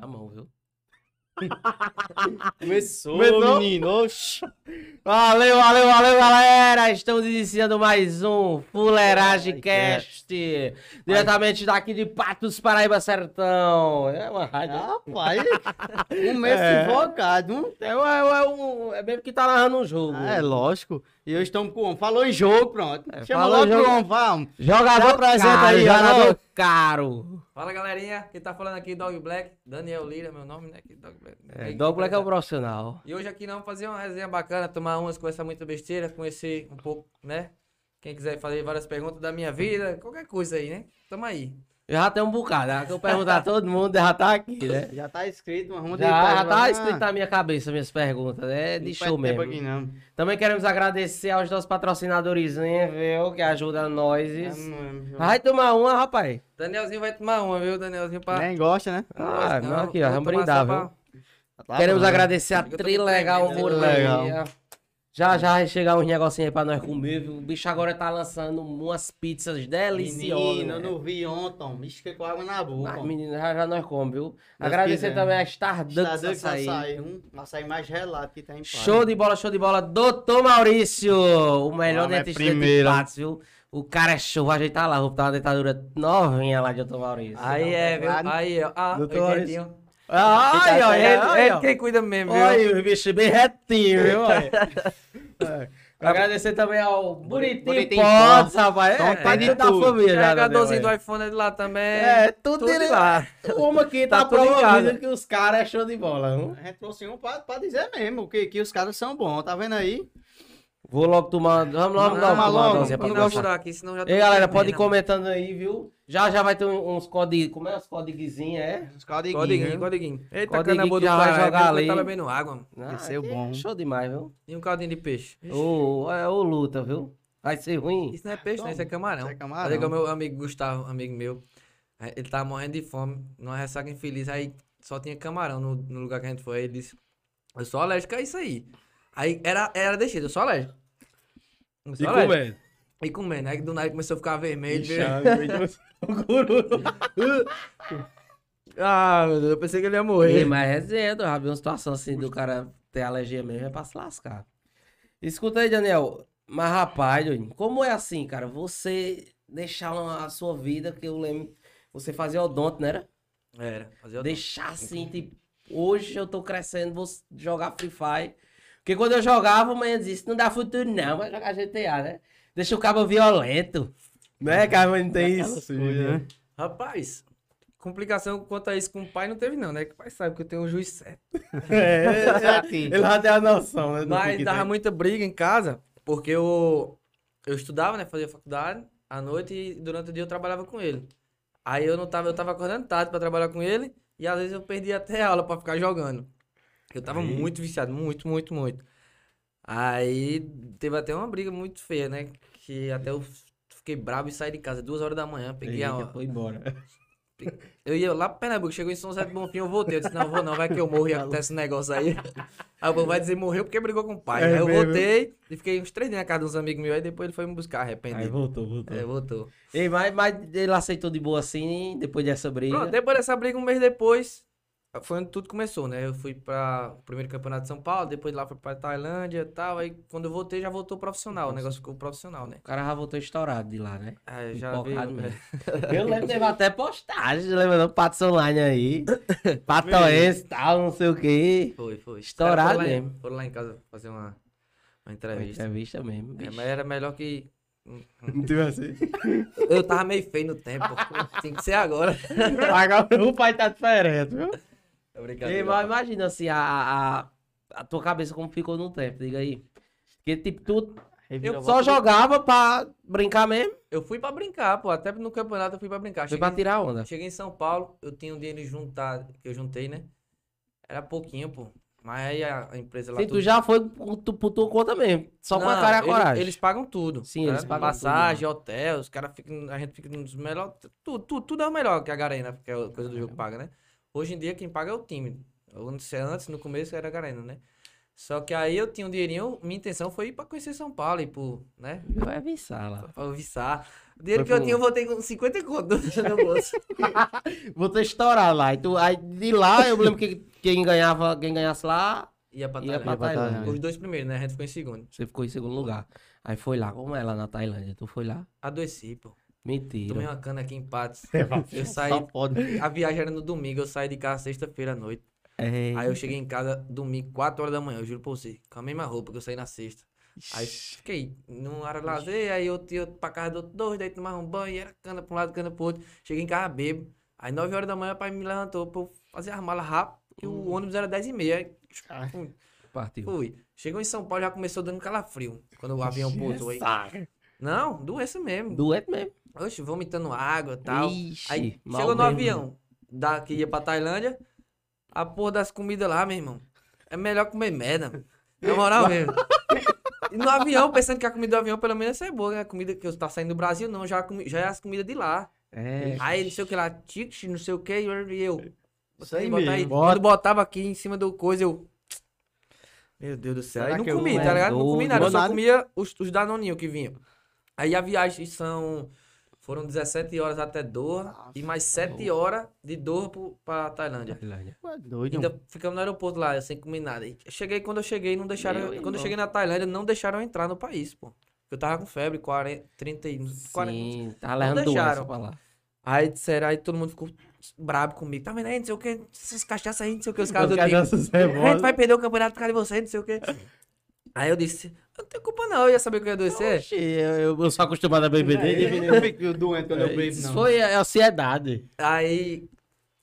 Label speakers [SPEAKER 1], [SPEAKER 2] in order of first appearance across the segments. [SPEAKER 1] na mão, viu?
[SPEAKER 2] Começou,
[SPEAKER 1] Começou?
[SPEAKER 2] menino. Oxi.
[SPEAKER 1] Valeu, valeu, valeu, galera! Estamos iniciando mais um Fuleiragem Cast, diretamente daqui de Patos, Paraíba, Sertão. É uma rádio.
[SPEAKER 3] Rapaz, um mês
[SPEAKER 1] É.
[SPEAKER 3] invocado. Um...
[SPEAKER 1] É, um- é, um- é um- é mesmo que tá narrando um jogo.
[SPEAKER 3] Ah, é lógico. E hoje estamos com o homem. Falou em jogo, pronto.
[SPEAKER 1] É,
[SPEAKER 3] Chama
[SPEAKER 1] falou em
[SPEAKER 3] logo
[SPEAKER 1] jogo.
[SPEAKER 3] o homem, vamos.
[SPEAKER 1] Jogador
[SPEAKER 3] Já apresenta
[SPEAKER 1] caro,
[SPEAKER 3] aí,
[SPEAKER 1] jogador
[SPEAKER 3] jogador.
[SPEAKER 1] caro.
[SPEAKER 4] Fala galerinha, quem tá falando aqui Dog Black, Daniel Lira, meu nome, né? Que Dog Black.
[SPEAKER 1] É,
[SPEAKER 4] Bem-
[SPEAKER 1] Douglas é o profissional.
[SPEAKER 4] E hoje aqui nós vamos fazer uma resenha bacana, tomar umas, conversar muita besteira, conhecer um pouco, né? Quem quiser fazer várias perguntas da minha vida, qualquer coisa aí, né? Tamo aí.
[SPEAKER 1] Eu já tenho um bocado, né? que eu perguntar a todo mundo, já tá aqui, né?
[SPEAKER 3] Já tá escrito, mas
[SPEAKER 1] Já,
[SPEAKER 3] vamos
[SPEAKER 1] já tá escrito
[SPEAKER 3] Ah,
[SPEAKER 1] na minha cabeça minhas perguntas, né? De show mesmo.
[SPEAKER 3] Aqui, não.
[SPEAKER 1] Também queremos agradecer aos nossos patrocinadores, né, viu? Que ajudam
[SPEAKER 3] É,
[SPEAKER 1] nós.
[SPEAKER 3] não,
[SPEAKER 1] Vai tomar uma, rapaz.
[SPEAKER 4] Danielzinho vai tomar uma, viu? Danielzinho pra.
[SPEAKER 3] Nem gosta, né?
[SPEAKER 1] Ah,
[SPEAKER 4] Não,
[SPEAKER 1] não, aqui,
[SPEAKER 4] eu
[SPEAKER 1] ó,
[SPEAKER 4] vou
[SPEAKER 1] vamos
[SPEAKER 4] tomar
[SPEAKER 1] brindar,
[SPEAKER 4] só
[SPEAKER 1] viu?
[SPEAKER 4] pra-
[SPEAKER 3] Tá
[SPEAKER 1] queremos
[SPEAKER 3] bom, né?
[SPEAKER 1] agradecer a
[SPEAKER 4] Eu tô
[SPEAKER 1] Trilegal
[SPEAKER 4] tremendo,
[SPEAKER 1] Hamburgueria.
[SPEAKER 3] Trilegal.
[SPEAKER 1] Já já vai chegar uns negocinhos aí pra nós comer, viu? O bicho agora tá lançando umas pizzas deliciosas.
[SPEAKER 3] Menino,
[SPEAKER 1] né?
[SPEAKER 3] eu não vi ontem. Me fiquei com água na boca.
[SPEAKER 1] Mas,
[SPEAKER 3] homem. Tá
[SPEAKER 1] menino, já já nós comemos, viu?
[SPEAKER 3] Nós
[SPEAKER 1] agradecer
[SPEAKER 3] fizemos.
[SPEAKER 1] também a Stardust
[SPEAKER 3] Estadão que
[SPEAKER 1] Açaí.
[SPEAKER 3] açaí. Um açaí mais gelado que tá em paz.
[SPEAKER 1] Show de bola, show de bola. Doutor Maurício, o melhor
[SPEAKER 3] Homem é
[SPEAKER 1] dentista de
[SPEAKER 3] primeiro.
[SPEAKER 1] Patos, viu? O cara é show, vai ajeitar lá, vou botar uma dentadura novinha lá de Doutor Maurício.
[SPEAKER 4] Aí é, viu?
[SPEAKER 3] Lá no-
[SPEAKER 4] Aí, ó. Ah,
[SPEAKER 1] Doutor
[SPEAKER 4] eu
[SPEAKER 1] Maurício.
[SPEAKER 4] entendi.
[SPEAKER 3] Tá
[SPEAKER 1] Ai, ó,
[SPEAKER 4] Ele,
[SPEAKER 1] ele,
[SPEAKER 4] ele quem cuida mesmo, viu?
[SPEAKER 1] Olha o bicho bem retinho, viu? olha? É. Agradecer também ao Bonitinho,
[SPEAKER 3] Bonitinho
[SPEAKER 1] Potts, rapaz.
[SPEAKER 3] Então
[SPEAKER 1] É,
[SPEAKER 3] tem
[SPEAKER 1] tá
[SPEAKER 3] de
[SPEAKER 1] dentro da
[SPEAKER 3] tudo.
[SPEAKER 1] família já.
[SPEAKER 4] Carregadorzinho
[SPEAKER 1] né,
[SPEAKER 4] do iPhone é de lá também.
[SPEAKER 1] É, tudo,
[SPEAKER 4] tudo
[SPEAKER 1] ele
[SPEAKER 4] lá.
[SPEAKER 1] lá. Uma aqui tá,
[SPEAKER 4] Tá tudo em
[SPEAKER 1] provando
[SPEAKER 4] casa.
[SPEAKER 1] que os caras é show de bola. viu?
[SPEAKER 3] A gente trouxe um pra, pra dizer mesmo que, que os caras são bons, tá vendo aí?
[SPEAKER 1] Vou logo tomar, vamos logo
[SPEAKER 3] Não,
[SPEAKER 1] tomar uma
[SPEAKER 3] mas
[SPEAKER 1] dose
[SPEAKER 3] logo,
[SPEAKER 4] Vamos
[SPEAKER 1] é pra
[SPEAKER 3] não
[SPEAKER 4] vamos
[SPEAKER 1] nós.
[SPEAKER 4] furar aqui, senão já
[SPEAKER 1] Ei, galera, pode ir
[SPEAKER 4] comer.
[SPEAKER 1] comentando aí, viu? Já já vai ter um- uns códigos. Como é? Os códigozinhos, é?
[SPEAKER 3] Os caras de
[SPEAKER 4] Codiguinho,
[SPEAKER 3] guinho.
[SPEAKER 4] codiguinho. Eita,
[SPEAKER 1] Codiguinho
[SPEAKER 4] cana boa
[SPEAKER 1] que
[SPEAKER 4] do
[SPEAKER 1] já vai
[SPEAKER 4] caralho,
[SPEAKER 1] jogar
[SPEAKER 4] meu
[SPEAKER 1] ali.
[SPEAKER 4] vai tá bebendo água. mano.
[SPEAKER 1] Ah,
[SPEAKER 3] ser
[SPEAKER 1] aqui é
[SPEAKER 3] bom.
[SPEAKER 1] Show demais, viu?
[SPEAKER 4] E um caldinho de peixe. Ixi,
[SPEAKER 1] Ô, é ô luta, viu? Vai ser ruim.
[SPEAKER 4] Isso não é peixe, não, isso é camarão.
[SPEAKER 3] Isso é camarão.
[SPEAKER 4] Olha que o meu amigo Gustavo, amigo meu, eh, ele tava morrendo de fome, numa ressaca infeliz, aí só tinha camarão no, no lugar que a gente foi. Aí ele disse, eu sou alérgico a isso aí. Aí era, era deixado, eu sou alérgico. Eu sou alérgico. E comendo. Aí do nada ele começou a ficar vermelho. veio- Ah, meu Deus, eu pensei que ele ia
[SPEAKER 1] Ei,
[SPEAKER 4] morrer.
[SPEAKER 1] mas é resenha, do Rabi, uma situação assim do cara ter alergia mesmo é pra se lascar. Escuta aí, Daniel. Mas, rapaz, doido, como é assim, cara? Você deixar uma- a sua vida, que eu lembro, você fazia odonto, não era?
[SPEAKER 4] Era, fazer o
[SPEAKER 1] deixar assim, tipo, hoje eu tô crescendo, vou jogar Free Fire. Porque quando eu jogava, a mãe disse, não dá futuro não, vai jogar GTA, né? Deixa o cabo violento. Né, cara, mas não tem isso.
[SPEAKER 3] coisas, né?
[SPEAKER 4] Rapaz, complicação quanto a isso com o pai não teve não, né? Que o pai sabe que eu tenho um juiz certo.
[SPEAKER 1] É, Ele já tem a noção, né? do que
[SPEAKER 4] Mas
[SPEAKER 1] que
[SPEAKER 4] dava
[SPEAKER 1] tem.
[SPEAKER 4] muita briga em casa, porque eu, eu estudava, né? Fazia faculdade à noite e durante o dia eu trabalhava com ele. Aí eu não tava, eu tava acordando tarde pra trabalhar com ele e às vezes eu perdia até a aula pra ficar jogando. Eu tava muito viciado, muito, muito, muito. Aí teve até uma briga muito feia, né? Que até eu fiquei bravo e saí de casa duas horas da manhã, peguei a,
[SPEAKER 1] Eita, foi embora.
[SPEAKER 4] eu ia lá pra Pernambuco, chegou em São José do Bonfim, eu voltei. Eu disse, não, vou não, vai que eu morro e acontece um negócio aí. Aí o povo vai dizer, morreu porque brigou com o pai.
[SPEAKER 1] É
[SPEAKER 4] aí eu
[SPEAKER 1] mesmo.
[SPEAKER 4] voltei e fiquei uns três dias na casa dos amigos meus, aí depois ele foi me buscar,
[SPEAKER 1] Aí
[SPEAKER 4] arrependido.
[SPEAKER 1] voltou, voltou.
[SPEAKER 4] É, voltou.
[SPEAKER 1] Ei, mas, mas ele aceitou de boa assim, depois dessa briga.
[SPEAKER 4] Pronto, depois dessa briga, um mês depois, foi onde tudo começou, né? Eu fui pra o primeiro campeonato de São Paulo, depois lá fui pra Tailândia e tal. Aí quando eu voltei, já voltou profissional, o negócio ficou profissional, né?
[SPEAKER 1] O cara já voltou estourado de lá, né?
[SPEAKER 4] Aí já veio... é,
[SPEAKER 1] Empolgado mesmo. Eu lembro, teve até postagem, lembra não? Patos online aí. Pato esse, tal, não sei o quê.
[SPEAKER 4] Foi, foi.
[SPEAKER 1] Estourado
[SPEAKER 4] Foram lá em-
[SPEAKER 1] mesmo.
[SPEAKER 4] Foram lá em casa fazer uma, uma
[SPEAKER 1] Foi
[SPEAKER 4] entrevista.
[SPEAKER 1] Entrevista mesmo.
[SPEAKER 4] É,
[SPEAKER 1] bicho.
[SPEAKER 4] mas era melhor que
[SPEAKER 2] Não teve assim.
[SPEAKER 4] Eu tava meio feio no tempo. assim? Tem que ser agora.
[SPEAKER 1] Agora o pai tá diferente, viu?
[SPEAKER 4] É
[SPEAKER 1] Ei, mas imagina assim, a, a, a tua cabeça como ficou no tempo, diga aí. Porque, tipo, tu
[SPEAKER 4] Eu
[SPEAKER 1] só
[SPEAKER 4] só jogo.
[SPEAKER 1] jogava pra brincar mesmo,
[SPEAKER 4] Eu fui pra brincar, pô. Até no campeonato eu fui pra brincar.
[SPEAKER 1] foi
[SPEAKER 4] Cheguei,
[SPEAKER 1] pra tirar onda.
[SPEAKER 4] cheguei em São Paulo, eu tinha um dinheiro juntado, que eu juntei, né? Era pouquinho, pô. Mas aí a a empresa lá.
[SPEAKER 1] Sim, tu
[SPEAKER 4] tudo-
[SPEAKER 1] já foi com tu- por tua conta mesmo, só com a
[SPEAKER 4] Não,
[SPEAKER 1] cara e a
[SPEAKER 4] eles-
[SPEAKER 1] coragem.
[SPEAKER 4] Eles pagam tudo.
[SPEAKER 1] Sim, eles pagam tudo,
[SPEAKER 4] Passagem, hotel, os caras ficam. A gente fica nos melhores. Tudo, tudo, tudo é o melhor que a Garena, que é a coisa do jogo paga, né? Hoje em dia quem paga é o time. Eu não sei, Antes, no começo, era a Garena, né? Só que aí eu tinha um dinheirinho, minha intenção foi ir pra conhecer São Paulo e por, né?
[SPEAKER 1] Vai pensar lá.
[SPEAKER 4] Pra viçar. O dinheiro
[SPEAKER 1] Foi
[SPEAKER 4] que eu
[SPEAKER 1] pro-
[SPEAKER 4] tinha eu voltei com 50 conto no bolso.
[SPEAKER 1] Vou ter estourar lá. E tu, aí de lá, eu lembro que quem, ganhava, quem ganhasse lá,
[SPEAKER 4] Ia pra
[SPEAKER 1] ia
[SPEAKER 4] Tailândia.
[SPEAKER 1] pra
[SPEAKER 2] pra
[SPEAKER 1] Tailândia.
[SPEAKER 2] Tailândia.
[SPEAKER 4] Os dois primeiros, né? A gente ficou em segundo.
[SPEAKER 1] Você ficou em segundo lugar. Aí foi lá. Como é lá na Tailândia? Tu foi lá?
[SPEAKER 4] Adoeci, pô. Tomei
[SPEAKER 1] Mentira.
[SPEAKER 4] uma cana aqui em Patos. Eu saí.
[SPEAKER 3] Só pode.
[SPEAKER 4] A viagem era no domingo, eu saí de casa sexta-feira à noite.
[SPEAKER 1] É,
[SPEAKER 4] Aí eu cheguei em casa domingo, 4 horas da manhã, eu juro pra você. Com a mesma roupa que eu saí na sexta. Aí fiquei num área lazer, aí eu ia pra casa do outro dois, daí tomava um banho, e era cana pra um lado, cana pro outro. Cheguei em casa bebo. Aí 9 horas da manhã, o pai me levantou pra eu fazer as malas rápido. E o ônibus era 10 e meia. Aí,
[SPEAKER 3] Cara.
[SPEAKER 4] fui.
[SPEAKER 1] partiu.
[SPEAKER 4] Fui. Chegou em São Paulo, já começou dando calafrio. Quando o avião pousou aí. Não, doença mesmo.
[SPEAKER 1] Doente mesmo.
[SPEAKER 4] Oxe, vomitando água e tal.
[SPEAKER 1] Ixi,
[SPEAKER 4] Aí
[SPEAKER 1] mal
[SPEAKER 4] chegou no
[SPEAKER 1] mesmo.
[SPEAKER 4] avião, da, que ia pra Tailândia, a porra das comidas lá, meu irmão. É melhor comer merda, mano. na moral mesmo. E no avião, pensando que a comida do avião pelo menos é boa, né? A comida que eu tá saindo do Brasil, não, já, comi- já é as comidas de lá.
[SPEAKER 1] É.
[SPEAKER 4] Aí não sei o que lá, tique, não sei o que, e eu.
[SPEAKER 3] Isso aí
[SPEAKER 4] bota
[SPEAKER 3] mesmo.
[SPEAKER 4] Quando botava aqui em cima do coisa, eu. Meu Deus do céu.
[SPEAKER 3] Será
[SPEAKER 4] Aí não
[SPEAKER 3] que eu
[SPEAKER 4] comi,
[SPEAKER 1] não
[SPEAKER 4] tá
[SPEAKER 1] é
[SPEAKER 4] ligado? Não comi
[SPEAKER 1] doido?
[SPEAKER 4] nada, eu só
[SPEAKER 3] Nada.
[SPEAKER 4] comia os, os danoninhos que vinham. Aí a viagem são. Foram 17 horas até Doha e mais 7 horas de Doha pro- pra Tailândia.
[SPEAKER 1] Tailândia.
[SPEAKER 3] Ué, Tá doido.
[SPEAKER 4] Ainda ficamos no aeroporto lá, eu sem comer nada. E Cheguei quando eu cheguei, não deixaram.
[SPEAKER 1] Meu
[SPEAKER 4] quando
[SPEAKER 1] irmão.
[SPEAKER 4] eu cheguei na Tailândia, não deixaram eu entrar no país, pô. Eu tava com febre, 40, 30, e- 40,
[SPEAKER 1] Sim, tá levando
[SPEAKER 4] deixaram.
[SPEAKER 1] doença pra lá.
[SPEAKER 4] Aí disseram, aí todo mundo ficou brabo comigo. Tá vendo aí, não sei o que, essas cachaças aí, não sei o que, os
[SPEAKER 2] Os
[SPEAKER 4] caras do time.
[SPEAKER 2] cachaças
[SPEAKER 4] A
[SPEAKER 2] é
[SPEAKER 4] gente
[SPEAKER 2] bom.
[SPEAKER 4] vai perder o campeonato por causa de você, não sei o que. Aí eu disse, eu não tenho culpa não, eu ia saber que eu ia adoecer.
[SPEAKER 2] Oxi, eu, eu sou acostumado a beber dele.
[SPEAKER 3] Eu não fico doente quando eu bebo,
[SPEAKER 2] É Isso
[SPEAKER 3] não.
[SPEAKER 2] foi a- a ansiedade.
[SPEAKER 4] Aí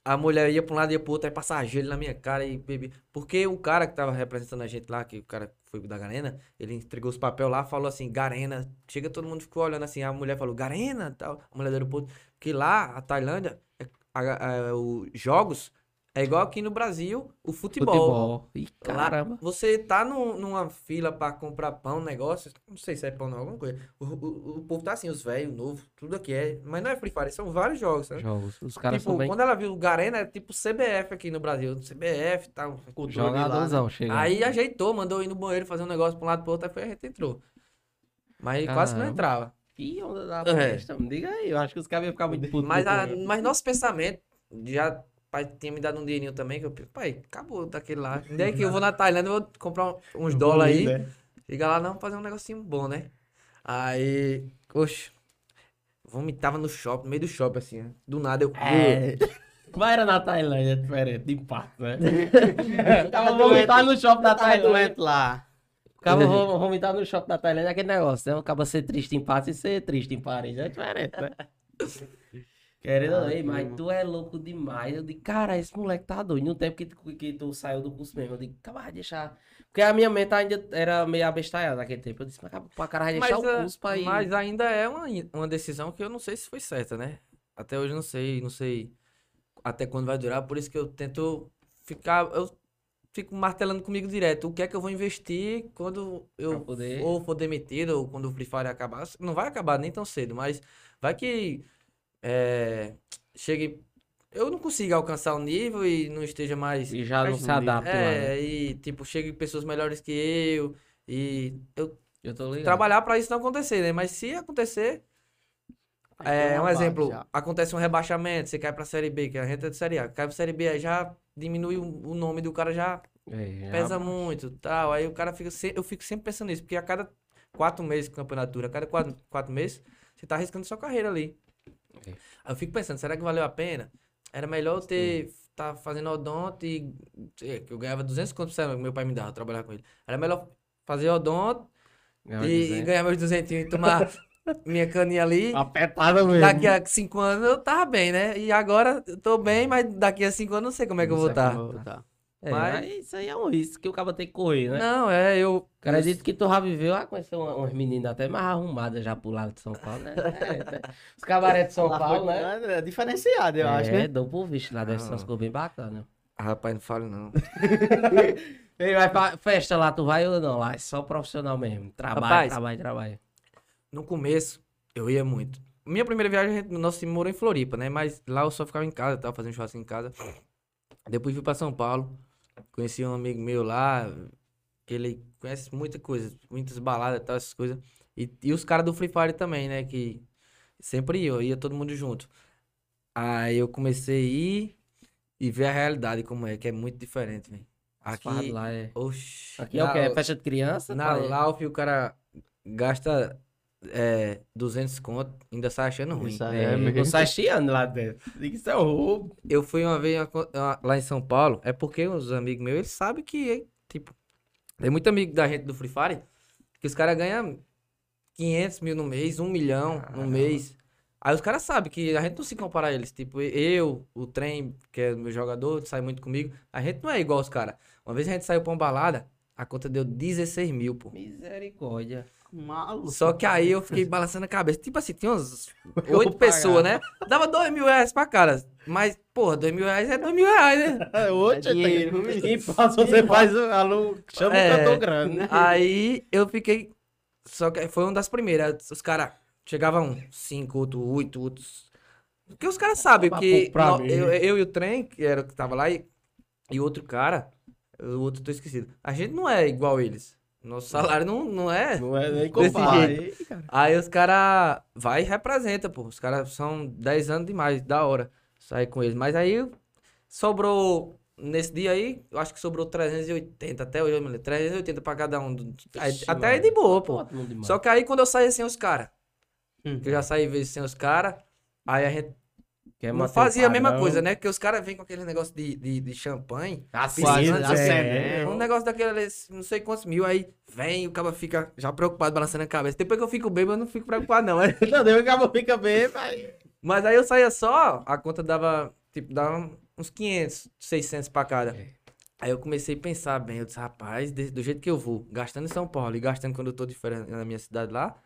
[SPEAKER 4] a mulher ia pra um lado e ia pro outro, aí passava gelo na minha cara e bebi. Porque o cara que tava representando a gente lá, que o cara foi da Garena, ele entregou os papéis lá, falou assim, Garena. Chega, todo mundo ficou olhando assim, a mulher falou, Garena, tal. A mulher do aeroporto. Porque lá, a Tailândia, é- a- a- os jogos, é igual aqui no Brasil, o futebol.
[SPEAKER 1] Futebol. Ih, caramba.
[SPEAKER 4] Você tá num- numa fila pra comprar pão, negócio, não sei se é pão não, alguma coisa. O, o- o povo tá assim, os velhos, novo, tudo aqui é. Mas não é Free Fire, são vários jogos, né?
[SPEAKER 1] Jogos. Os caras
[SPEAKER 4] tipo,
[SPEAKER 1] são bem.
[SPEAKER 4] quando ela viu o Garena, é tipo CBF aqui no Brasil, CBF e tal.
[SPEAKER 3] Cultura de lá, né?
[SPEAKER 1] Jogadorzão, chega.
[SPEAKER 4] Aí ajeitou, mandou ir no banheiro fazer um negócio pra um lado pro outro, aí foi, a gente entrou. Mas quase não
[SPEAKER 1] Caramba.
[SPEAKER 4] entrava.
[SPEAKER 1] Que onda da
[SPEAKER 4] É.
[SPEAKER 1] festa, me diga aí. Eu acho que os caras iam ficar muito putos.
[SPEAKER 4] Mas, a,
[SPEAKER 1] depois.
[SPEAKER 4] mas nosso pensamento, já pai tinha me dado um dinheirinho também, que eu, pai, acabou daquele lá. Daí que eu vou na Tailândia, eu vou né? comprar um, uns dólares aí.
[SPEAKER 2] né?
[SPEAKER 4] Chega lá, não, fazer um negocinho bom, né? Aí, oxe, vomitava no shopping, no meio do shopping, assim, né? Do nada eu.
[SPEAKER 2] É. Mas era na Tailândia, é diferente, de impacto, né?
[SPEAKER 3] Eu tava doente.
[SPEAKER 2] vomitar no shopping da
[SPEAKER 3] Eu tava
[SPEAKER 2] Tailândia.
[SPEAKER 3] Tá doente lá.
[SPEAKER 1] O cara vão vomitar no shopping da Tailândia, é aquele negócio, né? Acaba ser triste em Paris e ser triste em Paris. É diferente, né? Querendo ou não, ei, mas tu é louco demais. Eu digo, cara, esse moleque tá doido. No tempo que tu, que tu saiu do curso mesmo, eu digo, cara, vai deixar. Porque a minha mente ainda era meio abestalhada naquele tempo. Eu disse, mas cara, pra cara vai deixar o
[SPEAKER 4] ah,
[SPEAKER 1] curso pra ir.
[SPEAKER 4] mas ainda é uma, uma decisão que eu não sei se foi certa, né? Até hoje eu não sei, não sei até quando vai durar, por isso que eu tento ficar. Eu fico martelando comigo direto. O que é que eu vou investir quando eu
[SPEAKER 1] Pra poder-
[SPEAKER 4] ou for demitido, ou quando o Free Fire acabar. Não vai acabar nem tão cedo, mas vai que é, chegue. Eu não consiga alcançar o nível e não esteja mais.
[SPEAKER 1] E já não
[SPEAKER 4] Mas-
[SPEAKER 1] se adapta lá.
[SPEAKER 4] É,
[SPEAKER 1] né?
[SPEAKER 4] e tipo, chegue pessoas melhores que eu. E eu
[SPEAKER 1] Eu tô ligado.
[SPEAKER 4] trabalhar pra isso não acontecer, né? Mas se acontecer, é
[SPEAKER 3] Então,
[SPEAKER 4] um
[SPEAKER 3] abate
[SPEAKER 4] exemplo,
[SPEAKER 3] já.
[SPEAKER 4] acontece um rebaixamento, você cai pra Série B, que a gente é de Série A, cai pra Série B, aí já diminui o o nome do cara, já
[SPEAKER 1] É, já-
[SPEAKER 4] pesa muito, tal. Aí o cara fica, se- eu fico sempre pensando nisso, porque a cada quatro meses de campeonatura, a cada quatro, quatro meses, você tá arriscando sua carreira ali.
[SPEAKER 1] É.
[SPEAKER 4] Aí eu fico pensando, será que valeu a pena? Era melhor eu ter tá fazendo odonto e é, que eu ganhava 200 conto por semana que meu pai me dava, trabalhar com ele. Era melhor fazer odonto
[SPEAKER 1] já vai
[SPEAKER 4] e,
[SPEAKER 1] dizer.
[SPEAKER 4] ganhar meus 200 e tomar minha caninha ali.
[SPEAKER 1] Ah,
[SPEAKER 2] Apertada mesmo.
[SPEAKER 4] Daqui a cinco anos eu tava bem, né? E agora eu tô bem, mas daqui a cinco anos eu não sei como é que eu
[SPEAKER 1] Não sei
[SPEAKER 4] vou estar.
[SPEAKER 1] como
[SPEAKER 3] Pô, tá.
[SPEAKER 1] É,
[SPEAKER 4] Mas-
[SPEAKER 1] mas isso aí é um risco que o cara tem que correr, né?
[SPEAKER 4] Não, é, eu.
[SPEAKER 1] O cara disse que tu já viveu, ah, conheceu uma- umas meninas até mais arrumadas já pro lado de São Paulo, né? É, é. Os cabaré de São
[SPEAKER 3] Lá
[SPEAKER 1] Paulo,
[SPEAKER 3] foi-
[SPEAKER 1] né?
[SPEAKER 3] É diferenciado, eu acho,
[SPEAKER 1] é,
[SPEAKER 3] né?
[SPEAKER 1] dão por visto lá, deve ser umas
[SPEAKER 4] Não.
[SPEAKER 1] coisas bem bacanas.
[SPEAKER 4] Ah, rapaz, não falo não.
[SPEAKER 1] Ei, vai pra festa lá, tu vai ou não? Lá é só profissional mesmo. Trabalho,
[SPEAKER 4] Rapaz.
[SPEAKER 1] trabalho, trabalho.
[SPEAKER 4] No começo, eu ia muito. Minha primeira viagem, a gente- nosso time morou em Floripa, né? Mas lá eu só ficava em casa, tava fazendo churrasco em casa. Depois fui pra São Paulo. Conheci um amigo meu lá. Que ele conhece muita coisa, muitas baladas e tal, essas coisas. E, e os caras do Free Fire também, né? Que sempre ia, ia todo mundo junto. Aí eu comecei a ir e ver a realidade como é, que é muito diferente, velho.
[SPEAKER 1] As farras de
[SPEAKER 4] Aqui,
[SPEAKER 1] lá é.
[SPEAKER 4] oxi.
[SPEAKER 1] Aqui é o
[SPEAKER 4] na-
[SPEAKER 1] quê? É festa de criança?
[SPEAKER 4] na
[SPEAKER 1] pai?
[SPEAKER 4] Lauf o cara gasta é, 200 conto, ainda sai achando ruim.
[SPEAKER 3] Isso aí
[SPEAKER 1] É,
[SPEAKER 3] mesmo.
[SPEAKER 1] eu saio chiando lá dentro. Digo, Isso é um roubo.
[SPEAKER 4] Eu fui uma vez uma co- uma- lá em São Paulo, é porque os amigos meus, eles sabem que, é, tipo, tem muito amigo da gente do Free Fire, que os caras ganham 500 mil no mês, 1 milhão no mês. Aí os caras sabem que a gente não se compara a eles. Tipo, eu, o Trem, que é meu jogador, sai muito comigo, a gente não é igual os caras. Uma vez a gente saiu pra uma balada, a conta deu 16 mil, pô.
[SPEAKER 1] Misericórdia.
[SPEAKER 3] Maluco.
[SPEAKER 4] Só que aí eu fiquei balançando a cabeça. Tipo assim, tinha uns
[SPEAKER 3] Eu
[SPEAKER 4] oito
[SPEAKER 3] vou pagar.
[SPEAKER 4] pessoas, né? Dava dois mil reais pra cara. Mas, porra, dois mil reais é dois mil reais, né?
[SPEAKER 3] É outro,
[SPEAKER 1] É dinheiro.
[SPEAKER 3] tem-
[SPEAKER 1] E faz, você faz o aluno.
[SPEAKER 3] Chama
[SPEAKER 4] É.
[SPEAKER 3] o cantor grande, né?
[SPEAKER 4] Aí eu fiquei. Só que foi uma das primeiras. Os caras chegavam um, cinco, outro, oito, outros. Porque os caras sabem
[SPEAKER 1] Tava
[SPEAKER 4] que
[SPEAKER 1] pouco pra
[SPEAKER 4] nó-
[SPEAKER 1] mim.
[SPEAKER 4] eu, eu e o trem, que era o que tava lá, e, e outro cara, o outro tô esquecido. A gente não é igual eles. Nosso salário não, não é.
[SPEAKER 1] Não é nem
[SPEAKER 4] Desse
[SPEAKER 1] compara.
[SPEAKER 4] jeito. Aí os caras vai e representa, pô. Os caras são 10 anos demais, da hora sair com eles. Mas aí sobrou, nesse dia aí, eu acho que sobrou 380, até hoje, eu me lembro, 380 pra cada um. do- Aí-
[SPEAKER 1] Vixe,
[SPEAKER 4] até aí
[SPEAKER 1] mano.
[SPEAKER 4] de boa, pô.
[SPEAKER 1] Pô, não demais.
[SPEAKER 4] Só que aí quando eu saí sem os caras,
[SPEAKER 3] Hum.
[SPEAKER 4] que eu já saí vezes sem os caras, aí a gente
[SPEAKER 1] Quer
[SPEAKER 4] não
[SPEAKER 1] manter É o
[SPEAKER 4] fazia a mesma
[SPEAKER 1] padrão.
[SPEAKER 4] coisa, né? Porque os caras vêm com aquele negócio de, de, de champanhe,
[SPEAKER 1] Acende,
[SPEAKER 3] Piscina,
[SPEAKER 1] acende.
[SPEAKER 3] É.
[SPEAKER 4] um negócio daqueles, não sei quantos mil, aí vem, o cara fica já preocupado, balançando a cabeça. Depois que eu fico bêbado, eu não fico preocupado não, é.
[SPEAKER 3] Não, deu acabou, fica bem, vai.
[SPEAKER 4] Mas aí eu saía só, a conta dava, tipo, dava uns 500, 600 pra cada.
[SPEAKER 1] É.
[SPEAKER 4] Aí eu comecei a pensar bem, eu disse, rapaz, de- do jeito que eu vou, gastando em São Paulo e gastando quando eu tô de férias na minha cidade lá,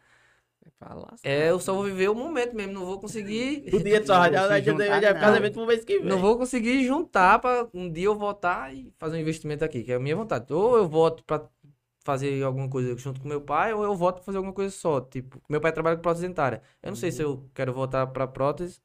[SPEAKER 1] Fala assim.
[SPEAKER 4] é, eu só vou viver o momento mesmo, não vou conseguir,
[SPEAKER 3] O dia só, já vai
[SPEAKER 1] juntar,
[SPEAKER 3] fazer
[SPEAKER 1] não.
[SPEAKER 3] casamento pro mês que vem.
[SPEAKER 4] não vou conseguir juntar pra um dia eu voltar e fazer um investimento aqui, que é a minha vontade. Ou eu volto pra fazer alguma coisa junto com meu pai, ou eu volto pra fazer alguma coisa só, tipo, meu pai trabalha com prótese dentária. Eu não sei se eu quero voltar pra prótese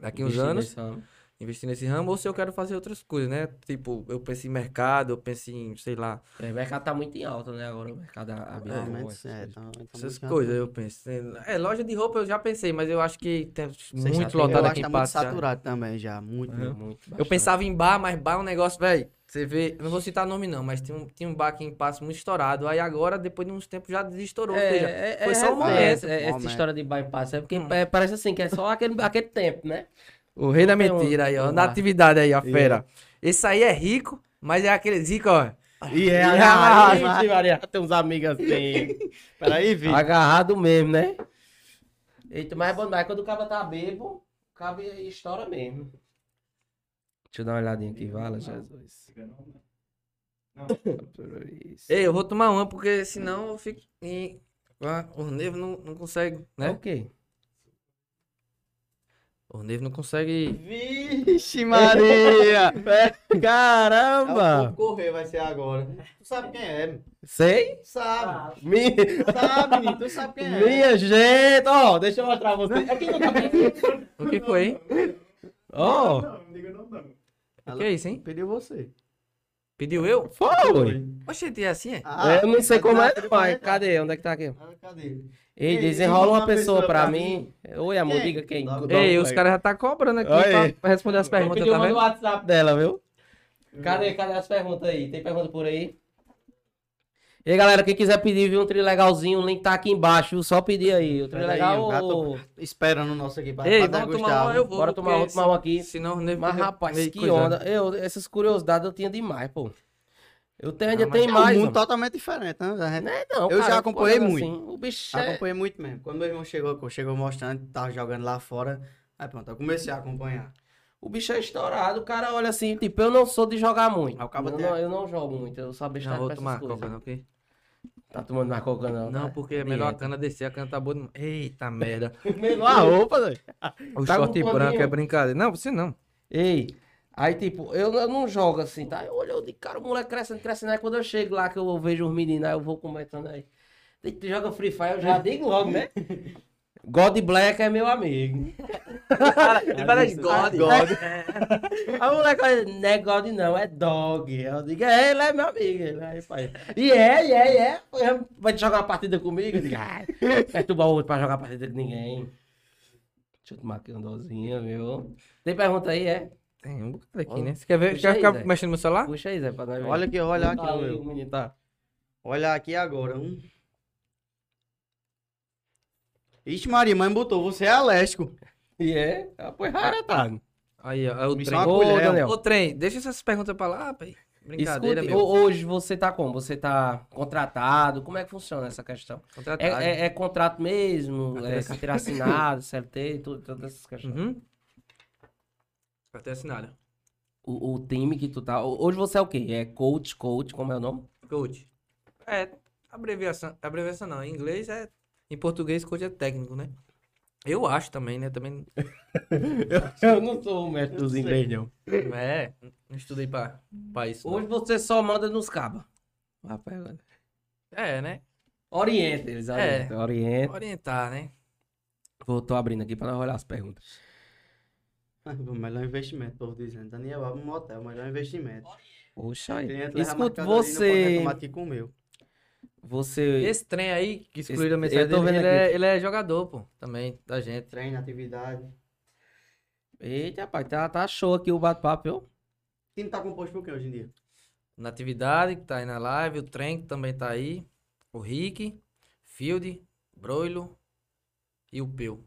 [SPEAKER 4] daqui é,
[SPEAKER 1] Uhum.
[SPEAKER 4] uns
[SPEAKER 1] Investir
[SPEAKER 4] anos,
[SPEAKER 1] nesse ramo.
[SPEAKER 4] investir nesse ramo ou se eu quero fazer outras coisas, né? Tipo, eu penso em mercado, eu penso em, sei lá,
[SPEAKER 1] É, o mercado tá muito em alta, né? Agora o mercado né? abriu.
[SPEAKER 3] Ah, mas é, tá- tá
[SPEAKER 4] essas
[SPEAKER 3] muito
[SPEAKER 4] coisas, eu penso. É, loja de roupa eu já pensei, mas eu acho que tem
[SPEAKER 3] Você já
[SPEAKER 4] muito
[SPEAKER 3] tem- eu
[SPEAKER 4] lotado
[SPEAKER 3] acho
[SPEAKER 4] aqui
[SPEAKER 3] que tá muito
[SPEAKER 4] em Patos. já.
[SPEAKER 3] saturado também já, muito. mesmo.
[SPEAKER 1] Muito
[SPEAKER 4] Eu pensava em bar, mas bar é um negócio, velho. Você vê, eu não vou citar nome não, mas tinha um, tinha um bar aqui em Patos muito estourado. Aí agora, depois de uns tempos, já desestourou.
[SPEAKER 3] É,
[SPEAKER 4] ou seja, foi só um momento.
[SPEAKER 1] É, é, essa
[SPEAKER 3] Momento.
[SPEAKER 1] história de bypass é
[SPEAKER 4] Hum.
[SPEAKER 1] porque é, parece assim, que é só aquele, aquele tempo, né?
[SPEAKER 4] o rei da
[SPEAKER 1] tem um-
[SPEAKER 4] mentira aí, ó.
[SPEAKER 1] um
[SPEAKER 4] Na
[SPEAKER 1] bar.
[SPEAKER 4] atividade aí, a fera. Esse aí é rico, mas é aqueles ricos, ó.
[SPEAKER 1] E é
[SPEAKER 3] agarrado,
[SPEAKER 1] agarrado. Ixi, Maria, tem uns amigos assim.
[SPEAKER 3] Peraí, Vi.
[SPEAKER 1] agarrado mesmo, né? Eita, mas é bom demais. Quando o cara tá bebo, o cara estoura mesmo. Deixa eu dar uma olhadinha aqui, vala, Jesus.
[SPEAKER 4] Ei, eu vou tomar uma, porque senão eu fico. em- Ah, Os nervos não, não conseguem,
[SPEAKER 1] É
[SPEAKER 4] né?
[SPEAKER 1] o quê?
[SPEAKER 4] Os nervos não conseguem.
[SPEAKER 3] Vixe, Maria!
[SPEAKER 2] É,
[SPEAKER 3] É
[SPEAKER 1] Caramba!
[SPEAKER 3] correr vai ser agora. Tu sabe quem é,
[SPEAKER 1] Sei?
[SPEAKER 3] sabe.
[SPEAKER 1] Mi-
[SPEAKER 3] Sabe, menino, tu sabe quem é.
[SPEAKER 1] Minha gente! Ó, deixa eu mostrar pra vocês. Aqui no cabelo.
[SPEAKER 4] O que foi, hein?
[SPEAKER 1] Ó,
[SPEAKER 4] O que é isso, hein?
[SPEAKER 3] Pediu você.
[SPEAKER 4] Pediu eu?
[SPEAKER 1] foi!
[SPEAKER 4] Oxente, é assim, é?
[SPEAKER 3] Ah,
[SPEAKER 1] É, eu não sei como é, mas cadê? Onde é que tá aqui?
[SPEAKER 3] Cadê?
[SPEAKER 1] Ei,
[SPEAKER 3] Ei,
[SPEAKER 1] desenrola
[SPEAKER 3] diz
[SPEAKER 1] uma pessoa pra mim. Oi, amor, diga quem.
[SPEAKER 3] Dá-
[SPEAKER 1] Dá-
[SPEAKER 4] Ei,
[SPEAKER 1] dá-
[SPEAKER 4] os caras já tá cobrando aqui
[SPEAKER 1] Olha aí.
[SPEAKER 4] pra, pra responder as
[SPEAKER 1] Eu
[SPEAKER 4] perguntas,
[SPEAKER 1] pedi
[SPEAKER 4] tá
[SPEAKER 1] uma no
[SPEAKER 4] vendo?
[SPEAKER 1] WhatsApp dela, viu? Cadê, cadê as perguntas aí? Tem pergunta por aí? E aí, galera, quem quiser pedir, viu, um trilho legalzinho, o link tá aqui embaixo, viu? só pedir aí. O trilho
[SPEAKER 3] Pera aí,
[SPEAKER 1] legal,
[SPEAKER 3] o gato-
[SPEAKER 1] ou-
[SPEAKER 3] Esperando o nosso aqui pra,
[SPEAKER 4] Ei,
[SPEAKER 3] pra
[SPEAKER 4] vamos tomar uma, eu vou.
[SPEAKER 1] Bora tomar
[SPEAKER 4] porque
[SPEAKER 1] uma, tomar uma aqui.
[SPEAKER 4] Senão os nervos
[SPEAKER 1] Mas,
[SPEAKER 4] ficam
[SPEAKER 1] rapaz,
[SPEAKER 4] meio
[SPEAKER 1] que
[SPEAKER 4] coisado.
[SPEAKER 1] onda. Eu, essas curiosidades eu tinha demais, pô. Eu tenho, ainda
[SPEAKER 4] Ah, mas
[SPEAKER 1] tem
[SPEAKER 3] É um
[SPEAKER 1] mais,
[SPEAKER 3] mundo
[SPEAKER 1] mano.
[SPEAKER 3] totalmente diferente, né? A gente
[SPEAKER 1] Não é não,
[SPEAKER 3] Eu
[SPEAKER 1] cara,
[SPEAKER 3] já acompanhei
[SPEAKER 1] falando
[SPEAKER 3] muito.
[SPEAKER 1] assim, o bicho é...
[SPEAKER 3] acompanhei muito mesmo. Quando meu irmão chegou, chegou mostrando, tava jogando lá fora. Aí pronto, eu comecei a acompanhar.
[SPEAKER 1] O bicho é estourado, o cara olha assim, tipo, eu não sou de jogar muito.
[SPEAKER 3] Ah, o cabo
[SPEAKER 1] eu,
[SPEAKER 3] tem-
[SPEAKER 1] não, eu não jogo muito, eu sou
[SPEAKER 4] Já
[SPEAKER 1] abestado
[SPEAKER 4] vou
[SPEAKER 1] pra essas
[SPEAKER 4] tomar a
[SPEAKER 1] coisas.
[SPEAKER 4] coca, não, ok?
[SPEAKER 1] Tá tomando mais coca não?
[SPEAKER 4] Não,
[SPEAKER 1] tá?
[SPEAKER 4] porque é melhor a cana descer, a cana tá boa demais. Eita merda.
[SPEAKER 1] Melhor
[SPEAKER 3] a roupa,
[SPEAKER 4] O
[SPEAKER 1] Tá com
[SPEAKER 4] short
[SPEAKER 1] paninho.
[SPEAKER 4] branco é brincadeira. Não, você não.
[SPEAKER 1] Ei, aí tipo, eu, eu não jogo assim, tá? Eu olho, eu digo, cara, o moleque crescendo, crescendo. Aí quando eu chego lá, que eu vejo os meninos, aí eu vou comentando aí. "Ei, Tu joga Free Fire, eu já digo logo, né? God Black é meu amigo.
[SPEAKER 4] Ele parece God.
[SPEAKER 3] God.
[SPEAKER 1] Aí o moleque olha, não é God não, é dog. Eu digo, é, ele é meu amigo. Ele aí, pai. E é, e é, e é. Vai te jogar uma partida comigo? Eu digo, ai, perturbar o outro pra jogar partida com ninguém. Deixa eu tomar aqui uma dozinha, viu? Tem pergunta aí, é?
[SPEAKER 4] Tem um bocado aqui, né? Você quer ver?
[SPEAKER 1] Zé.
[SPEAKER 4] Quer ficar mexendo no meu celular?
[SPEAKER 1] Puxa aí, Zé, pra nós ver.
[SPEAKER 3] Ah. Olha aqui, olha aqui,
[SPEAKER 1] Tá aí,
[SPEAKER 3] meu.
[SPEAKER 1] o menino tá.
[SPEAKER 3] Olha aqui agora. Um. Ixi, Maria, mãe botou, você é alérgico.
[SPEAKER 1] E é? Ah, Pois rara, tá.
[SPEAKER 4] Aí, ó. É o
[SPEAKER 3] Me
[SPEAKER 4] trem.
[SPEAKER 3] chama-
[SPEAKER 1] Ô,
[SPEAKER 3] colher,
[SPEAKER 1] Daniel.
[SPEAKER 4] Ô, trem, deixa essas perguntas pra lá, pai. Brincadeira,
[SPEAKER 1] Escute,
[SPEAKER 4] meu.
[SPEAKER 1] ho- hoje você tá como? Você tá contratado? Como é que funciona essa questão? É,
[SPEAKER 4] Contratado.
[SPEAKER 1] é- é contrato mesmo?
[SPEAKER 4] Carteira
[SPEAKER 1] É carteira assinada, CLT, tudo, todas essas questões.
[SPEAKER 4] Uhum. Até assinada.
[SPEAKER 1] O, o time que tu tá. ho- Hoje você é o quê? É coach, coach, como é o nome?
[SPEAKER 4] Coach. É, abreviação. Abreviação não. Em inglês é. Em português, coach é técnico, né? Eu acho também, né? Também.
[SPEAKER 1] Eu não sou o mestre
[SPEAKER 3] dos inglês,
[SPEAKER 1] não.
[SPEAKER 4] É, não estudei pra, pra isso. não.
[SPEAKER 1] Hoje você só manda nos cabas.
[SPEAKER 4] É, né?
[SPEAKER 1] Orienta
[SPEAKER 4] É.
[SPEAKER 1] eles, orienta. Orienta.
[SPEAKER 4] Orientar, né?
[SPEAKER 1] Vou, tô abrindo aqui pra nós olhar as perguntas.
[SPEAKER 3] Ah, O melhor investimento, o povo dizendo. Daniel, abre um hotel, o melhor investimento.
[SPEAKER 1] Poxa,
[SPEAKER 3] O
[SPEAKER 1] aí.
[SPEAKER 3] cliente leva a
[SPEAKER 1] Escuta,
[SPEAKER 3] mercadoria e Não pode
[SPEAKER 1] você.
[SPEAKER 3] reclamar aqui com o meu.
[SPEAKER 1] Você.
[SPEAKER 4] Esse trem aí, que
[SPEAKER 1] Esse-
[SPEAKER 4] excluíram a mensagem
[SPEAKER 1] eu tô
[SPEAKER 4] dele,
[SPEAKER 1] vendo
[SPEAKER 4] ele,
[SPEAKER 1] aqui.
[SPEAKER 4] é, ele é jogador, pô, também, da gente.
[SPEAKER 3] Treino, atividade. O
[SPEAKER 1] Eita, rapaz, tá, tá show aqui o bate-papo, viu?
[SPEAKER 3] time tá composto por quem hoje em dia?
[SPEAKER 4] Na atividade, que tá aí na live, o trem que também tá aí, o Rick, Field, Broilo e o Peu.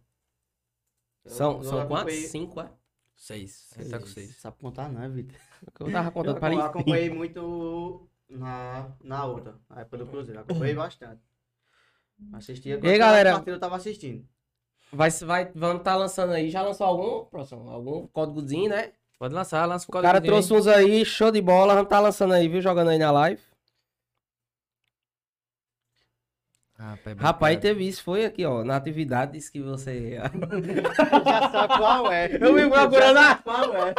[SPEAKER 3] Eu-
[SPEAKER 1] São,
[SPEAKER 3] eu
[SPEAKER 1] são quantos?
[SPEAKER 3] acompanhei-
[SPEAKER 1] Cinco, é?
[SPEAKER 4] Seis. Ele tá com seis.
[SPEAKER 3] Sabe contar não, Vitor.
[SPEAKER 1] Eu tava
[SPEAKER 3] Eu
[SPEAKER 1] contando pra ele.
[SPEAKER 3] acompanhei muito na, na outra, na época do Cruzeiro. Acompanhei bastante. Assistia. quando
[SPEAKER 1] Uhum. galera?
[SPEAKER 3] A partida eu tava assistindo.
[SPEAKER 1] Vai, vai, vamos tá lançando aí. Já lançou algum, próximo? Algum códigozinho, né?
[SPEAKER 4] Pode lançar, lança o
[SPEAKER 1] O
[SPEAKER 4] código.
[SPEAKER 1] cara trouxe uns aí, show de bola. Vamos tá lançando aí, viu? Jogando aí na live.
[SPEAKER 4] Rapaz,
[SPEAKER 1] Rapaz, teve isso. Foi Ah, aqui, ó. Na atividade, disse que você...
[SPEAKER 3] Já sabe qual é.
[SPEAKER 1] Eu vim procurando,
[SPEAKER 3] Já sabe Qual é.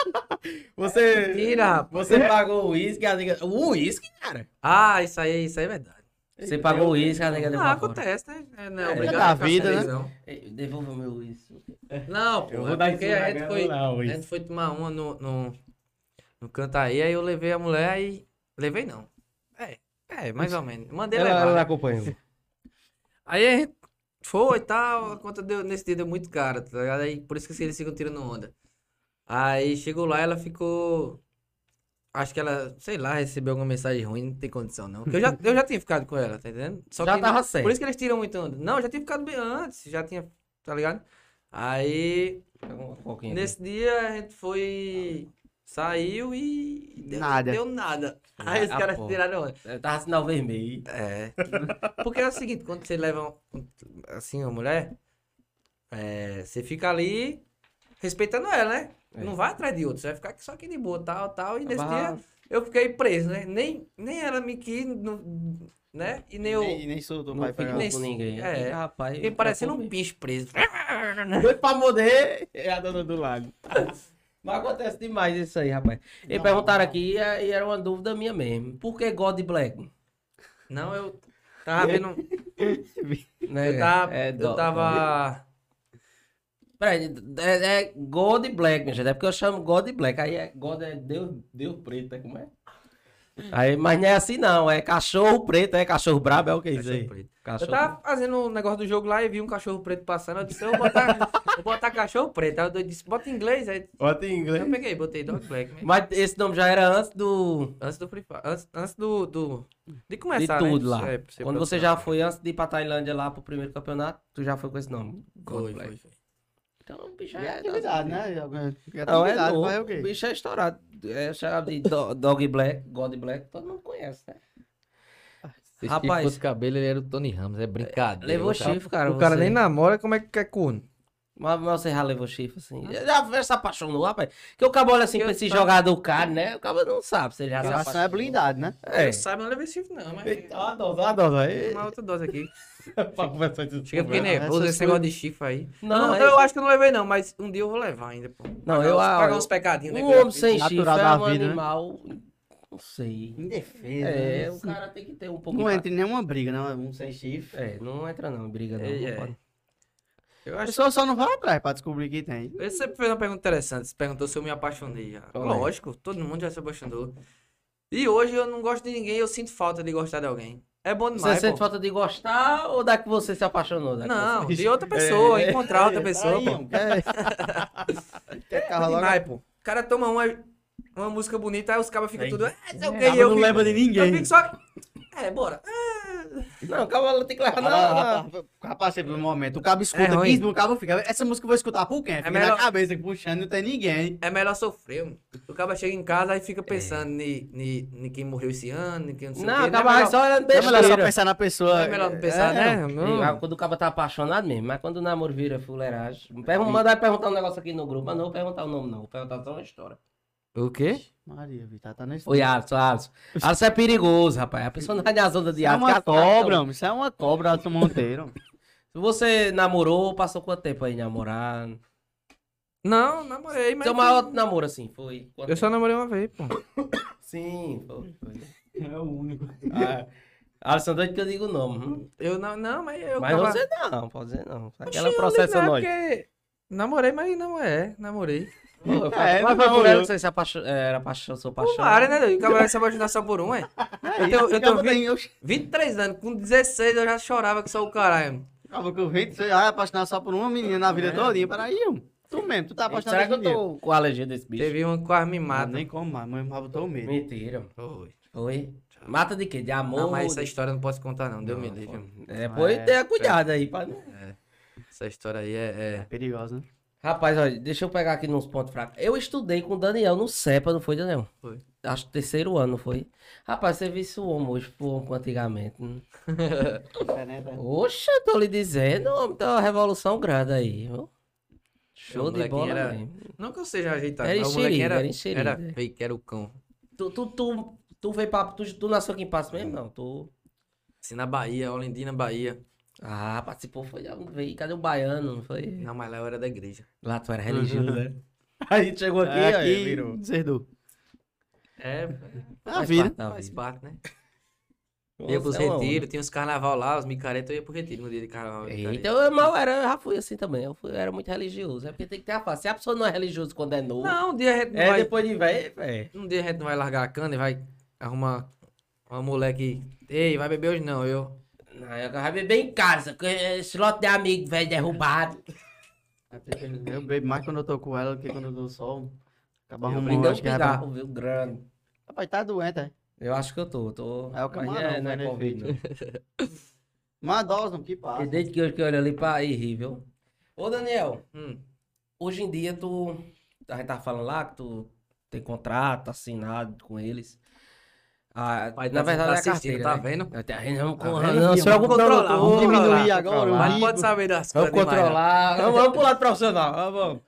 [SPEAKER 1] Você...
[SPEAKER 4] Mentira, rapaz.
[SPEAKER 1] Você pagou o uísque, a nega... O uísque, cara?
[SPEAKER 4] Ah, isso aí, isso aí é verdade.
[SPEAKER 1] Você pagou o uísque, a nega levou
[SPEAKER 4] Ah,
[SPEAKER 1] pra fora.
[SPEAKER 4] acontece, né? É, não,
[SPEAKER 1] É,
[SPEAKER 4] obrigado
[SPEAKER 3] da
[SPEAKER 4] a ficar
[SPEAKER 3] vida,
[SPEAKER 4] feliz,
[SPEAKER 3] né?
[SPEAKER 4] Não,
[SPEAKER 1] Ei, Devolva meu uísque.
[SPEAKER 4] não pô, é porque a gente foi...
[SPEAKER 2] Não,
[SPEAKER 4] A gente foi tomar uma no, no, no Cantaí, aí eu levei a mulher e. Levei não. É, é, mais ou menos. Mandei
[SPEAKER 1] Ela,
[SPEAKER 4] levar.
[SPEAKER 1] ela
[SPEAKER 4] né?
[SPEAKER 1] acompanhou.
[SPEAKER 4] Aí a gente foi e tal, a conta deu, nesse dia deu muito cara, tá ligado? Aí por isso que eles ficam tirando onda. Aí chegou lá, ela ficou. Acho que ela, sei lá, recebeu alguma mensagem ruim, não tem condição não. Porque eu já, eu já tinha ficado com ela, tá entendendo? Só
[SPEAKER 1] Já
[SPEAKER 4] que
[SPEAKER 1] tava certo.
[SPEAKER 4] Por isso que eles tiram muito onda. Não, eu já tinha ficado bem antes, já tinha, tá ligado? Aí
[SPEAKER 1] Pega uma coquinha aqui.
[SPEAKER 4] Nesse dia a gente foi. Saiu e. Deu
[SPEAKER 3] Nada.
[SPEAKER 4] Deu nada. Aí os
[SPEAKER 1] Ah,
[SPEAKER 4] caras
[SPEAKER 1] pô.
[SPEAKER 4] tiraram onda.
[SPEAKER 1] Eu tava sinal vermelho.
[SPEAKER 4] É. Porque é o seguinte, quando você leva um- assim uma mulher, é, você fica ali respeitando ela, né?
[SPEAKER 1] É.
[SPEAKER 4] Não vai atrás de outro, você vai ficar aqui só aqui de boa, tal, tal. E nesse
[SPEAKER 1] Barra-
[SPEAKER 4] dia eu fiquei preso, né? Nem, nem ela me quis, não- né? E nem eu.
[SPEAKER 3] Nem, nem soltou
[SPEAKER 1] Não
[SPEAKER 3] pai
[SPEAKER 1] fica
[SPEAKER 3] pegar.
[SPEAKER 4] nem-
[SPEAKER 1] com ninguém.
[SPEAKER 4] É.
[SPEAKER 1] Aqui, rapaz.
[SPEAKER 4] Fiquei
[SPEAKER 1] eu
[SPEAKER 4] parecendo um
[SPEAKER 1] acompanho.
[SPEAKER 4] bicho preso.
[SPEAKER 1] Doido pra morder é a dona do lago. Mas acontece demais isso aí, rapaz. E
[SPEAKER 3] Não,
[SPEAKER 1] perguntaram
[SPEAKER 3] não.
[SPEAKER 1] aqui, e é- e era uma dúvida minha mesmo. Por que God Black?
[SPEAKER 4] Não, eu tava vendo.
[SPEAKER 1] Né?
[SPEAKER 4] Eu tava.
[SPEAKER 1] É,
[SPEAKER 4] eu
[SPEAKER 1] do-
[SPEAKER 4] tava.
[SPEAKER 1] Peraí, é, é God Black, minha gente. É porque eu chamo God Black. Aí é God é Deus, Deus preto, é como é? Aí, mas não é assim não, é cachorro preto, é cachorro brabo, é o que é isso
[SPEAKER 4] Cachorro
[SPEAKER 1] aí?
[SPEAKER 4] preto. Eu
[SPEAKER 1] Cachorro
[SPEAKER 4] tava fazendo um negócio do jogo lá e vi um cachorro preto passando. Eu disse, eu vou botar, vou botar cachorro preto. Aí o doido disse, bota em inglês. Aí
[SPEAKER 1] Bota em inglês.
[SPEAKER 4] eu peguei, botei Dog Black. né?
[SPEAKER 1] Mas esse nome já era antes do...
[SPEAKER 4] Antes do Free Fire. Antes, antes do, do- De
[SPEAKER 1] de
[SPEAKER 4] começar.
[SPEAKER 1] tudo
[SPEAKER 4] né?
[SPEAKER 1] lá.
[SPEAKER 4] É, pra ser
[SPEAKER 1] Quando você já
[SPEAKER 4] profissional.
[SPEAKER 1] foi antes de ir pra Tailândia lá pro primeiro campeonato, tu já foi com esse nome. God
[SPEAKER 4] Foi,
[SPEAKER 1] Black.
[SPEAKER 4] foi, foi.
[SPEAKER 1] Então, o bicho
[SPEAKER 3] É
[SPEAKER 1] é.
[SPEAKER 3] atividade, né? É
[SPEAKER 1] Não, é
[SPEAKER 3] atividade,
[SPEAKER 1] louco.
[SPEAKER 3] vai o
[SPEAKER 1] O
[SPEAKER 3] quê?
[SPEAKER 1] bicho é estourado. É chamado de do- Dog Black, God Black, todo mundo conhece, né? Rapaz.
[SPEAKER 2] Rapaz. cabelo, ele era o Tony Ramos, é brincadeira.
[SPEAKER 1] Levou chifre, cara.
[SPEAKER 4] o cara
[SPEAKER 1] você.
[SPEAKER 4] nem namora, como é que é corno?
[SPEAKER 1] Mas, mas você já levou chifre, assim. Já, já se apaixonou, rapaz. Porque o cabo olha assim pra esse jogador caro, né? O cabo não sabe se ele já se
[SPEAKER 3] Relação
[SPEAKER 1] apaixonou.
[SPEAKER 3] é blindado, né?
[SPEAKER 1] É.
[SPEAKER 4] Eu sabe, não levei chifre não, mas... é
[SPEAKER 1] Uma dose, uma dose aí.
[SPEAKER 4] Uma outra dose aqui.
[SPEAKER 1] Pra conversar de
[SPEAKER 4] Chega, fiquei
[SPEAKER 1] desconversa.
[SPEAKER 4] nervoso
[SPEAKER 3] essas
[SPEAKER 4] esse negócio de chifre aí.
[SPEAKER 1] Não,
[SPEAKER 4] Não,
[SPEAKER 1] é
[SPEAKER 4] eu
[SPEAKER 1] isso.
[SPEAKER 4] acho que eu não levei não, mas um dia eu vou levar ainda, pô.
[SPEAKER 1] Não,
[SPEAKER 4] Pagar
[SPEAKER 1] eu...
[SPEAKER 4] uns- Pagar
[SPEAKER 1] ah,
[SPEAKER 4] uns pecadinhos, né?
[SPEAKER 1] Um
[SPEAKER 4] que eu
[SPEAKER 1] homem
[SPEAKER 4] fiz.
[SPEAKER 1] sem chifre
[SPEAKER 3] natural
[SPEAKER 1] é
[SPEAKER 3] da
[SPEAKER 1] um
[SPEAKER 3] vida, né?
[SPEAKER 1] animal... Não sei.
[SPEAKER 3] Indefesa.
[SPEAKER 1] É,
[SPEAKER 3] É,
[SPEAKER 1] o cara tem que ter um pouco...
[SPEAKER 3] não
[SPEAKER 1] de-
[SPEAKER 3] entra em nenhuma briga, não. Um sem chifre.
[SPEAKER 1] É, não entra não, briga não.
[SPEAKER 4] É,
[SPEAKER 1] não
[SPEAKER 4] é.
[SPEAKER 1] pode.
[SPEAKER 4] Eu
[SPEAKER 3] A
[SPEAKER 4] acho
[SPEAKER 3] pessoa só não vai atrás pra descobrir que tem.
[SPEAKER 4] Esse sempre fez uma pergunta interessante. Você perguntou se eu me apaixonei já.
[SPEAKER 1] Olha aí.
[SPEAKER 4] Lógico, todo mundo já se apaixonou. E hoje eu não gosto de ninguém, eu sinto falta de gostar de alguém. É bom
[SPEAKER 1] Você
[SPEAKER 4] demais.
[SPEAKER 1] sente
[SPEAKER 4] pô.
[SPEAKER 1] falta de gostar ou da que você se apaixonou? Da que
[SPEAKER 4] Não,
[SPEAKER 1] você-
[SPEAKER 4] de outra pessoa,
[SPEAKER 1] É.
[SPEAKER 4] encontrar outra pessoa, pô.
[SPEAKER 3] É. um Quer
[SPEAKER 4] É
[SPEAKER 3] carro logo?
[SPEAKER 4] demais, pô. O cara toma uma, uma música bonita, aí os cabas ficam
[SPEAKER 2] Aí.
[SPEAKER 4] tudo. É, sei o quê",
[SPEAKER 2] Ela
[SPEAKER 4] e eu
[SPEAKER 2] não
[SPEAKER 4] fico-
[SPEAKER 2] lembra de
[SPEAKER 4] Eu
[SPEAKER 2] ninguém.
[SPEAKER 4] fico só. É, bora.
[SPEAKER 1] Não, calma, ela tem que levar.
[SPEAKER 3] Ah,
[SPEAKER 1] Não,
[SPEAKER 3] ah, ah, Rapaz, sempre um momento. O cabo escuta
[SPEAKER 4] É ruim.
[SPEAKER 3] 15 minutos, o cabo fica. Essa música eu vou escutar por quem? Fica
[SPEAKER 4] melhor-
[SPEAKER 3] na cabeça puxando, não tem ninguém.
[SPEAKER 4] É melhor sofrer. mano. O cara chega em casa e fica pensando ni, ni, ni quem morreu esse ano, em quem É. não sei
[SPEAKER 1] não,
[SPEAKER 4] o quê.
[SPEAKER 1] não
[SPEAKER 4] Não é
[SPEAKER 1] acaba
[SPEAKER 4] melhor-
[SPEAKER 1] só olhando
[SPEAKER 3] É melhor só
[SPEAKER 1] besteira.
[SPEAKER 3] pensar na
[SPEAKER 4] não
[SPEAKER 3] pessoa.
[SPEAKER 4] é melhor não
[SPEAKER 3] É,
[SPEAKER 4] pensar, né?
[SPEAKER 1] Ei,
[SPEAKER 4] Não.
[SPEAKER 1] mas quando o cara tá apaixonado mesmo, mas quando o namoro vira fuleiragem. Pergun mandar perguntar um negócio aqui no grupo, mas não vou perguntar o nome, não. Vou perguntar só uma história.
[SPEAKER 4] O quê?
[SPEAKER 3] é. Maria, Vitor, tá na
[SPEAKER 1] Oi,
[SPEAKER 3] história.
[SPEAKER 1] Alisson, Alisson. Alisson é perigoso, rapaz. A pessoa não vai nas ondas de
[SPEAKER 3] Isso é
[SPEAKER 1] Alisson. que
[SPEAKER 3] uma
[SPEAKER 1] Alisson tá
[SPEAKER 3] cobra, homem. Isso é uma cobra, Alisson Monteiro.
[SPEAKER 1] tão- Você namorou, passou quanto tempo aí namorar?
[SPEAKER 4] Não, namorei, mas.
[SPEAKER 1] Seu maior namoro, assim, foi? quanto
[SPEAKER 4] Eu só namorei uma vez, pô.
[SPEAKER 1] tempo? Sim, foi. foi.
[SPEAKER 2] É o único.
[SPEAKER 1] Ah, Alisson, doido que eu digo o nome. hum.
[SPEAKER 4] Eu não, não, mas eu.
[SPEAKER 1] Mas
[SPEAKER 4] tava-
[SPEAKER 1] você não, pode dizer não.
[SPEAKER 4] Oxi,
[SPEAKER 1] Aquela
[SPEAKER 4] eu
[SPEAKER 1] processa
[SPEAKER 4] não,
[SPEAKER 1] nós.
[SPEAKER 4] porque Namorei, mas não é. Namorei.
[SPEAKER 1] Pô,
[SPEAKER 3] É,
[SPEAKER 1] mas foi
[SPEAKER 3] não,
[SPEAKER 1] por
[SPEAKER 3] eu-
[SPEAKER 1] ela que você se apaixonou, era apaixon... sua paixão.
[SPEAKER 4] Tomara, né? doido? O cabelo se apaixonar só por um, é? Eu tenho, eu tenho
[SPEAKER 3] Acaba
[SPEAKER 4] vi-
[SPEAKER 3] tem- eu
[SPEAKER 4] 23 anos, com 16 eu já chorava que só o caralho.
[SPEAKER 3] Acaba que eu vento, você vai apaixonar só por uma menina na vida todinha. Peraí, homem. tu mesmo, tu tá
[SPEAKER 1] Ei,
[SPEAKER 3] apaixonado
[SPEAKER 1] Será que eu
[SPEAKER 3] hoje em dia.
[SPEAKER 1] tô com alergia desse bicho?
[SPEAKER 4] Teve uma que quase me
[SPEAKER 3] Ah,
[SPEAKER 4] mata.
[SPEAKER 3] nem como mais, mas mas botou o medo.
[SPEAKER 1] Mentira.
[SPEAKER 4] Oi.
[SPEAKER 1] Oi? Mata de quê? De amor?
[SPEAKER 4] Não, mas essa
[SPEAKER 1] de-
[SPEAKER 4] história eu não posso contar, não. Deus me
[SPEAKER 1] Não,
[SPEAKER 4] livre.
[SPEAKER 1] pô. É, pois
[SPEAKER 3] É,
[SPEAKER 1] tenha cuidado aí. Pra... não-
[SPEAKER 4] Essa história aí é.
[SPEAKER 3] É
[SPEAKER 4] é-
[SPEAKER 3] perigoso, né?
[SPEAKER 1] Rapaz, olha, deixa eu pegar aqui nos pontos fracos. Eu estudei com o Daniel no CEPA, não foi, Daniel?
[SPEAKER 4] Foi.
[SPEAKER 1] Acho que terceiro ano, não foi? Rapaz, você viu isso homo hoje, pô, homo antigamente. né? Oxe, eu tô lhe dizendo, homem, tá uma revolução grande aí, viu? Show
[SPEAKER 4] O
[SPEAKER 1] de
[SPEAKER 4] molequinho
[SPEAKER 1] bola
[SPEAKER 4] era-
[SPEAKER 1] mesmo.
[SPEAKER 4] Não que eu seja ajeitado,
[SPEAKER 1] Era
[SPEAKER 4] mas o moleque
[SPEAKER 1] enxerido,
[SPEAKER 4] era,
[SPEAKER 1] era enxerido, é.
[SPEAKER 4] era fake, era o cão.
[SPEAKER 1] Tu, tu, tu, tu veio pra... Tu, tu nasceu aqui em Passo mesmo? Não, tu...
[SPEAKER 4] Assim, na Bahia, Olindina, Bahia.
[SPEAKER 1] Ah, participou, foi... veio, Cadê o baiano? Não Foi...
[SPEAKER 4] Não, mas lá eu era da igreja.
[SPEAKER 1] Lá tu
[SPEAKER 4] Uhum.
[SPEAKER 1] era religioso, né? Aí chegou aqui,
[SPEAKER 3] Aqui,
[SPEAKER 1] aí virou.
[SPEAKER 3] deserdou.
[SPEAKER 4] É,
[SPEAKER 3] A
[SPEAKER 1] Faz
[SPEAKER 3] vida.
[SPEAKER 1] parte tá da
[SPEAKER 4] faz
[SPEAKER 1] vida.
[SPEAKER 4] parte, né? Ia pros
[SPEAKER 1] Nossa, é uma
[SPEAKER 4] retiros, tinha uns carnaval lá, os micareta, eu ia pro retiro no dia de carnaval.
[SPEAKER 1] onda.
[SPEAKER 4] micareta.
[SPEAKER 1] Eita, eu mal era, eu já fui assim também. Eu, fui- eu era muito religioso. É porque tem que ter a face. Se a pessoa não é religiosa quando é novo,
[SPEAKER 4] Não, um dia a gente não
[SPEAKER 1] é
[SPEAKER 4] vai.
[SPEAKER 1] depois de velho, velho.
[SPEAKER 4] Um dia a gente não vai largar a cana e vai arrumar uma moleque. Ei, vai beber hoje não, eu.
[SPEAKER 1] Não, eu já beber em casa, que esse lote de amigo velho derrubado.
[SPEAKER 3] Eu bebo mais quando eu tô com ela do que quando eu dou sol. Acaba
[SPEAKER 1] Eu
[SPEAKER 3] arrumando,
[SPEAKER 1] brindei um
[SPEAKER 3] acho que é pra-
[SPEAKER 1] cigarro, viu, grande.
[SPEAKER 3] Rapaz, tá doente, é.
[SPEAKER 1] Eu acho que eu tô, tô...
[SPEAKER 3] É o
[SPEAKER 1] mas não
[SPEAKER 3] camarão,
[SPEAKER 1] é, não é
[SPEAKER 3] né,
[SPEAKER 1] Covid, não.
[SPEAKER 3] Uma dose, não, que
[SPEAKER 1] E
[SPEAKER 3] passa.
[SPEAKER 1] desde que eu, que eu olho ali pra ir rir, viu? Ô, Daniel,
[SPEAKER 4] Hum.
[SPEAKER 1] hoje em dia tu. A gente tava falando lá que tu tem contrato assinado com eles. Ah,
[SPEAKER 4] Pai,
[SPEAKER 1] na
[SPEAKER 4] tá-
[SPEAKER 1] verdade,
[SPEAKER 4] tá
[SPEAKER 1] é a carteira,
[SPEAKER 4] assistindo, tá
[SPEAKER 1] né?
[SPEAKER 4] vendo? Tá
[SPEAKER 1] Eu tenho- a gente Vamos con-
[SPEAKER 3] vendo,
[SPEAKER 1] não,
[SPEAKER 3] filho?
[SPEAKER 1] se preocupe
[SPEAKER 4] Vamos
[SPEAKER 1] não,
[SPEAKER 4] controlar,
[SPEAKER 1] tu-
[SPEAKER 4] vamos
[SPEAKER 1] vamos
[SPEAKER 3] diminuir
[SPEAKER 1] controlar,
[SPEAKER 3] agora,
[SPEAKER 1] vamos controlar.
[SPEAKER 3] o
[SPEAKER 4] Mas não
[SPEAKER 3] Amigo.
[SPEAKER 4] pode saber das
[SPEAKER 1] Vamos
[SPEAKER 4] coisas demais, não.
[SPEAKER 1] controlar. Vamos, vamos pro lado profissional. Vamos, vamos.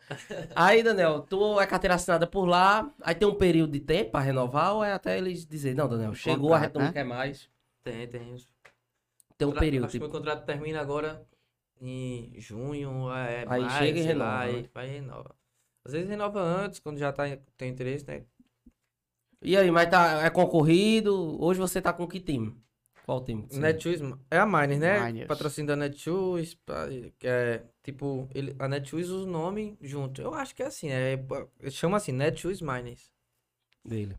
[SPEAKER 1] Aí, Daniel, tu é carteira assinada por lá. Aí tem um período de tempo pra renovar ou é até eles dizerem, não, Daniel, chegou, a gente
[SPEAKER 3] contrato,
[SPEAKER 1] não
[SPEAKER 3] né?
[SPEAKER 1] quer mais.
[SPEAKER 4] Tem, tem. isso.
[SPEAKER 1] Tem um
[SPEAKER 4] Tra-
[SPEAKER 1] período.
[SPEAKER 4] Acho que
[SPEAKER 1] Tipo,
[SPEAKER 4] meu contrato termina agora em junho, é,
[SPEAKER 1] Aí
[SPEAKER 4] mais,
[SPEAKER 1] chega e
[SPEAKER 4] sei
[SPEAKER 1] renova,
[SPEAKER 4] lá, aí
[SPEAKER 1] né?
[SPEAKER 4] vai e renova. Às vezes renova antes, quando já tá, tem interesse, né?
[SPEAKER 1] E aí, mas tá, é concorrido? Hoje você tá com que time? Qual time? que você-
[SPEAKER 4] Netshoes é a Miners, né?
[SPEAKER 3] Miners.
[SPEAKER 4] Patrocínio da Netshoes, pra- que é, tipo, ele, a Netshoes usa o nome junto. Eu acho que é assim, é, é- chama assim, Netshoes Miners.
[SPEAKER 1] dele.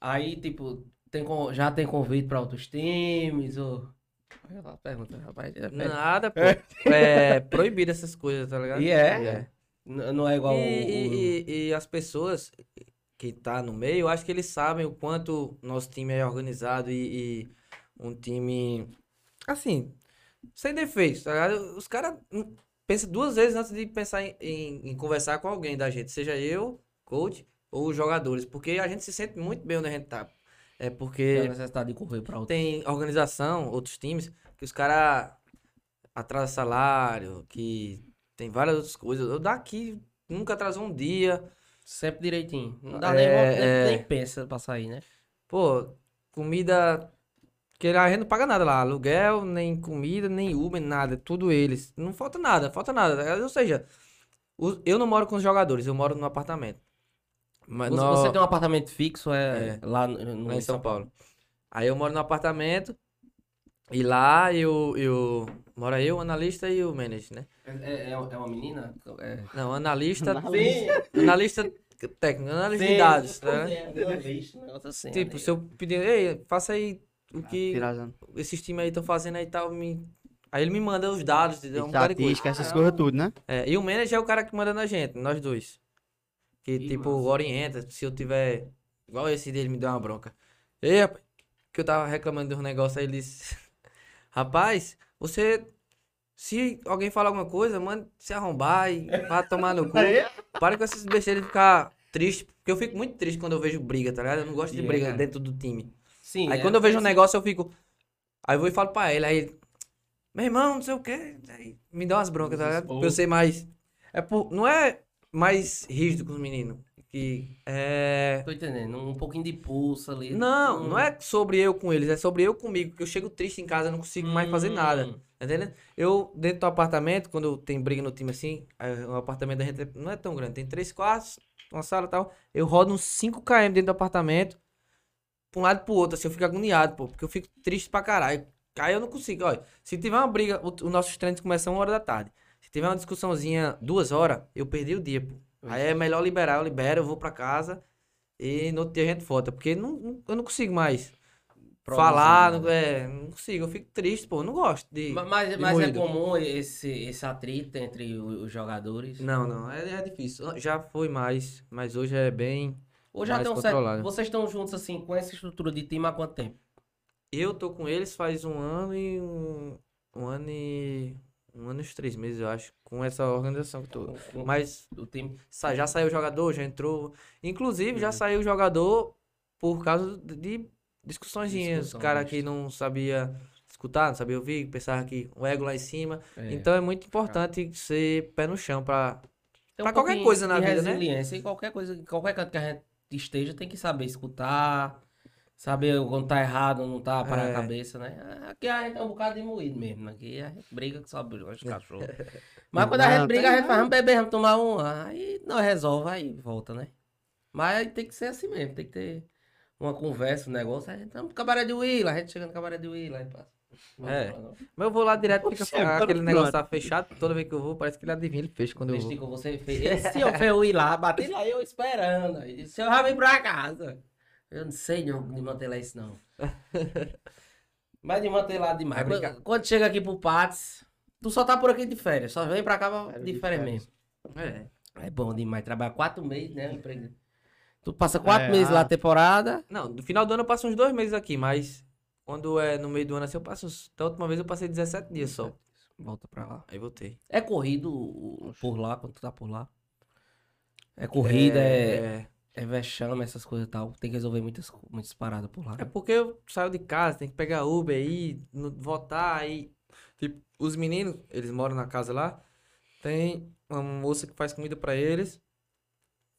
[SPEAKER 1] Aí, tipo, tem con- já tem convite pra outros times? Ou... Olha lá a pergunta, rapaz. é perto.
[SPEAKER 4] Nada, pô. É proibido essas coisas, tá ligado?
[SPEAKER 1] E é? N- Não é igual.
[SPEAKER 4] E,
[SPEAKER 1] o- o-
[SPEAKER 4] e- e- e as pessoas que tá no meio, eu acho que eles sabem o quanto nosso time é organizado e, e um time, assim, sem defeitos, tá ligado? Os caras hum, pensam duas vezes antes de pensar em, em- em conversar com alguém da gente, seja eu, coach ou os jogadores, porque a gente se sente muito bem onde a gente tá. É
[SPEAKER 1] tem a
[SPEAKER 4] porque
[SPEAKER 1] necessidade de correr pra outro.
[SPEAKER 4] tem organização, outros times, que os caras atrasam salário, que tem várias outras coisas. Eu daqui nunca atrasou um dia.
[SPEAKER 1] Sempre direitinho. Não dá
[SPEAKER 4] É,
[SPEAKER 1] nem, volta, nem-
[SPEAKER 4] é.
[SPEAKER 1] nem pensa pra sair, né?
[SPEAKER 4] Pô, comida. Que a gente não paga nada lá. Aluguel, nem comida, nem Uber, nada. Tudo eles. Não falta nada, falta nada. É, Ou seja, os- eu não moro com os jogadores, eu moro num apartamento. Mas
[SPEAKER 1] Você,
[SPEAKER 4] nó-
[SPEAKER 1] você tem um apartamento fixo é, lá no, no-
[SPEAKER 4] lá em São Paulo. Aí eu moro no apartamento E lá eu, eu. Mora eu, o analista e o manager, né?
[SPEAKER 1] É, é, é uma menina? É.
[SPEAKER 4] Não, o analista.
[SPEAKER 3] Sim.
[SPEAKER 4] analista técnico, analista de
[SPEAKER 1] Sim.
[SPEAKER 4] dados, né?
[SPEAKER 1] um negócio assim.
[SPEAKER 4] Tipo,
[SPEAKER 1] né?
[SPEAKER 4] se eu pedir, ei, faça aí o que
[SPEAKER 3] Pirazão.
[SPEAKER 4] esses times aí estão fazendo aí e tal, me... aí ele me manda os dados, é um cara de coisa.
[SPEAKER 3] Estatística, essas coisas tudo, né?
[SPEAKER 4] É, e o manager é o cara que manda na gente, nós dois. Que, tipo, orienta, se eu tiver. Igual esse dele me deu uma bronca. E rapaz, que eu tava reclamando de um negócio, aí ele disse. Rapaz, você. Se alguém falar alguma coisa, manda se arrombar e vá tomar no cu. Para com essas besteiras de ficar triste. Porque eu fico muito triste quando eu vejo briga, tá ligado? Eu não gosto de
[SPEAKER 1] Yeah.
[SPEAKER 4] briga dentro do time.
[SPEAKER 1] Sim,
[SPEAKER 4] Aí
[SPEAKER 1] é,
[SPEAKER 4] quando eu vejo um negócio, eu fico. Aí eu vou e falo pra ele, aí ele, meu irmão, não sei o quê. Aí me dá umas broncas, tá ligado? Pra eu ser mais. É por... Não é mais rígido com os meninos. Que é.
[SPEAKER 1] Tô entendendo, um pouquinho de pulso ali. um
[SPEAKER 4] Não, não é sobre eu com eles, é sobre eu comigo, que eu chego triste em casa, não consigo mais assim fazer nada.
[SPEAKER 1] Hum.
[SPEAKER 4] Tá entendendo? Eu, dentro do apartamento, quando tem briga no time assim, aí o apartamento da gente é- não é tão grande, tem três quartos, uma sala e tal. Eu rodo uns 5km dentro do apartamento, pra um lado e pro outro, assim, eu fico agoniado, pô, porque eu fico triste pra caralho. Aí eu não consigo, olha. Se tiver uma briga, o- os nossos treinos começam uma hora da tarde. Se tiver uma discussãozinha duas horas, eu perdi o dia, pô. Aí é melhor liberar, eu libero, eu vou pra casa e no outro dia a gente volta, porque não- não- eu não consigo mais
[SPEAKER 1] Produzir,
[SPEAKER 4] falar,
[SPEAKER 1] né?
[SPEAKER 4] não, é, não consigo, eu fico triste, pô, eu não gosto de...
[SPEAKER 1] Ma- Mas,
[SPEAKER 4] de
[SPEAKER 1] mas é
[SPEAKER 4] moído.
[SPEAKER 1] comum esse, esse atrito entre o- os jogadores?
[SPEAKER 4] Não, não, é, é difícil. Já foi mais, mas hoje é bem.
[SPEAKER 1] Ou já
[SPEAKER 4] mais
[SPEAKER 1] tem um certo...
[SPEAKER 4] controlado.
[SPEAKER 1] Vocês estão juntos assim, com essa estrutura de time há quanto tempo?
[SPEAKER 4] Eu tô com eles faz um ano e um, um ano e um ano e uns três meses, eu acho, com essa organização que eu tô.
[SPEAKER 1] Com- com-
[SPEAKER 4] Mas
[SPEAKER 1] do time?
[SPEAKER 4] sa- já saiu jogador, já entrou. Inclusive,
[SPEAKER 1] Uhum.
[SPEAKER 4] já saiu jogador por causa de discussõezinhas.
[SPEAKER 1] Discussão,
[SPEAKER 4] cara
[SPEAKER 1] né?
[SPEAKER 4] que não sabia escutar, não sabia ouvir, pensava que o ego lá em cima.
[SPEAKER 1] É.
[SPEAKER 4] Então é muito importante ser pé no chão pra.
[SPEAKER 1] Tem
[SPEAKER 4] pra qualquer
[SPEAKER 1] É um pouquinho
[SPEAKER 4] coisa na
[SPEAKER 1] de
[SPEAKER 4] vida, né?
[SPEAKER 1] resiliência, E qualquer coisa, em qualquer canto que a gente esteja, tem que saber escutar, saber quando tá errado, não tá para
[SPEAKER 4] É.
[SPEAKER 1] a cabeça, né? Aqui a gente é um bocado de moído mesmo. Aqui a gente briga que só briga os cachorros. Mas quando a
[SPEAKER 3] Não,
[SPEAKER 1] gente briga, a
[SPEAKER 3] tem
[SPEAKER 1] gente faz, vamos beber, vamos tomar um. Aí nós resolve, aí volta, né? Mas tem que ser assim mesmo, tem que ter uma conversa, um negócio. A gente tá no cabaré de Willa, a gente chega no cabaré de Willa, aí passa.
[SPEAKER 4] É. Mas eu vou lá direto, fica
[SPEAKER 3] Oxe, agora
[SPEAKER 4] aquele
[SPEAKER 3] pronto.
[SPEAKER 4] negócio tá fechado. Toda vez que eu vou, parece que ele adivinha, ele fecha quando eu vou.
[SPEAKER 1] Vesti com você fez. Se eu fui ir lá, bati lá eu esperando. Aí disse, eu já vim pra casa. Eu não sei de de manter lá isso, não. Mas de manter lá demais.
[SPEAKER 4] Vai brincar.
[SPEAKER 1] Quando, quando chega aqui pro Pates, tu só tá por aqui de férias. Só vem pra cá pra-
[SPEAKER 3] Quero
[SPEAKER 1] de
[SPEAKER 3] de
[SPEAKER 1] férias
[SPEAKER 3] férias.
[SPEAKER 1] mesmo.
[SPEAKER 4] É.
[SPEAKER 1] É bom demais. Trabalha quatro meses, né? emprego. Tu passa quatro
[SPEAKER 3] É,
[SPEAKER 1] meses
[SPEAKER 3] ah.
[SPEAKER 1] lá a temporada.
[SPEAKER 4] Não, no final do ano eu passo uns dois meses aqui, mas quando é no meio do ano assim, eu passo uns... Da última vez eu passei 17 dias só.
[SPEAKER 1] Volta pra lá.
[SPEAKER 4] Aí voltei.
[SPEAKER 1] É corrido o- o- por lá, quando tu tá por lá. É corrida, é,
[SPEAKER 4] é...
[SPEAKER 1] é vexame, essas coisas e tal. Tem que resolver muitas, co- muitas paradas por lá.
[SPEAKER 4] É porque eu saio de casa, tem que pegar Uber aí, no- voltar aí. Tipo, os meninos, eles moram na casa lá, tem uma moça que faz comida pra eles.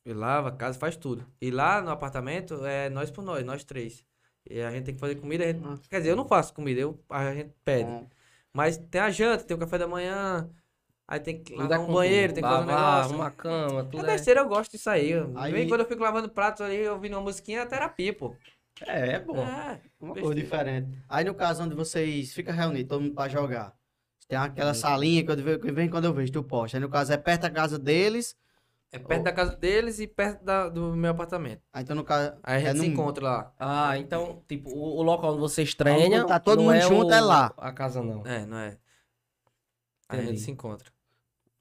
[SPEAKER 4] E lava a casa, faz tudo. E lá no apartamento é nós por nós, nós três. E a gente tem que fazer comida, a gente-
[SPEAKER 3] Nossa.
[SPEAKER 4] quer dizer, eu não faço comida, eu, a gente pede.
[SPEAKER 3] Bom.
[SPEAKER 4] Mas tem a janta, tem o café da manhã, aí tem que
[SPEAKER 1] Lidar
[SPEAKER 4] lavar um
[SPEAKER 1] com
[SPEAKER 4] banheiro,
[SPEAKER 1] tudo.
[SPEAKER 4] tem que fazer um
[SPEAKER 1] Lavar,
[SPEAKER 4] negócio.
[SPEAKER 1] arrumar a cama,
[SPEAKER 4] É
[SPEAKER 1] tudo. É,
[SPEAKER 4] besteira, eu gosto disso aí. Eu- de vez em
[SPEAKER 3] Aí-
[SPEAKER 4] quando eu fico lavando pratos ali, ouvindo uma musiquinha, é terapia, pô.
[SPEAKER 3] É, é bom.
[SPEAKER 4] É.
[SPEAKER 3] Uma coisa diferente. Aí no caso onde vocês ficam reunidos, todo mundo pra jogar. Tem aquela salinha que eu ve- que vem quando eu vejo, tu posta. Aí no caso é perto da casa deles.
[SPEAKER 4] É perto da casa deles e perto da- do meu apartamento.
[SPEAKER 3] Aí então no caso.
[SPEAKER 4] Aí a gente
[SPEAKER 3] é
[SPEAKER 4] se
[SPEAKER 3] num-
[SPEAKER 4] encontra lá.
[SPEAKER 1] Ah, então, tipo, o, o local onde vocês treinam.
[SPEAKER 3] Onde tá todo
[SPEAKER 1] não
[SPEAKER 3] mundo junto, é lá.
[SPEAKER 1] A casa não.
[SPEAKER 4] É, não é? Aí a gente
[SPEAKER 1] Entendi.
[SPEAKER 4] se encontra.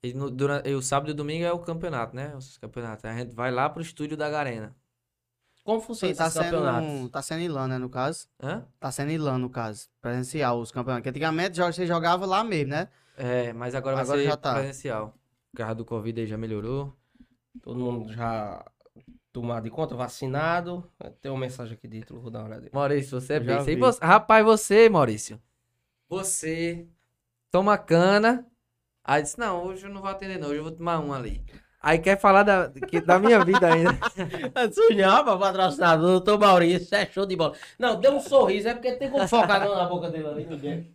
[SPEAKER 4] E, no, durante, e o sábado e domingo é o campeonato, né? Os campeonatos. Aí a gente vai lá pro estúdio da Garena.
[SPEAKER 1] Como funciona
[SPEAKER 3] Sim, tá
[SPEAKER 1] esses
[SPEAKER 3] sendo,
[SPEAKER 1] campeonatos?
[SPEAKER 3] um- tá sendo em LAN, né, no caso?
[SPEAKER 4] Hã?
[SPEAKER 3] Tá sendo em LAN, no caso. Presencial, os campeonatos. Que antigamente jo- você jogava lá mesmo, né?
[SPEAKER 4] É, mas agora,
[SPEAKER 3] Agora
[SPEAKER 4] vai ser
[SPEAKER 3] já tá.
[SPEAKER 4] presencial. O carro do Covid aí já melhorou.
[SPEAKER 1] Todo mundo já tomado de conta, vacinado. Tem uma mensagem aqui dentro, vou dar uma olhada.
[SPEAKER 4] Maurício, você é
[SPEAKER 3] Eu já
[SPEAKER 4] besta. E
[SPEAKER 3] vi.
[SPEAKER 4] você- rapaz, você, Maurício. Você toma cana. Aí disse, não, hoje eu não vou atender não, hoje eu vou tomar um ali. Aí quer falar da, que- da minha vida ainda.
[SPEAKER 1] Sunhava, um patrocinador, doutor Maurício, é Ah, show de bola. Não, dê um sorriso, é porque tem como focar não na boca dele ali.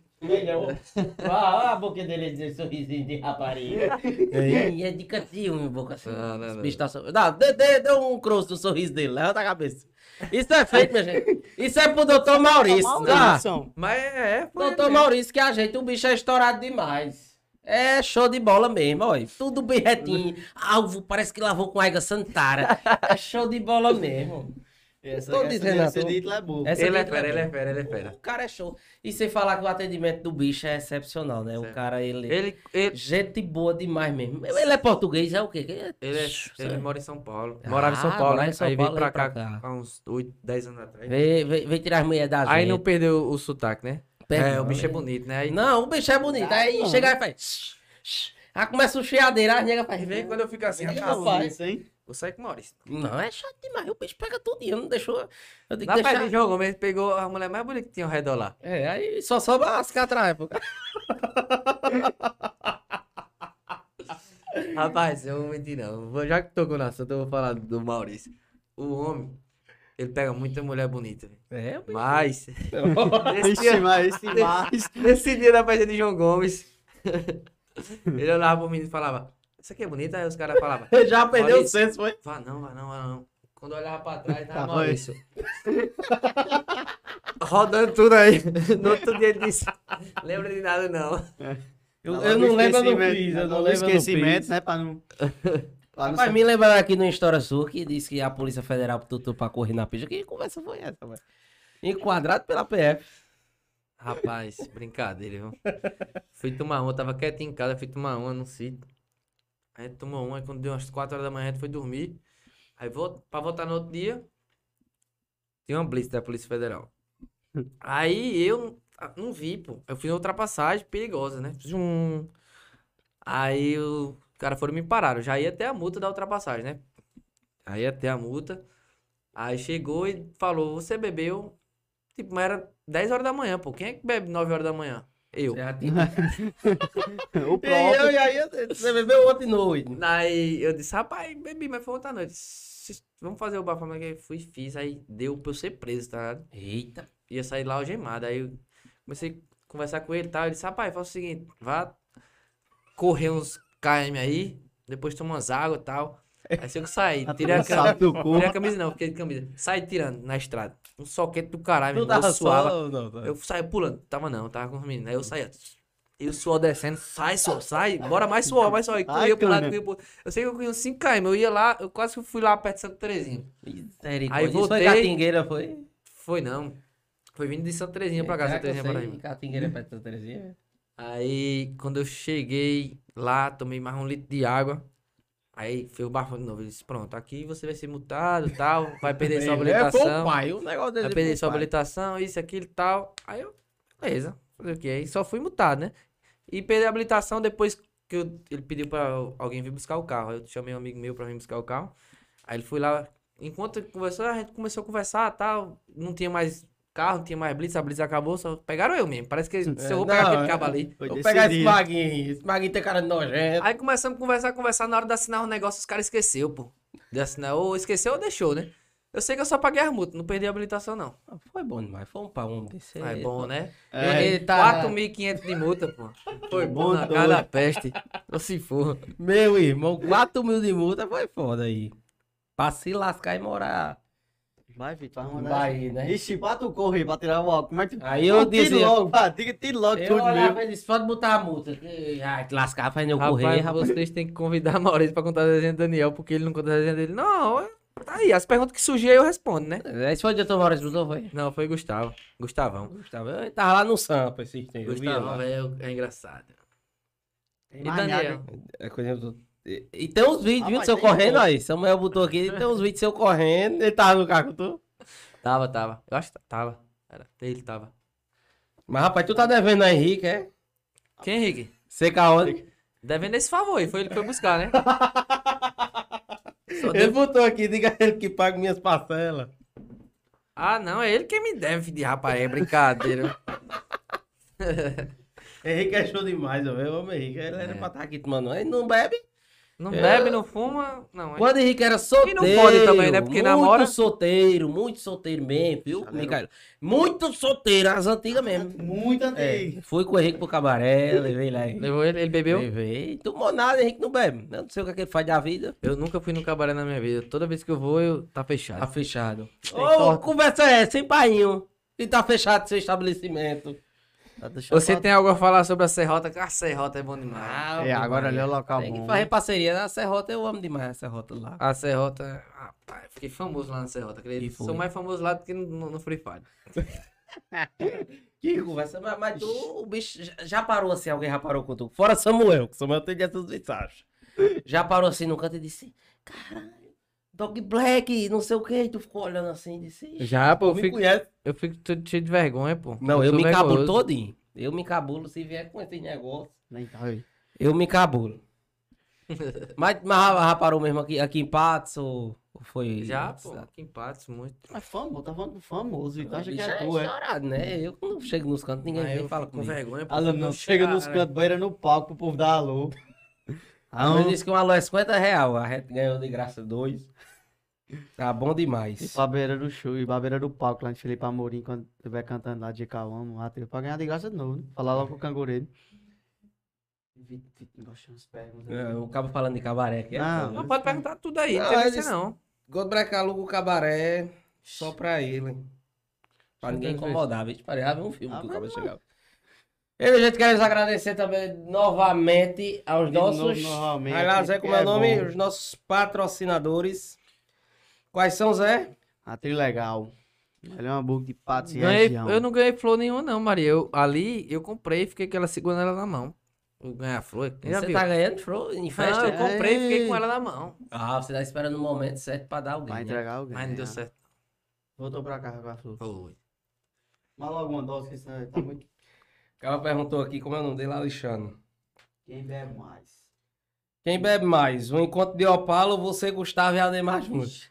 [SPEAKER 2] Olha a boca dele de sorrisinho de rapariga.
[SPEAKER 1] Ei, é de cantinho, minha boca
[SPEAKER 3] Ah,
[SPEAKER 1] assim.
[SPEAKER 4] Não, não,
[SPEAKER 1] Esse
[SPEAKER 4] não.
[SPEAKER 1] bicho tá só- Não, dê, dê, dê um croço no sorriso dele, levanta a cabeça. Isso é feito, minha gente. Isso é pro doutor Maurício,
[SPEAKER 3] né?
[SPEAKER 1] tá?
[SPEAKER 3] Maurício.
[SPEAKER 4] Mas é, é, foi
[SPEAKER 1] Doutor
[SPEAKER 4] mesmo.
[SPEAKER 1] Maurício que ajeita, o bicho é estourado demais. É show de bola mesmo, olha. Tudo bem retinho. Alvo, parece que lavou com água santara. É show de bola mesmo.
[SPEAKER 3] Essa,
[SPEAKER 1] Tô
[SPEAKER 3] essa,
[SPEAKER 1] dizendo,
[SPEAKER 3] esse
[SPEAKER 1] Arthur.
[SPEAKER 3] título é burro.
[SPEAKER 1] Essa
[SPEAKER 4] Ele é
[SPEAKER 1] letra
[SPEAKER 4] fera, ele
[SPEAKER 1] boa.
[SPEAKER 4] é fera, ele é fera.
[SPEAKER 1] O cara é show. E sem falar que o atendimento do bicho é excepcional, né? O cara, ele...
[SPEAKER 4] Ele, ele,
[SPEAKER 1] Gente boa demais mesmo. Ele é português, é o quê?
[SPEAKER 4] ele, é- ele
[SPEAKER 1] Sabe?
[SPEAKER 4] mora em São Paulo.
[SPEAKER 1] Ah,
[SPEAKER 4] Morava em São Paulo,
[SPEAKER 1] morava
[SPEAKER 4] né?
[SPEAKER 1] em São
[SPEAKER 4] aí veio
[SPEAKER 1] Paulo,
[SPEAKER 4] pra
[SPEAKER 1] aí pra
[SPEAKER 4] cá,
[SPEAKER 1] cá.
[SPEAKER 4] há uns 8, 10 anos atrás.
[SPEAKER 1] Vem, vem, vem tirar as mulheres da
[SPEAKER 4] é- Aí
[SPEAKER 1] gente.
[SPEAKER 4] não perdeu o sotaque, né?
[SPEAKER 1] Pega,
[SPEAKER 4] é, o bicho é
[SPEAKER 1] né?
[SPEAKER 4] bonito, Tá né? Aí,
[SPEAKER 1] Não, o bicho é bonito. Aí chega e faz. "Shh, shh". Aí começa o cheadeiro, as negas faz.
[SPEAKER 4] vem quando eu fico assim,
[SPEAKER 1] é. Ih,
[SPEAKER 4] ah,
[SPEAKER 1] rapaz.
[SPEAKER 4] vou-
[SPEAKER 3] Isso, hein?
[SPEAKER 4] vou sair com o Maurício.
[SPEAKER 1] Não, é chato demais. O bicho pega tudinho, não deixou. Eu tenho
[SPEAKER 4] Na
[SPEAKER 1] que
[SPEAKER 4] parte
[SPEAKER 1] deixar.
[SPEAKER 4] de jogo, mas ele pegou a mulher mais bonita que tinha ao redor lá.
[SPEAKER 1] É, aí só sobra as catraias, pô.
[SPEAKER 4] Rapaz, eu vou mentir não. Vou- Já que tocou no assunto, eu vou falar do Maurício. O homem, ele pega muita mulher bonita, velho.
[SPEAKER 1] É, o bicho.
[SPEAKER 4] Mas, nesse
[SPEAKER 3] Esse
[SPEAKER 4] dia,
[SPEAKER 3] mais, esse mais.
[SPEAKER 4] nesse dia da festa de João Gomes, ele olhava pro menino e falava, isso aqui é bonito? Aí os caras falavam,
[SPEAKER 1] Já perdeu o
[SPEAKER 4] Maurício.
[SPEAKER 1] senso, foi?
[SPEAKER 4] vá não, vá não, vá não. Quando eu olhava pra trás,
[SPEAKER 3] Tá,
[SPEAKER 4] tava
[SPEAKER 3] foi.
[SPEAKER 4] Maurício. Rodando tudo aí. No outro dia ele disse, lembra de nada não.
[SPEAKER 1] Eu,
[SPEAKER 3] Tá lá
[SPEAKER 1] eu
[SPEAKER 3] no
[SPEAKER 1] não lembro, eu não
[SPEAKER 3] esquecimento,
[SPEAKER 1] fiz.
[SPEAKER 3] tá
[SPEAKER 1] Eu
[SPEAKER 3] lá
[SPEAKER 1] não lembro,
[SPEAKER 3] no
[SPEAKER 1] eu não
[SPEAKER 3] esquecimento,
[SPEAKER 1] fiz.
[SPEAKER 3] né? Pra não. pra não
[SPEAKER 1] Rapaz, me lembraram aqui no História Sul que disse que a Polícia Federal tutu pra correr na pista. Que conversa foi essa, velho? Enquadrado pela PF.
[SPEAKER 4] Rapaz, brincadeira, viu? Fui tomar uma, eu tava quietinho em casa, fui tomar uma no sítio. Aí tomou uma, aí quando deu umas 4 horas da manhã, a gente foi dormir. Aí vol- pra voltar no outro dia, tem uma blitz da Polícia Federal. Aí eu não- ah, não vi, pô. Eu fiz uma ultrapassagem perigosa, né? Fiz um. Aí o cara foram me parar. Eu já ia até a multa da ultrapassagem, né? Aí ia até a multa. Aí chegou e falou: Você bebeu? Tipo, mas era 10 horas da manhã, pô. Quem é que bebe 9 horas da manhã? Eu.
[SPEAKER 1] Já tinha
[SPEAKER 3] O
[SPEAKER 1] E eu,
[SPEAKER 3] próprio.
[SPEAKER 1] e aí, eu- você bebeu ontem de noite.
[SPEAKER 4] Aí eu disse, rapaz, bebi, mas foi ontem à noite. Se- Vamos fazer o bafo, mas que fui, fiz, aí deu pra eu ser preso, tá ligado?
[SPEAKER 1] Eita.
[SPEAKER 4] Ia sair lá algemado. Aí eu comecei a conversar com ele e tal. Ele disse, rapaz, faz o seguinte, vá correr uns KM aí, depois toma umas águas e tal. Aí se eu saí, tirei a camisa.
[SPEAKER 3] Sabe do cu.
[SPEAKER 4] Tirei a camisa não, fiquei de camisa. Saí tirando na estrada. Um soquete do caralho, meu
[SPEAKER 1] Tu
[SPEAKER 4] irmão, eu
[SPEAKER 1] tava
[SPEAKER 4] suava.
[SPEAKER 1] suave. Não, tá.
[SPEAKER 4] Eu saí pulando. Tava não, tava com os meninos. Aí eu saía. E o suor descendo, sai, suor, sai, bora mais suor, mais suor. E
[SPEAKER 3] Ai,
[SPEAKER 4] corria pro lado,
[SPEAKER 3] cana.
[SPEAKER 4] corria pro outro. Eu sei que eu corri uns 5km, eu ia lá, eu quase que fui lá perto de Santo Terezinho.
[SPEAKER 1] Misericórdia.
[SPEAKER 4] Aí
[SPEAKER 1] Isso foi
[SPEAKER 4] voltei.
[SPEAKER 1] Catingueira, foi?
[SPEAKER 4] Foi não, foi vindo de Santo Terezinha pra cá,
[SPEAKER 1] Caraca,
[SPEAKER 4] Santo Terezinha
[SPEAKER 1] É, eu
[SPEAKER 4] pra
[SPEAKER 1] sei
[SPEAKER 4] mim.
[SPEAKER 1] Catingueira é perto de Santa Terezinha.
[SPEAKER 4] Aí, quando eu cheguei lá, tomei mais um litro de água. Aí, foi o bafo de novo. Ele disse, pronto, aqui você vai ser multado e tal, vai perder sua
[SPEAKER 1] É, foi o
[SPEAKER 4] habilitação.
[SPEAKER 1] pai, o negócio dele.
[SPEAKER 4] Aí
[SPEAKER 1] foi
[SPEAKER 4] perdi
[SPEAKER 1] o
[SPEAKER 4] sua
[SPEAKER 1] pai.
[SPEAKER 4] habilitação, isso, aquilo e tal. Aí eu, beleza, fazer o quê? Aí só fui multado, né? E perdi a habilitação depois que eu- ele pediu pra alguém vir buscar o carro. Aí eu chamei um amigo meu pra vir buscar o carro. Aí ele foi lá, enquanto ele conversou, a gente começou a conversar e tal. Não tinha mais carro, não tinha mais blitz, a blitz acabou, só pegaram eu mesmo. Parece que se eu vou pegar
[SPEAKER 1] não,
[SPEAKER 4] aquele
[SPEAKER 1] é.
[SPEAKER 4] cabo ali.
[SPEAKER 3] Foi
[SPEAKER 1] Vou pegar esse
[SPEAKER 3] decidido.
[SPEAKER 1] maguinho. Esse maguinho tem cara de nojento.
[SPEAKER 4] Aí começamos a conversar, conversar. Na hora de assinar o negócio, os caras esqueceu, pô. De assinar, ou esqueceu ou deixou, né? Eu sei que eu só paguei as multas, não perdi a habilitação, não.
[SPEAKER 1] Foi bom demais. Foi um pau um desse.
[SPEAKER 4] Ah, é bom, né?
[SPEAKER 3] É.
[SPEAKER 4] Ele
[SPEAKER 1] tá-
[SPEAKER 4] 4.500 de multa, pô. Foi
[SPEAKER 3] Bom
[SPEAKER 4] bom na
[SPEAKER 3] doido.
[SPEAKER 4] cada peste. Não se for.
[SPEAKER 1] Meu irmão, 4 mil de multa foi foda aí. Pra se lascar e morar.
[SPEAKER 3] Vai, Vitor, vai mandar.
[SPEAKER 1] Vai, né?
[SPEAKER 3] Ixi, bate o corre pra tirar o óculos. Mas tu-
[SPEAKER 1] Aí eu
[SPEAKER 3] Tira
[SPEAKER 1] dizia-
[SPEAKER 3] logo, vai, tira, tira logo
[SPEAKER 1] Eu
[SPEAKER 3] tudo
[SPEAKER 1] olhava
[SPEAKER 3] mesmo.
[SPEAKER 1] e disse, pode botar a multa. que- Ah, te lascar, faz eu correr,
[SPEAKER 4] Rapaz,
[SPEAKER 1] rapaz.
[SPEAKER 4] vocês têm que convidar a Maurício pra contar a desenho do Daniel, porque ele não conta a desenho dele. Não, é- tá aí. As perguntas que surgirem eu respondo, né?
[SPEAKER 1] Esse foi o doutor Maurício Bruno, foi?
[SPEAKER 4] Não, foi Gustavo. Gustavão.
[SPEAKER 1] Gustavo, é? eu tava lá no Sampa esse tempo. eu via
[SPEAKER 4] Gustavão
[SPEAKER 1] lá.
[SPEAKER 4] velho, é engraçado. E
[SPEAKER 3] mais nada,
[SPEAKER 4] Daniel?
[SPEAKER 1] É coisa do- E, e tem uns vídeos, viu,
[SPEAKER 3] Rapaz,
[SPEAKER 1] seu
[SPEAKER 3] tem
[SPEAKER 1] correndo
[SPEAKER 3] como.
[SPEAKER 1] aí. Então, Samuel botou aqui, tem uns vídeos seu correndo. Ele tava no carro, tu?
[SPEAKER 4] Tava, tava. Eu acho que tava. Era. Ele tava.
[SPEAKER 1] Mas, rapaz, tu tá devendo a Henrique, é?
[SPEAKER 4] Quem, Henrique?
[SPEAKER 1] Seca onde?
[SPEAKER 4] Devendo esse favor aí. Foi ele que foi buscar, né? Só
[SPEAKER 1] Ele
[SPEAKER 4] deu-
[SPEAKER 1] botou aqui, diga a ele que paga minhas parcelas.
[SPEAKER 4] Ah, não. É ele que me deve, filho de rapaz. É brincadeira.
[SPEAKER 1] Henrique é show demais, ó, meu. O homem Henrique, ele era
[SPEAKER 4] É.
[SPEAKER 1] pra estar aqui tomando. Ele não bebe.
[SPEAKER 4] Não bebe, não fuma, não. é-
[SPEAKER 1] Quando o Henrique era solteiro.
[SPEAKER 4] não pode também, né? Porque
[SPEAKER 1] muito
[SPEAKER 4] namora.
[SPEAKER 1] solteiro, muito solteiro mesmo, viu,
[SPEAKER 3] Chaleiro.
[SPEAKER 1] Micael? Muito solteiro, as antigas mesmo.
[SPEAKER 3] Muito antigo.
[SPEAKER 1] Fui com o Henrique pro cabaré, levei lá. hein?
[SPEAKER 4] Levou ele, ele bebeu?
[SPEAKER 1] Levei. Tomou nada, Henrique não bebe. Eu não sei o que, é que ele faz da vida.
[SPEAKER 4] Eu nunca fui no cabaré na minha vida. Toda vez que eu vou, eu... tá
[SPEAKER 1] Tá
[SPEAKER 4] fechado.
[SPEAKER 1] fechado.
[SPEAKER 3] Tem
[SPEAKER 1] Ô,
[SPEAKER 3] sorte.
[SPEAKER 1] conversa é essa, hein, painho? E tá fechado seu estabelecimento.
[SPEAKER 3] Tá deixando
[SPEAKER 4] Você
[SPEAKER 3] pra-
[SPEAKER 4] tem algo a falar sobre a Serrota? Ah, a Serrota é bom demais.
[SPEAKER 1] Ah,
[SPEAKER 3] É, agora ali é o local
[SPEAKER 1] Tem que
[SPEAKER 3] bom.
[SPEAKER 1] fazer parceria na Serrota, eu amo demais a Serrota lá.
[SPEAKER 4] A Serrota. Rapaz, eu fiquei famoso lá na Serrota,
[SPEAKER 1] E
[SPEAKER 4] acredito.
[SPEAKER 1] foi.
[SPEAKER 4] Sou mais famoso lá do que no, no Free Fire.
[SPEAKER 1] Que conversa, mas, mas tu, o bicho já- já parou assim, alguém já parou com tu. Fora Samuel, que Samuel tem dessas mensagens. Já parou assim no canto e disse, caralho, Dog Black, não sei o que, tu ficou olhando assim e disse, "Ixi,
[SPEAKER 4] Já, pô, eu
[SPEAKER 1] tu me
[SPEAKER 4] fico,
[SPEAKER 1] conhece.
[SPEAKER 4] eu fico todo cheio de vergonha, pô.
[SPEAKER 1] Não, eu
[SPEAKER 4] sou
[SPEAKER 1] me encabulo
[SPEAKER 4] vergonhoso.
[SPEAKER 1] todinho. Eu me encabulo se vier com esse negócio.
[SPEAKER 3] Nem tá aí.
[SPEAKER 1] Eu me encabulo. mas, mas já- já parou mesmo aqui, aqui em Patos ou ou foi...
[SPEAKER 4] Já, pô. Que empates muito.
[SPEAKER 3] Mas famoso, tá falando do famoso,
[SPEAKER 1] Então,
[SPEAKER 3] então acha que
[SPEAKER 1] bicho,
[SPEAKER 3] é
[SPEAKER 1] é
[SPEAKER 3] tu, é.
[SPEAKER 1] estourado, né? Eu não chego nos cantos, ninguém
[SPEAKER 4] Aí
[SPEAKER 1] vem
[SPEAKER 4] eu
[SPEAKER 1] fala
[SPEAKER 4] fico com
[SPEAKER 1] comigo.
[SPEAKER 4] vergonha, pô.
[SPEAKER 3] Alan,
[SPEAKER 4] fico
[SPEAKER 3] não,
[SPEAKER 4] todo
[SPEAKER 3] chega nos
[SPEAKER 1] né?
[SPEAKER 4] cara.
[SPEAKER 3] cantos, beira no palco pro povo dar alô. Ah,
[SPEAKER 1] Eu
[SPEAKER 3] um-
[SPEAKER 1] disse que um alô é 50 real, a gente ganhou de graça dois. Tá bom
[SPEAKER 3] E
[SPEAKER 1] demais.
[SPEAKER 3] pra beira do show, e pra beira do palco lá de Felipe Amorim, quando estiver cantando lá de Cauamo, lá teve pra ganhar de graça de novo, né? Falar logo com o cangureiro. né?
[SPEAKER 1] É, o cabo falando de cabaré aqui. é
[SPEAKER 3] Não.
[SPEAKER 1] foda.
[SPEAKER 4] Não, pode perguntar tudo aí, não,
[SPEAKER 1] Não,
[SPEAKER 4] tem
[SPEAKER 1] ele-
[SPEAKER 4] essa não.
[SPEAKER 1] Godbreck aluga o cabaré só pra ele. Pra ninguém incomodar, viu? Parava um filme
[SPEAKER 3] Ah,
[SPEAKER 1] que o
[SPEAKER 3] mas
[SPEAKER 1] cabo
[SPEAKER 3] não.
[SPEAKER 1] chegava. E, gente, queremos agradecer também novamente aos
[SPEAKER 3] De novo,
[SPEAKER 1] nossos.
[SPEAKER 3] novamente,
[SPEAKER 1] Vai lá, Zé, como é
[SPEAKER 3] que
[SPEAKER 1] o
[SPEAKER 3] é
[SPEAKER 1] nome?
[SPEAKER 3] bom.
[SPEAKER 1] Os nossos patrocinadores. Quais são, Zé?
[SPEAKER 3] Ah, trio legal. Melhor uma burro de patos e
[SPEAKER 1] é
[SPEAKER 4] Ganhei-
[SPEAKER 3] região.
[SPEAKER 4] eu não ganhei flor nenhuma, não, Maria. Eu, ali eu comprei e fiquei com ela segurando ela na mão. Eu ganhar flor. Já
[SPEAKER 1] Você
[SPEAKER 4] viu?
[SPEAKER 1] tá ganhando show em
[SPEAKER 4] Não,
[SPEAKER 1] festa?
[SPEAKER 4] Ah, eu comprei e fiquei com
[SPEAKER 1] é.
[SPEAKER 3] Ei.
[SPEAKER 4] ela na mão.
[SPEAKER 1] Ah, você tá esperando o momento certo pra dar alguém.
[SPEAKER 3] Vai
[SPEAKER 1] né?
[SPEAKER 3] entregar alguém.
[SPEAKER 4] Mas não deu
[SPEAKER 3] ah.
[SPEAKER 4] certo.
[SPEAKER 3] Voltou pra cá agora, Flor.
[SPEAKER 4] Foi.
[SPEAKER 3] Mas logo uma dose, que senão tá muito...
[SPEAKER 1] O cara perguntou aqui como é o nome dele, Alexandre.
[SPEAKER 3] Quem bebe mais?
[SPEAKER 1] Quem bebe mais? Um encontro de Opala ou você, Gustavo e Ademar juntos?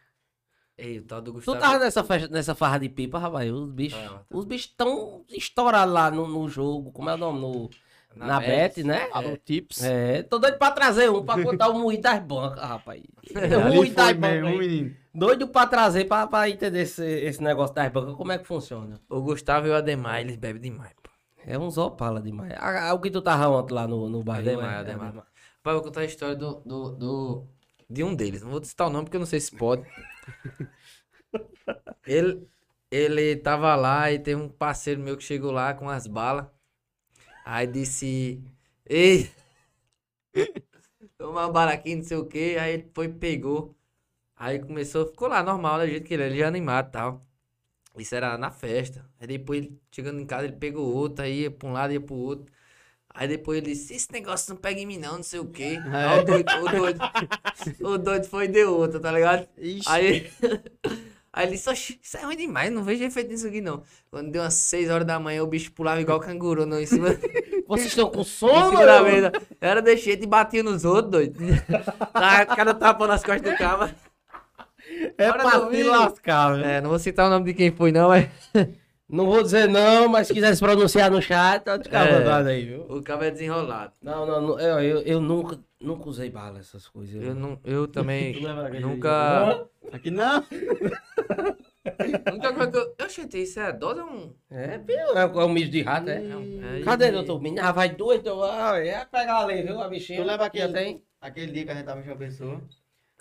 [SPEAKER 4] Ei, o tal do
[SPEAKER 3] tá
[SPEAKER 4] Gustavo. é
[SPEAKER 1] Tu tava nessa, festa, nessa farra de pipa, rapaz? Os bichos
[SPEAKER 4] Tava, tava.
[SPEAKER 1] os bichos tão estourados lá no, no jogo. Como é o nome? No,
[SPEAKER 3] Tá
[SPEAKER 1] na Bet, né?
[SPEAKER 3] Alô, tips.
[SPEAKER 1] É, tô doido pra trazer um pra contar o moído das bancas, rapaz.
[SPEAKER 3] Ali
[SPEAKER 1] Ruim
[SPEAKER 3] foi
[SPEAKER 1] das
[SPEAKER 3] mesmo,
[SPEAKER 1] bancas. aí.
[SPEAKER 3] menino.
[SPEAKER 1] Doido pra trazer pra, pra entender esse, esse negócio das bancas, como é que funciona.
[SPEAKER 4] O Gustavo e o Ademar, eles bebem demais, pô.
[SPEAKER 1] É uns Opala demais. Ah, ah, o que tu tava ontem lá no, no barril?
[SPEAKER 4] Ademar,
[SPEAKER 1] é,
[SPEAKER 4] Ademar. Pai, vou contar a história do, do, do- de um deles. Não vou citar o nome porque eu não sei se pode. ele, ele tava lá e teve um parceiro meu que chegou lá com as balas. Aí disse: Ei, toma uma bala aqui, não sei o que. Aí ele foi, pegou. Aí começou, ficou lá normal, né, do jeito que ele era, ele já animado e tal. Isso era na festa. Aí depois, ele, chegando em casa, ele pegou outro, aí ia pra um lado, ia pro outro. Aí depois ele disse, esse negócio não pega em mim não, não sei o quê.
[SPEAKER 3] É.
[SPEAKER 4] Aí o doido, o doido, o doido foi e deu outra, tá ligado?
[SPEAKER 3] Ixi,
[SPEAKER 4] Aí, aí ele disse, "Oxi, isso é ruim demais, não vejo efeito nisso aqui não. Quando deu umas 6 horas da manhã, o bicho pulava igual canguru não, em cima, em
[SPEAKER 1] Vocês estão com sono?
[SPEAKER 4] cima da
[SPEAKER 1] meu?
[SPEAKER 4] mesa. Eu era desse jeito e batia nos outros, doido. Tá, Cada tapa nas costas do cara.
[SPEAKER 1] É
[SPEAKER 4] Hora
[SPEAKER 1] pra
[SPEAKER 4] do
[SPEAKER 1] se
[SPEAKER 4] milho.
[SPEAKER 1] lascar, velho.
[SPEAKER 4] É, não vou citar o nome de quem foi não, mas...
[SPEAKER 1] Não vou dizer não, mas se quiser se pronunciar no chat, tá de
[SPEAKER 4] É.
[SPEAKER 1] vontade aí, viu?
[SPEAKER 4] O cara é desenrolado.
[SPEAKER 1] Não, não, não, eu, eu, eu nunca, nunca usei bala, essas coisas.
[SPEAKER 4] Eu, não, eu também
[SPEAKER 3] Tu lembra daquele
[SPEAKER 4] nunca...
[SPEAKER 3] aqui não.
[SPEAKER 4] A única coisa que eu... Eu achei, isso é dose ou um...
[SPEAKER 1] É, viu? É, o- é um misto de rato, é?
[SPEAKER 4] é um- é-
[SPEAKER 1] Cadê, doutor? Menino, ah, vai dois, então, ah, é pegar ali, viu, a bichinha.
[SPEAKER 3] Tu lembra aquele,
[SPEAKER 1] Já tem?
[SPEAKER 3] aquele dia que a gente tava em João Pessoa?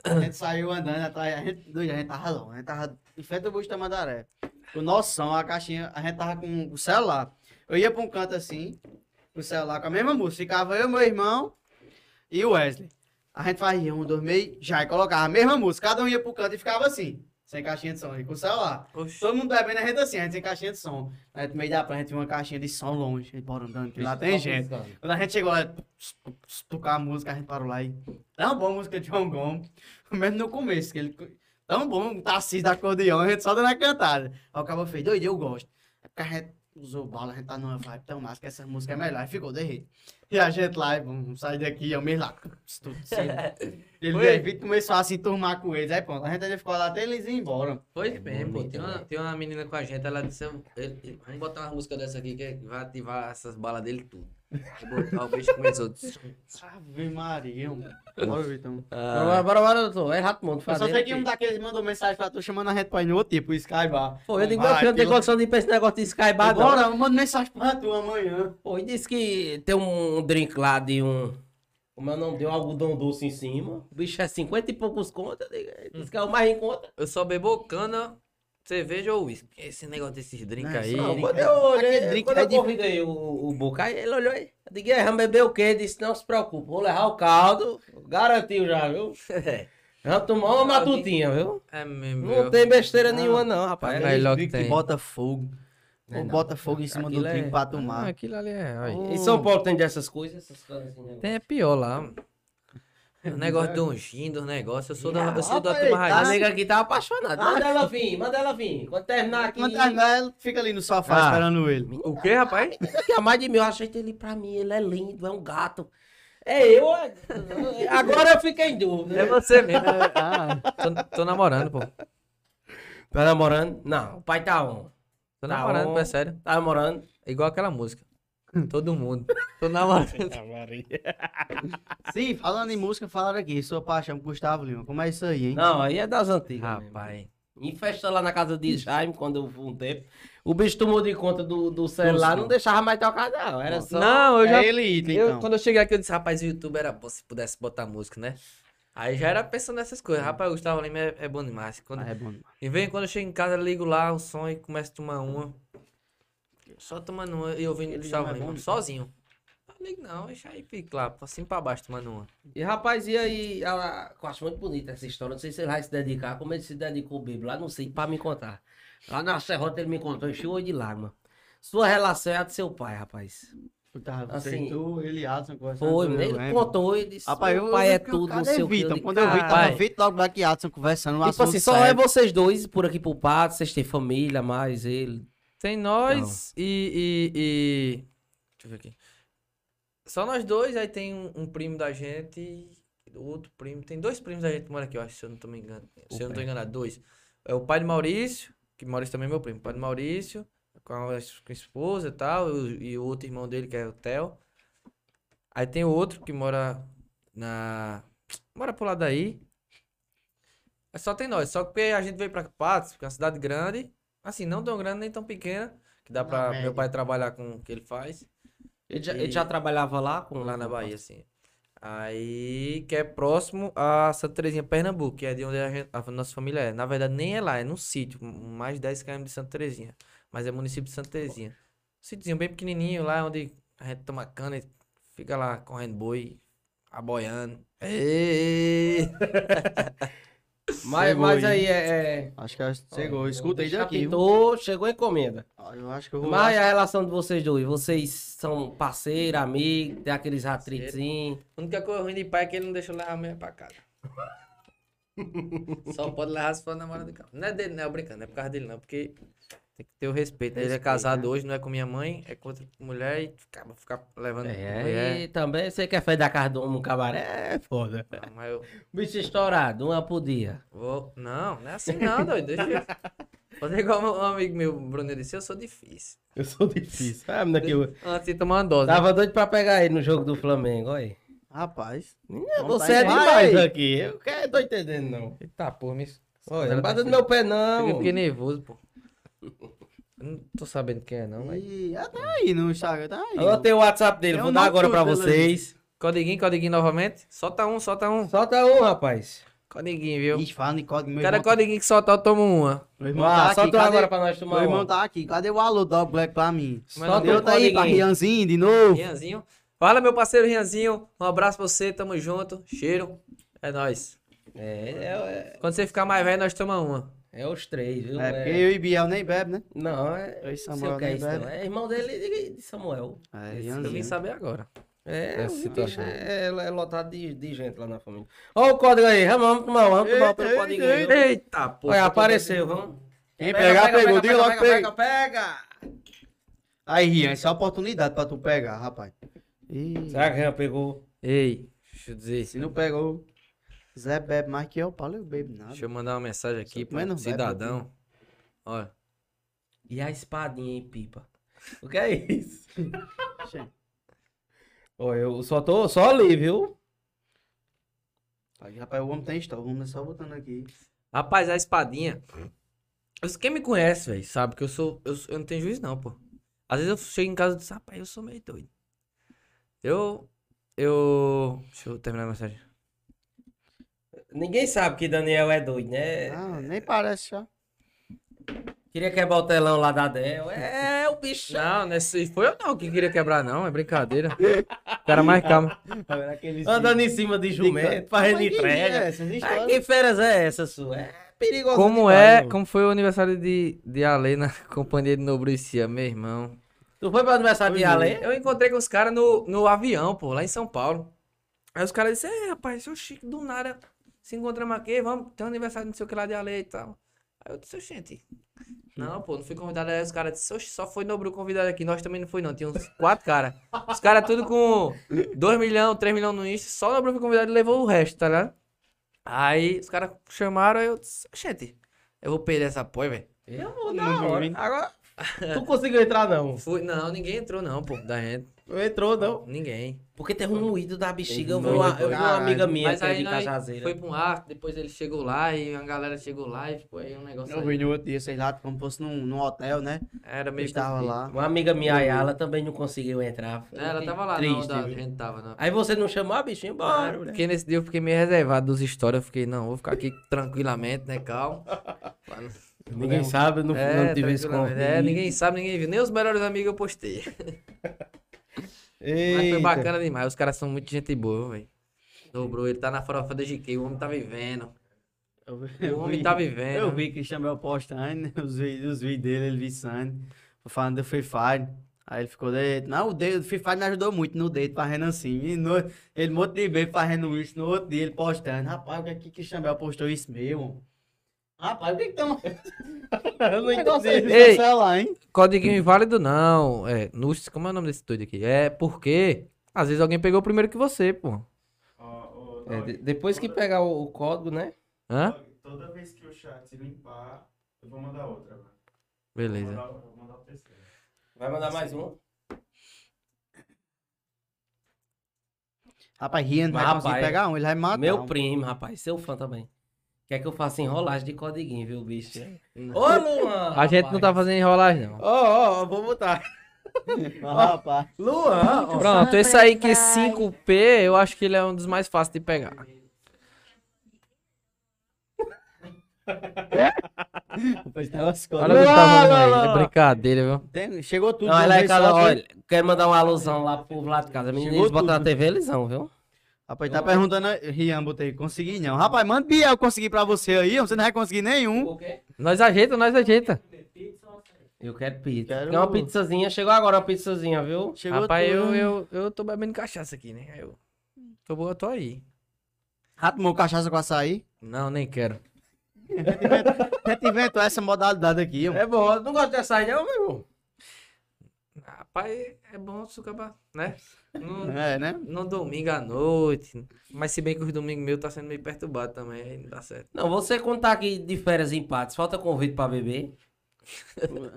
[SPEAKER 3] A gente saiu andando atrás, a gente, doido, a gente tava longe, a gente tava em frente ao busto da Mandaré. Com noção, a caixinha, a gente tava com o celular. Eu ia pra um canto assim, com o celular, com a mesma música. Ficava eu, meu irmão e o Wesley. A gente fazia um, dois, meio, já, e colocava a mesma música. Cada um ia pro canto e ficava assim, sem caixinha de som, e com o celular.
[SPEAKER 4] Oxi.
[SPEAKER 3] Todo mundo bebendo, a gente assim, a gente sem caixinha de som. Aí no meio da praia, a gente viu uma caixinha de som longe, a gente bora andando, que lá
[SPEAKER 1] Tá
[SPEAKER 3] tem gente. Quando a gente chegou lá, tss, tss, tocar a música, a gente parou lá e. Tão bom a música de João Gomes. Mesmo no começo, que ele. Tão bom um Tarcísio da acordeão, a gente só dando a cantada. Aí o cabo fez, doido, eu gosto. É porque a gente usou bala, a gente tá numa vibe tão massa que essa música é melhor. Aí ficou, derrete. E a gente lá, vamos sair daqui, eu mesmo lá. Tudo cedo. Ele
[SPEAKER 4] Foi.
[SPEAKER 3] veio vir, começou a se enturmar com eles. Aí pronto, a gente ainda ficou lá até eles irem embora.
[SPEAKER 4] Foi
[SPEAKER 1] É
[SPEAKER 4] bem, pô.
[SPEAKER 1] bonito,
[SPEAKER 4] Tem uma,
[SPEAKER 1] né?
[SPEAKER 4] tem uma menina com a gente, ela disse, eu- ele- ele- vamos botar uma música dessa aqui que vai ativar essas balas dele tudo. Aí botar o bicho começou.
[SPEAKER 3] Ave Maria, mano. Bora, Vitão.
[SPEAKER 1] Bora, bora, bora, doutor. É rato, mano.
[SPEAKER 3] Ah. Eu só
[SPEAKER 1] Fazer.
[SPEAKER 3] sei que um daqueles mandou mensagem pra tu chamando a gente pra ir no outro tipo, o Skybar.
[SPEAKER 1] Pô, eu digo,
[SPEAKER 3] Vai,
[SPEAKER 1] meu filho, não tem
[SPEAKER 3] tem
[SPEAKER 1] condição de ir pra esse negócio de Skybar, não.
[SPEAKER 3] Bora, manda mensagem pra tu amanhã.
[SPEAKER 1] Pô, e disse que tem um drink lá de um. Como é o nome? De um algodão doce em cima. O bicho é 50 e poucos contas. Diz que é o mais em conta.
[SPEAKER 4] Eu só bebo cana, cerveja ou uísque. Esse negócio desses drinks
[SPEAKER 3] Não,
[SPEAKER 4] aí.
[SPEAKER 3] só
[SPEAKER 1] Não,
[SPEAKER 3] drink,
[SPEAKER 1] quando
[SPEAKER 3] é.
[SPEAKER 1] eu olhei,
[SPEAKER 3] Aquele drink
[SPEAKER 1] quando
[SPEAKER 3] é
[SPEAKER 1] eu
[SPEAKER 3] difícil.
[SPEAKER 1] convidei o, o Boca, aí ele olhou aí. Eu digo, "E aí, vamos beber o quê? Ele disse, não se preocupe, vou levar o caldo. Garantiu já, viu?
[SPEAKER 4] É,
[SPEAKER 1] Vamos tomar uma matutinha, viu?
[SPEAKER 4] é mesmo.
[SPEAKER 1] Não tem besteira
[SPEAKER 3] Ah,
[SPEAKER 1] nenhuma, não, rapaz.
[SPEAKER 4] Aí logo
[SPEAKER 3] Drink
[SPEAKER 4] tem.
[SPEAKER 3] bota fogo.
[SPEAKER 1] Não é não,
[SPEAKER 3] bota fogo em cima do
[SPEAKER 1] Aquilo é-
[SPEAKER 3] drink pra
[SPEAKER 4] Ah,
[SPEAKER 3] tomar.
[SPEAKER 4] aquilo ali é. olha.
[SPEAKER 1] Em São Paulo tem dessas coisas, essas coisas assim, né?
[SPEAKER 4] Tem é pior lá. mano. O negócio de um gin, dos negócios. Eu sou da, eu sou da
[SPEAKER 3] rapaz,
[SPEAKER 4] turma
[SPEAKER 3] tá
[SPEAKER 1] A
[SPEAKER 4] raiz.
[SPEAKER 1] nega aqui tá apaixonada. Manda ela vir, manda ela vir. Quando terminar aqui.
[SPEAKER 3] Quando terminar, ela fica ali no sofá
[SPEAKER 1] Ah.
[SPEAKER 3] esperando ele.
[SPEAKER 4] O que, rapaz?
[SPEAKER 1] Que a mais de mil, eu achei ele pra mim, ele é lindo, é um gato. É eu, é- agora eu fiquei em dúvida.
[SPEAKER 4] É você mesmo.
[SPEAKER 3] Ah,
[SPEAKER 4] Tô, tô namorando, pô.
[SPEAKER 1] Tá namorando? Não, o pai tá on.
[SPEAKER 4] Tô
[SPEAKER 1] Tá
[SPEAKER 4] namorando,
[SPEAKER 1] bom.
[SPEAKER 4] pô, é sério.
[SPEAKER 1] Tá namorando?
[SPEAKER 4] É Igual aquela música. Todo mundo. Tô namorando.
[SPEAKER 3] sim, falando em música, falaram aqui. Sua paixão, Gustavo Lima. Como é isso aí, hein?
[SPEAKER 1] Não, aí é das antigas. mesmo.
[SPEAKER 4] Rapaz.
[SPEAKER 1] Em festa lá na casa de Jaime, quando eu fui um tempo, o bicho tomou de conta do, do celular, não deixava mais tocar, não. Era só.
[SPEAKER 4] Não, eu já.
[SPEAKER 3] É ele, Ita,
[SPEAKER 4] eu-
[SPEAKER 3] então.
[SPEAKER 4] quando eu cheguei aqui, eu disse, rapaz, o YouTube era bom se pudesse botar música, né? Aí já era pensando nessas coisas. Rapaz, o Gustavo Lima é, é bom demais. Quando,
[SPEAKER 3] Ah, é bom.
[SPEAKER 4] E vem quando eu chego em casa, eu ligo lá o som e começo a tomar uma. Só tomando uma e ouvindo o
[SPEAKER 3] Ele
[SPEAKER 4] Gustavo
[SPEAKER 3] não é
[SPEAKER 4] Lima,
[SPEAKER 3] bom, então.
[SPEAKER 4] sozinho. Não ligo não, deixa aí fico lá, assim pra baixo tomando uma.
[SPEAKER 1] E rapaz, e aí? Ela... Eu acho muito bonita essa história. Não sei se ele vai se dedicar, como ele se dedicou bêbado, lá não sei, pra me contar. Lá na Serrota ele me contou, encheu o olho de lágrima. Sua relação é a de seu pai, rapaz.
[SPEAKER 3] Eu tava
[SPEAKER 1] Assim,
[SPEAKER 3] assim, né, tu, ele, Adson, conversando.
[SPEAKER 1] Foi,
[SPEAKER 3] eu
[SPEAKER 1] ele
[SPEAKER 3] lembro.
[SPEAKER 1] contou e disse:
[SPEAKER 3] Rapaz, eu
[SPEAKER 1] "Meu pai é
[SPEAKER 3] lembro que o
[SPEAKER 1] tudo,
[SPEAKER 3] cara
[SPEAKER 1] não sei o que.
[SPEAKER 3] Vitor,
[SPEAKER 1] digo,
[SPEAKER 3] quando eu vi, tava
[SPEAKER 1] "Caralho."
[SPEAKER 3] Vitor logo lá que Adson conversando. um
[SPEAKER 1] Tipo assim,
[SPEAKER 3] assunto
[SPEAKER 1] só é
[SPEAKER 3] sério.
[SPEAKER 1] vocês dois por aqui pro pato, vocês têm família, mais ele.
[SPEAKER 4] Tem nós e, e, e- Deixa eu ver aqui. Só nós dois, aí tem um, um primo da gente e outro primo. Tem dois primos da gente que mora aqui, eu acho, se eu não tô me enganando. Se eu não tô enganado, dois. É o pai de Maurício, que Maurício também é meu primo. O pai de Maurício, com a, com a esposa e tal, e, o- e o outro irmão dele, que é o Theo. Aí tem o outro que mora na. Mora pro lado daí. É só tem nós. Só que a gente veio pra Patos, que é uma cidade grande. Assim, não tão grande nem tão pequena. Que dá
[SPEAKER 3] Na
[SPEAKER 4] pra
[SPEAKER 3] média.
[SPEAKER 4] meu pai trabalhar com o que ele faz
[SPEAKER 1] Ele já,
[SPEAKER 4] E-
[SPEAKER 1] ele já trabalhava lá com
[SPEAKER 4] lá na Bahia, assim. Aí, que é próximo a Santa Terezinha, Pernambuco, que é de onde a, gente- a nossa família é. Na verdade, nem é lá, é num sítio, um- mais de 10 km de Santa Terezinha. Mas é município de Santa Terezinha. Um sítiozinho bem pequenininho, lá é onde a gente toma cana e fica lá correndo boi, aboiando. Ê!
[SPEAKER 3] é,
[SPEAKER 1] assim. Mas,
[SPEAKER 3] Chegou
[SPEAKER 1] mas aí
[SPEAKER 3] aí.
[SPEAKER 1] é. é...
[SPEAKER 3] Acho que Acho que chegou. Escuta aí daqui. viu?
[SPEAKER 1] Captou, chegou a encomenda.
[SPEAKER 3] Eu acho que eu vou.
[SPEAKER 1] Mas e a relação de vocês dois? Vocês são parceiro, amigo, tem aqueles atritinhos.
[SPEAKER 4] A única coisa ruim de pai é que ele não deixa eu levar a mulher pra casa. Só pode levar se for namorada de casa. Não é dele, não, brincando, não é por causa dele, não, porque tem que ter o respeito. né? ele é
[SPEAKER 3] Respeito,
[SPEAKER 4] casado
[SPEAKER 3] né?
[SPEAKER 4] hoje, não é com minha mãe, é com outra mulher e acaba ficar levando.
[SPEAKER 1] É,
[SPEAKER 4] mulher.
[SPEAKER 1] e também você quer fazer da casa do homem um cabaré, é foda.
[SPEAKER 4] Não, mas eu
[SPEAKER 1] Bicho estourado, uma por dia.
[SPEAKER 4] vou. Não, não é assim não, doido. Deixa eu. Fazer igual um amigo meu, Bruno, ele disse, eu sou difícil.
[SPEAKER 1] Eu sou difícil. Ah, menina, que eu...
[SPEAKER 4] Antes de tomar uma
[SPEAKER 2] Tá
[SPEAKER 4] dose. né?
[SPEAKER 1] Tava doido pra pegar ele no jogo do Flamengo, olha aí.
[SPEAKER 3] Rapaz.
[SPEAKER 1] Menina,
[SPEAKER 3] Vamos
[SPEAKER 1] Você
[SPEAKER 3] tá
[SPEAKER 1] é
[SPEAKER 3] igual
[SPEAKER 1] demais
[SPEAKER 3] aí.
[SPEAKER 1] aqui. Eu que- tô entendendo, não.
[SPEAKER 4] Eita, porra, me.
[SPEAKER 1] Olha,
[SPEAKER 4] Ela
[SPEAKER 1] não
[SPEAKER 4] tá
[SPEAKER 1] bata no
[SPEAKER 4] aqui.
[SPEAKER 1] meu pé,
[SPEAKER 4] Eu
[SPEAKER 1] não.
[SPEAKER 4] fiquei nervoso, pô. Eu Não tô sabendo quem é, não, mas.
[SPEAKER 3] Ih, ah, tá aí no Instagram, tá aí.
[SPEAKER 1] Eu tenho o WhatsApp dele,
[SPEAKER 3] Eu
[SPEAKER 1] vou
[SPEAKER 3] não
[SPEAKER 1] dar agora
[SPEAKER 3] tô
[SPEAKER 1] pra
[SPEAKER 3] pelo-
[SPEAKER 1] vocês.
[SPEAKER 4] Codiguinho, codiguinho novamente. Solta um, solta um.
[SPEAKER 1] Solta um, rapaz.
[SPEAKER 4] Codiguinho, viu?
[SPEAKER 3] Ixi, fala em código meu
[SPEAKER 4] Cada
[SPEAKER 1] tá-
[SPEAKER 3] irmão.
[SPEAKER 4] codiguinho que soltar, eu tomo uma.
[SPEAKER 3] Meu irmão
[SPEAKER 1] Ah,
[SPEAKER 3] tá
[SPEAKER 1] solta
[SPEAKER 3] aqui,
[SPEAKER 1] um
[SPEAKER 3] cadê-
[SPEAKER 1] agora pra nós
[SPEAKER 3] Meu
[SPEAKER 1] tomar
[SPEAKER 3] irmão
[SPEAKER 1] um.
[SPEAKER 3] tá aqui. Cadê o alô do Black pra mim?
[SPEAKER 4] Mas não
[SPEAKER 1] Solta
[SPEAKER 4] tem
[SPEAKER 1] um
[SPEAKER 3] Deu tá aí pra
[SPEAKER 1] codiguinho.
[SPEAKER 3] Rianzinho de novo.
[SPEAKER 4] Rianzinho. Fala, meu parceiro Rianzinho. Um abraço pra você, tamo junto. Cheiro. É nóis.
[SPEAKER 1] É, é,
[SPEAKER 4] Quando você ficar mais velho, nós tomamos uma.
[SPEAKER 1] é, é os três, viu?
[SPEAKER 3] É,
[SPEAKER 1] É-
[SPEAKER 3] porque eu e Biel nem bebe, né?
[SPEAKER 1] Não, é.
[SPEAKER 3] Eu e
[SPEAKER 1] não sei
[SPEAKER 3] Samuel
[SPEAKER 1] o que é
[SPEAKER 3] nem
[SPEAKER 1] isso, não.
[SPEAKER 3] bebe.
[SPEAKER 1] É irmão dele e de Samuel.
[SPEAKER 3] É,
[SPEAKER 1] Esse
[SPEAKER 4] Eu vim
[SPEAKER 3] Rianzinho.
[SPEAKER 4] saber agora.
[SPEAKER 1] É,
[SPEAKER 4] Dessa
[SPEAKER 1] o bicho
[SPEAKER 4] situação.
[SPEAKER 1] é, é, é lotado de, de gente lá na família. Ó o código aí, vamos, vamos tomar, um, vamos tomar um pelo
[SPEAKER 3] Eita,
[SPEAKER 1] código aí.
[SPEAKER 3] eita,
[SPEAKER 1] viu?
[SPEAKER 4] Eita, pô.
[SPEAKER 1] Olha, apareceu, vamos.
[SPEAKER 3] Quem pegar, pegou. Diga logo,
[SPEAKER 1] pega, pega,
[SPEAKER 3] pega.
[SPEAKER 1] pega.
[SPEAKER 3] Aí, Rian, isso é uma oportunidade pra tu pegar, rapaz. Ih,
[SPEAKER 1] Será que já pegou?
[SPEAKER 4] Ei, deixa eu dizer.
[SPEAKER 3] se não pegou. Zé bebe mais que eu, Paulo, eu bebo
[SPEAKER 1] é
[SPEAKER 3] nada.
[SPEAKER 4] Deixa eu mandar uma mensagem
[SPEAKER 3] Só
[SPEAKER 4] aqui para
[SPEAKER 3] comendo
[SPEAKER 4] um cidadão. Olha,
[SPEAKER 1] E a espadinha, hein, pipa? O que é isso?
[SPEAKER 3] Gente,
[SPEAKER 1] Ó, eu só tô só ali, viu?
[SPEAKER 3] aí, rapaz, o homem tem história, o homem é só botando aqui.
[SPEAKER 4] rapaz, a espadinha. Eu- Quem me conhece, velho, sabe que eu sou, eu sou- eu não tenho juiz não, pô. Às vezes eu chego em casa e digo, assim, rapaz, eu sou meio doido. Eu, eu, deixa eu terminar a mensagem.
[SPEAKER 1] Ninguém sabe que Daniel é doido, né?
[SPEAKER 3] Ah, nem parece já.
[SPEAKER 1] Queria quebrar o telão lá da Del. É, o bicho.
[SPEAKER 4] Não, nesse foi eu não que queria quebrar não, é brincadeira. Cara, mais calma.
[SPEAKER 1] Andando em cima de jumento, fazendo
[SPEAKER 3] Mas que
[SPEAKER 1] entrega.
[SPEAKER 3] é Essas
[SPEAKER 1] Ah,
[SPEAKER 3] histórias.
[SPEAKER 1] que férias é essa sua? É perigoso.
[SPEAKER 4] Como
[SPEAKER 1] demais,
[SPEAKER 4] é,
[SPEAKER 1] mano.
[SPEAKER 4] como foi o aniversário de, de Ale na companhia de Nobricia, meu irmão?
[SPEAKER 1] Tu foi pro aniversário de Ale?
[SPEAKER 4] Eu encontrei com os caras no, no avião, pô, lá em São Paulo. Aí os caras disseram, é, rapaz, seu Chico, do nada, se encontramos aqui, vamos, tem um aniversário, não sei o que lá de Ale e tal. Aí eu disse, gente, não, pô, não fui convidado. Aí os caras disseram, só foi Nobru convidado aqui, nós também não foi não, tinha uns quatro caras. Os caras tudo com 2 milhão, 3 milhões no Insta, só Nobru foi convidado e levou o resto, tá ligado? Aí os caras chamaram, aí eu disse, gente, eu vou perder essa porra, velho.
[SPEAKER 1] Eu vou
[SPEAKER 3] Não,
[SPEAKER 1] dar
[SPEAKER 3] não,
[SPEAKER 1] hora.
[SPEAKER 3] hein?
[SPEAKER 1] Agora, tu conseguiu entrar não.
[SPEAKER 4] Fui, não, ninguém entrou não, pô, da gente,
[SPEAKER 1] Não entrou não.
[SPEAKER 4] ninguém.
[SPEAKER 1] Porque teve um moído da bexiga. Eu vi
[SPEAKER 4] Teve
[SPEAKER 1] uma,
[SPEAKER 4] moído,
[SPEAKER 1] eu vi uma
[SPEAKER 3] caralho.
[SPEAKER 1] amiga minha
[SPEAKER 4] Mas
[SPEAKER 1] que é
[SPEAKER 4] aí
[SPEAKER 1] de
[SPEAKER 4] nós
[SPEAKER 1] Cajazeira.
[SPEAKER 4] foi pra um arco, depois ele chegou lá e a galera chegou lá e ficou aí um negócio.
[SPEAKER 3] Eu
[SPEAKER 4] aí.
[SPEAKER 3] vi no outro dia, sei lá, como fosse num, num hotel, né?
[SPEAKER 4] Era
[SPEAKER 3] Eu
[SPEAKER 4] meio
[SPEAKER 3] estava
[SPEAKER 4] conflito.
[SPEAKER 3] lá.
[SPEAKER 1] Uma amiga minha, Ayala, também não conseguiu entrar.
[SPEAKER 4] É, ela tava lá,
[SPEAKER 1] Triste,
[SPEAKER 4] não, da, a
[SPEAKER 1] viu?
[SPEAKER 4] gente tava, não.
[SPEAKER 1] Aí você não chamou a bichinha? Bora, mulher.
[SPEAKER 4] Porque nesse dia eu fiquei meio reservado dos histórias, eu fiquei, não, vou ficar aqui tranquilamente, né, calmo. Pra não-
[SPEAKER 1] Ninguém sabe, não, não tive esse
[SPEAKER 4] tranquilamente.
[SPEAKER 1] convite.
[SPEAKER 4] É, ninguém sabe, ninguém viu, nem os melhores amigos eu postei. Mas foi bacana demais, os caras são muito gente boa, velho. Dobrou, ele tá na farofa da GK, o homem tá vivendo.
[SPEAKER 3] Eu vi-
[SPEAKER 4] O
[SPEAKER 3] eu
[SPEAKER 4] homem
[SPEAKER 3] vi-
[SPEAKER 4] tá vivendo.
[SPEAKER 3] Eu vi que chamei o postando, os vídeos, os vídeos dele, ele viçando, falando do Free Fire. Aí ele ficou, de- não, o dedo, o Free Fire me ajudou muito no dedo, fazendo assim. E no, ele um monte de vez fazendo isso, no outro dia ele postando. Rapaz, o que é que, que Chambel postou isso mesmo? Rapaz, o que tá que tão...
[SPEAKER 1] Eu não entendi.
[SPEAKER 3] Ei,
[SPEAKER 4] Ei.
[SPEAKER 3] lá, hein?
[SPEAKER 4] Código inválido não. É, Nux, como é o nome desse doido aqui? É porque às vezes alguém pegou primeiro que você, pô.
[SPEAKER 1] É, de- depois que pegar o, o código, né?
[SPEAKER 4] Hã?
[SPEAKER 5] Toda vez que o chat limpar, eu vou mandar outra. agora. Vou
[SPEAKER 1] é.
[SPEAKER 4] Beleza.
[SPEAKER 5] mandar, vou mandar o terceiro.
[SPEAKER 1] Vai mandar mais um?
[SPEAKER 3] Rapaz, Rian não vai
[SPEAKER 1] Rapaz,
[SPEAKER 3] conseguir pegar um, ele vai
[SPEAKER 4] Ah,
[SPEAKER 3] me matar.
[SPEAKER 1] Meu
[SPEAKER 3] um.
[SPEAKER 1] primo, rapaz, seu fã também. Quer que eu faça enrolagem de codiguinho, viu, bicho? Ô, Luan!
[SPEAKER 4] A gente não tá fazendo enrolagem, não.
[SPEAKER 1] Ó, ó, ó, vou botar.
[SPEAKER 3] Rapaz,
[SPEAKER 1] Luan, ó.
[SPEAKER 4] Pronto, esse aí que é 5P, eu acho que ele é um dos mais fáceis de pegar.
[SPEAKER 3] depois tem umas
[SPEAKER 4] Olha
[SPEAKER 3] coisas.
[SPEAKER 4] o que tá rolando
[SPEAKER 1] lá,
[SPEAKER 4] aí.
[SPEAKER 1] lá.
[SPEAKER 4] É brincadeira, viu?
[SPEAKER 3] Tem- Chegou tudo.
[SPEAKER 1] Não,
[SPEAKER 3] de uma
[SPEAKER 1] ela é
[SPEAKER 3] vez
[SPEAKER 1] aquela,
[SPEAKER 3] só,
[SPEAKER 1] olha, quero mandar uma alusão lá pro lado de casa. Menino,
[SPEAKER 3] Chegou
[SPEAKER 1] eles botam
[SPEAKER 3] tudo.
[SPEAKER 1] na TV, eles vão, viu?
[SPEAKER 3] Rapaz, tá perguntando, aí, Rian, botei, consegui não. Rapaz, manda Biel conseguir pra você aí, você não vai conseguir nenhum.
[SPEAKER 4] Nós ajeita, nós ajeita.
[SPEAKER 1] Eu quero pizza.
[SPEAKER 3] Quero-
[SPEAKER 1] Quer uma pizzazinha? Chegou agora uma pizzazinha, viu?
[SPEAKER 3] Chegou
[SPEAKER 4] Rapaz,
[SPEAKER 3] tudo.
[SPEAKER 4] eu, eu, eu tô bebendo cachaça aqui, né? Aí Eu tô, boa, tô aí.
[SPEAKER 3] Já tomou cachaça com açaí?
[SPEAKER 4] Não, nem quero.
[SPEAKER 3] Já te inventou essa modalidade aqui, mano.
[SPEAKER 1] É bom, eu não gosto dessa aí, não, meu irmão.
[SPEAKER 4] Rapaz, é bom açúcar, né? Não,
[SPEAKER 3] É, né?
[SPEAKER 4] No domingo à noite. Mas se bem que os domingos meu tá sendo meio perturbado também, aí não dá certo.
[SPEAKER 1] Não, você quando tá aqui de férias em Patos, falta convite pra beber.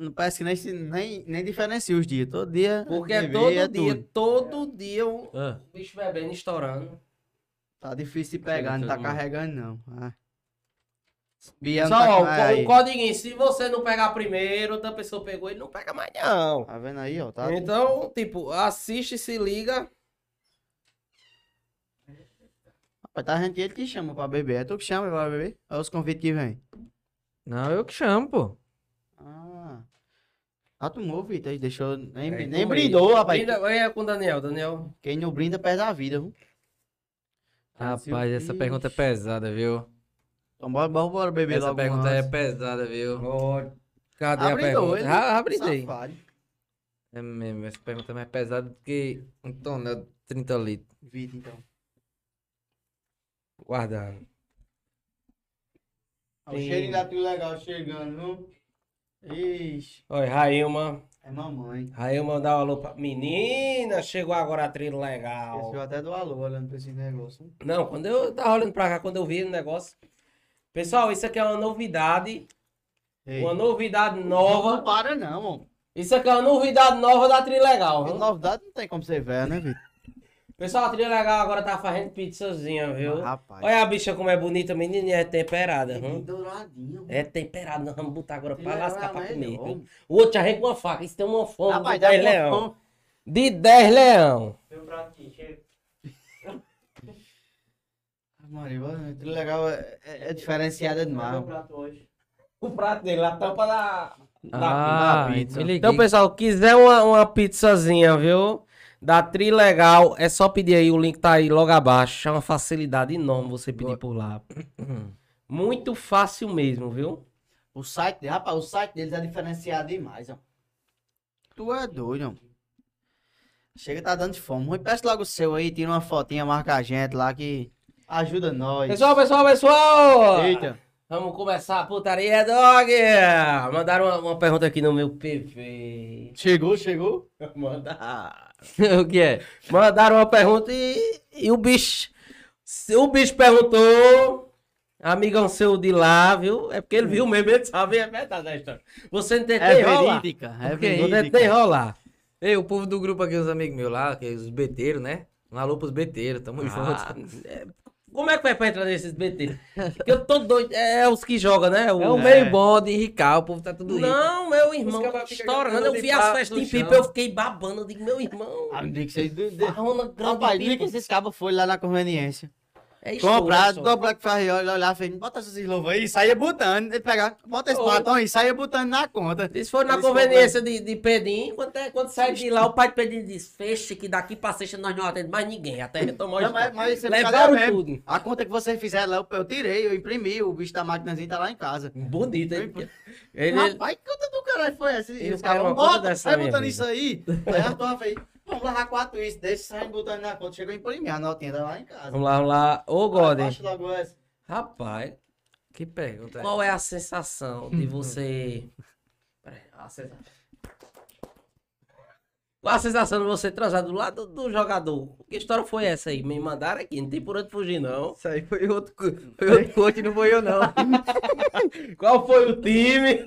[SPEAKER 3] Não parece que nem, se- nem, nem diferencia os dias. Todo dia.
[SPEAKER 1] Porque
[SPEAKER 3] bebê
[SPEAKER 1] é todo
[SPEAKER 3] é
[SPEAKER 1] dia,
[SPEAKER 3] tudo.
[SPEAKER 1] todo dia o
[SPEAKER 4] Ah.
[SPEAKER 1] bicho bebendo, estourando.
[SPEAKER 3] Tá difícil de pegar, não tá
[SPEAKER 4] Todo mundo.
[SPEAKER 3] carregando, não. Ah. Biel não
[SPEAKER 1] Só, ó,
[SPEAKER 3] tá
[SPEAKER 1] o,
[SPEAKER 3] aí.
[SPEAKER 1] o código, se você não pegar primeiro, outra pessoa pegou, ele não pega mais, não.
[SPEAKER 3] Tá vendo aí, ó? Tá...
[SPEAKER 1] Então, tipo, assiste, se liga.
[SPEAKER 3] Rapaz, tá gente ele que chama pra beber. É tu que chama pra beber? Olha os convites que vem.
[SPEAKER 4] Não, eu que chamo, pô.
[SPEAKER 3] Ah. Ah, tomou, Vitor. aí Deixou. Nem,
[SPEAKER 1] É,
[SPEAKER 3] nem
[SPEAKER 1] tomei.
[SPEAKER 3] brindou, rapaz.
[SPEAKER 1] Brinda, é com o Daniel, Daniel.
[SPEAKER 3] Quem não brinda perde a vida, viu?
[SPEAKER 4] Rapaz, essa
[SPEAKER 3] Ixi.
[SPEAKER 4] pergunta é pesada, viu?
[SPEAKER 3] Então bora, bora, bora beber
[SPEAKER 4] Essa
[SPEAKER 3] logo
[SPEAKER 4] pergunta
[SPEAKER 3] umas.
[SPEAKER 4] é pesada, viu?
[SPEAKER 1] Ó, cadê a
[SPEAKER 3] Abre
[SPEAKER 1] pergunta?
[SPEAKER 3] dois.
[SPEAKER 1] Já abri dei.
[SPEAKER 3] Safado.
[SPEAKER 4] É mesmo, essa pergunta é mais pesada do que um tonel de 30 litros.
[SPEAKER 3] Vitor, então.
[SPEAKER 1] Guardado.
[SPEAKER 3] O cheirinho da Trio Legal chegando, viu? Ixi.
[SPEAKER 1] Oi, Railma.
[SPEAKER 3] É mamãe.
[SPEAKER 1] Aí eu mandar um alô pra. Menina, chegou agora a trilha legal.
[SPEAKER 3] Esqueceu até do alô olhando pra esse negócio.
[SPEAKER 1] Não, quando eu tava olhando pra cá, quando eu vi o negócio. Pessoal, isso aqui é uma novidade.
[SPEAKER 3] Ei.
[SPEAKER 1] Uma novidade
[SPEAKER 3] Não
[SPEAKER 1] nova.
[SPEAKER 3] para não, mano.
[SPEAKER 1] Isso aqui é uma novidade nova da Trilha Legal.
[SPEAKER 3] Porque
[SPEAKER 1] viu?
[SPEAKER 3] Novidade não tem como ser velho, né, Vitor?
[SPEAKER 1] Pessoal, a Trilha Legal agora tá fazendo pizzazinha, viu?
[SPEAKER 3] Mas, rapaz.
[SPEAKER 1] Olha a bicha como é bonita, menina, é temperada.
[SPEAKER 3] Que
[SPEAKER 1] Hum?
[SPEAKER 3] douradinho.
[SPEAKER 1] É temperada, nós vamos botar agora pra
[SPEAKER 3] Ele
[SPEAKER 1] lascar
[SPEAKER 3] era
[SPEAKER 1] pra comer.
[SPEAKER 3] melhor.
[SPEAKER 1] viu? O outro arranca uma faca, isso tem uma fome.
[SPEAKER 3] é né,
[SPEAKER 1] de
[SPEAKER 3] Rapaz, dá
[SPEAKER 1] 10
[SPEAKER 3] uma
[SPEAKER 1] leão.
[SPEAKER 3] fome.
[SPEAKER 1] De 10 leão.
[SPEAKER 5] Meu um prato aqui, chega.
[SPEAKER 3] Ah, Maria, o trilho legal é, é- é diferenciada demais.
[SPEAKER 5] Meu prato hoje.
[SPEAKER 1] O prato dele, a tampa da.
[SPEAKER 4] Ah,
[SPEAKER 3] da pizza.
[SPEAKER 4] me liguei.
[SPEAKER 1] Então, pessoal, quiser uma, uma pizzazinha, viu? Da Tri Legal, é só pedir aí, o link tá aí logo abaixo. É uma facilidade enorme você pedir por lá. Muito fácil mesmo, viu?
[SPEAKER 3] O site, rapaz, o site deles é diferenciado demais, ó. Tu é doido, ó. Chega, tá dando fome. Rui, Peça logo o seu aí, tira uma fotinha, marca a gente lá que ajuda nós.
[SPEAKER 1] Pessoal, pessoal, pessoal!
[SPEAKER 3] Eita.
[SPEAKER 1] Vamos começar a putaria, dog! Mandaram uma, uma pergunta aqui no meu PV.
[SPEAKER 3] Chegou, chegou.
[SPEAKER 1] Mandaram.
[SPEAKER 4] o que é?
[SPEAKER 1] Mandaram uma pergunta e, e o bicho. se O bicho perguntou. Amigão seu de lá, viu? É porque ele viu mesmo, ele sabe, é verdade da história. Você não tenta
[SPEAKER 3] É
[SPEAKER 1] enrolar.
[SPEAKER 3] verídica, é
[SPEAKER 1] Você não
[SPEAKER 3] verídica.
[SPEAKER 1] tenta enrolar.
[SPEAKER 4] Ei, o povo do grupo aqui, os amigos meus lá, que é os beteiros, né? Um alô pros beteiros, tamo
[SPEAKER 1] Ah,
[SPEAKER 4] junto.
[SPEAKER 1] é- como é que vai pra entrar nesses BT? Porque eu tô doido. É, os que jogam, né? O-
[SPEAKER 4] É o
[SPEAKER 3] É.
[SPEAKER 4] meio bom de enricar, o povo tá tudo rico.
[SPEAKER 1] Não, meu irmão,
[SPEAKER 4] Os cabas ficam
[SPEAKER 1] estourando. Eu
[SPEAKER 4] jogando
[SPEAKER 1] vi
[SPEAKER 4] de
[SPEAKER 1] as
[SPEAKER 4] pato
[SPEAKER 1] festas
[SPEAKER 4] no
[SPEAKER 1] em pipa,
[SPEAKER 4] chão.
[SPEAKER 1] eu fiquei babando. Eu digo, meu irmão,
[SPEAKER 3] Ah, não diga que vocês- de- de-
[SPEAKER 1] farrona grande
[SPEAKER 3] Rapaz,
[SPEAKER 1] pipa.
[SPEAKER 3] diga que esses cabos foram lá na conveniência.
[SPEAKER 1] É estouro, é
[SPEAKER 3] Comprado,
[SPEAKER 1] estouro.
[SPEAKER 3] do Black Ferry, olha olhar, fez, bota essas eslovas aí, saia botando, ele pegar, bota esse batom aí, saia botando na conta.
[SPEAKER 1] Eles foram na
[SPEAKER 3] Eles
[SPEAKER 1] conveniência de, de Pedrinho, quando, é- quando sai de lá, o pai de Pedrinho diz, feche que daqui pra sexta nós não atendemos mais ninguém, é até retomar
[SPEAKER 3] Não,
[SPEAKER 1] o
[SPEAKER 3] mas, é mas você não
[SPEAKER 1] Levaram
[SPEAKER 3] cadê mesmo?
[SPEAKER 1] tudo.
[SPEAKER 3] A conta que vocês fizeram lá, eu, eu tirei, eu imprimi, o bicho da maquinazinha tá lá em casa.
[SPEAKER 1] Bonito, hein?
[SPEAKER 3] Foi-
[SPEAKER 1] Ele,
[SPEAKER 3] Rapaz, que conta do caralho foi essa? E
[SPEAKER 1] Eu
[SPEAKER 3] os caras,
[SPEAKER 1] quero uma conta
[SPEAKER 3] bota,
[SPEAKER 1] dessa
[SPEAKER 3] sai
[SPEAKER 1] minha
[SPEAKER 3] botando
[SPEAKER 1] vida.
[SPEAKER 3] isso aí. Aí a tua fez, vamos lá, quatro isso, deixa, sai botando na conta, chegou a imprimir a notinha, tá lá em casa.
[SPEAKER 1] Vamos lá, vamos lá. Ô,
[SPEAKER 3] Aí
[SPEAKER 1] Golden.
[SPEAKER 3] baixa logo essa.
[SPEAKER 1] Rapaz,
[SPEAKER 4] Que pergunta.
[SPEAKER 1] qual é a sensação de você... Peraí, a sensação... Qual a sensação de você transar do lado do jogador? Que história foi essa aí? Me mandaram aqui, não tem por onde fugir, não.
[SPEAKER 4] Isso aí foi outro, co- foi outro coach, não foi eu não.
[SPEAKER 1] Qual foi o time?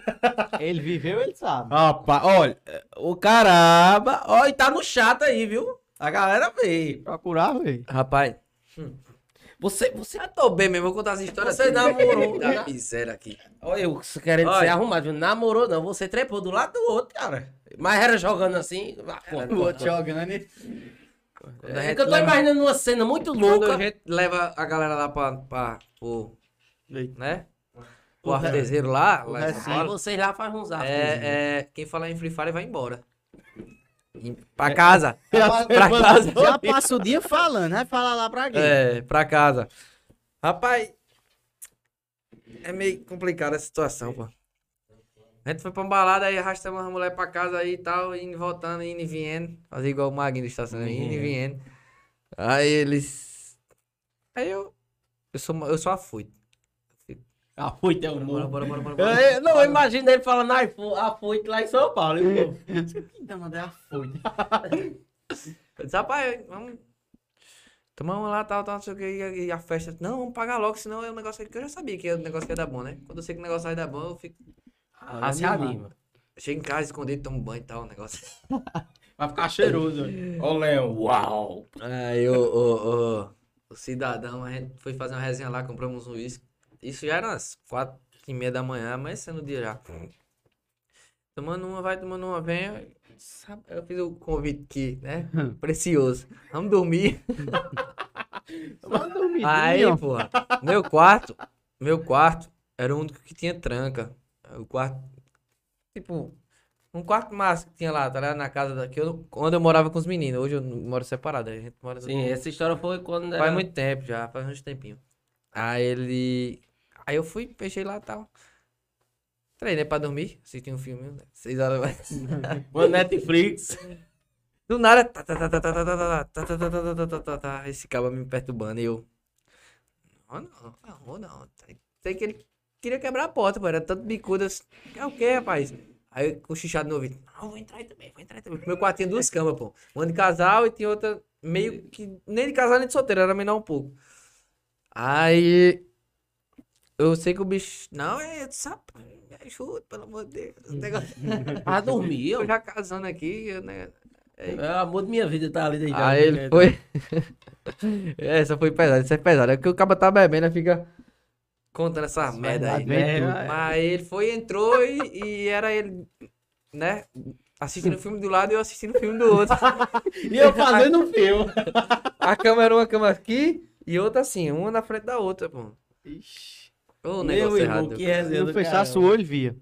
[SPEAKER 3] Ele viveu, ele sabe.
[SPEAKER 1] Rapaz, olha, o caramba, ó, e tá no chat aí, viu? A galera vê. Hum.
[SPEAKER 3] Procurar, velho.
[SPEAKER 4] Rapaz,
[SPEAKER 1] Você, você.
[SPEAKER 4] eu tô bem mesmo, vou contar essa história.
[SPEAKER 1] Você
[SPEAKER 4] assim.
[SPEAKER 1] namorou,
[SPEAKER 4] Tá
[SPEAKER 1] né?
[SPEAKER 4] Miséria aqui.
[SPEAKER 1] Olha, eu querendo
[SPEAKER 4] Olha.
[SPEAKER 1] ser arrumado, viu? namorou não, você trepou do lado do outro, cara. Mas era jogando assim. vá, conta,
[SPEAKER 3] O outro
[SPEAKER 1] conta.
[SPEAKER 3] jogando, né?
[SPEAKER 4] Quando a
[SPEAKER 1] É
[SPEAKER 4] gente
[SPEAKER 1] que eu tô
[SPEAKER 4] leva-
[SPEAKER 1] imaginando uma cena muito
[SPEAKER 4] então- Quando a
[SPEAKER 1] louca.
[SPEAKER 4] gente leva a galera lá pra, pra o,
[SPEAKER 3] Eita.
[SPEAKER 4] né? O arteseiro lá, lá em São
[SPEAKER 3] recinto.
[SPEAKER 1] Aí
[SPEAKER 4] Paulo.
[SPEAKER 1] vocês lá fazem uns né? afros.
[SPEAKER 4] assim. É, é, quem falar em Free Fire vai embora. Em- Pra casa.
[SPEAKER 3] Já,
[SPEAKER 4] pra casa.
[SPEAKER 3] já passa o dia falando, vai falar lá pra quê?
[SPEAKER 4] É, pra casa. Rapaz, é meio complicada a situação, pô. A gente foi pra uma balada aí, arrastamos as mulheres pra casa aí e tal, indo e voltando, indo e vindo. Fazer igual o Magno do estacionamento, indo e vindo. Aí eles. Aí eu. Eu sou, eu sou afoito.
[SPEAKER 1] Ah, foi teu
[SPEAKER 4] Bora, bora, bora, bora. bora.
[SPEAKER 2] É,
[SPEAKER 1] eu, não, eu imagino ele falando "Ai, fu- a foito lá em São Paulo. hein, pô?"
[SPEAKER 3] Que danada é a folha?
[SPEAKER 4] Eu disse, rapaz, vamos. Tomamos lá, tal, tal, não sei o que, e a festa. Não, vamos pagar logo, senão é um negócio que eu já sabia que o negócio ia dar bom, né? Quando eu sei que o negócio vai dar bom, eu fico.
[SPEAKER 1] Ah, se anima.
[SPEAKER 4] Chego em casa, escondido, tomo banho e tal, o negócio.
[SPEAKER 1] Vai ficar cheiroso. Ô, Leão. Uau.
[SPEAKER 4] Aí o, o, o, o cidadão, a gente foi fazer uma resenha lá, compramos um uísque. Isso já era umas quatro e meia da manhã, amanhecendo o dia já. Tomando uma, vai tomando uma, vem. Sabe, Eu fiz o convite aqui, né? Precioso. Vamos dormir. Aí, pô, meu quarto, meu quarto era o único que tinha tranca. O quarto, tipo, um quarto massa que tinha lá, tá ligado? Na casa daqui, eu, quando eu morava com os meninos. Hoje eu não- moro separado, a gente mora
[SPEAKER 1] Sim, essa história foi quando.
[SPEAKER 4] Faz muito tempo já, faz uns tempinho. Aí ele. Aí eu fui, fechei lá e tal. Treinei pra dormir, assisti um filme, né? seis horas da manhã.
[SPEAKER 1] Uma Netflix.
[SPEAKER 4] Do nada. tá, tá, tá, tá, tá, tá, tá, tá, tá, tá, tá, tá, tá, tá, tá, tá, Esse cabo me perturbando e eu. Não, não, não, vou não. Sei que ele queria quebrar a porta, pô. Era tanto bicudo. eu disse, É o que, rapaz? Aí eu com o xixado no ouvido. Não, vou entrar aí também, vou entrar aí também. Meu quarto tinha duas camas, pô. Uma de casal e tinha outra meio que. Nem de casal nem de solteiro, era menor um pouco. Aí. Eu sei que o bicho. Não, é sapo. Me ajuda, pelo amor de Deus. O negócio.
[SPEAKER 1] Ah, dormir,
[SPEAKER 4] Eu
[SPEAKER 1] eu.
[SPEAKER 4] já casando aqui, eu, né?
[SPEAKER 1] É, o amor de minha vida tá ali deitado.
[SPEAKER 4] Aí ele foi. Essa foi pesada, isso é pesada. É que o cara tá bebendo, aí fica. Contando essa merda aí.
[SPEAKER 3] Vem tudo.
[SPEAKER 4] Mas ele foi, entrou e, e era ele, né? Assistindo o filme do lado e eu assistindo o filme do outro.
[SPEAKER 3] E eu fazendo um filme.
[SPEAKER 4] A câmera, uma câmera aqui e outra assim, uma na frente da outra, pô. Ô,
[SPEAKER 1] Um
[SPEAKER 4] o negócio errado.
[SPEAKER 1] que resenha
[SPEAKER 3] Se
[SPEAKER 1] do
[SPEAKER 3] eu fechasse o
[SPEAKER 1] caramba.
[SPEAKER 3] olho, via.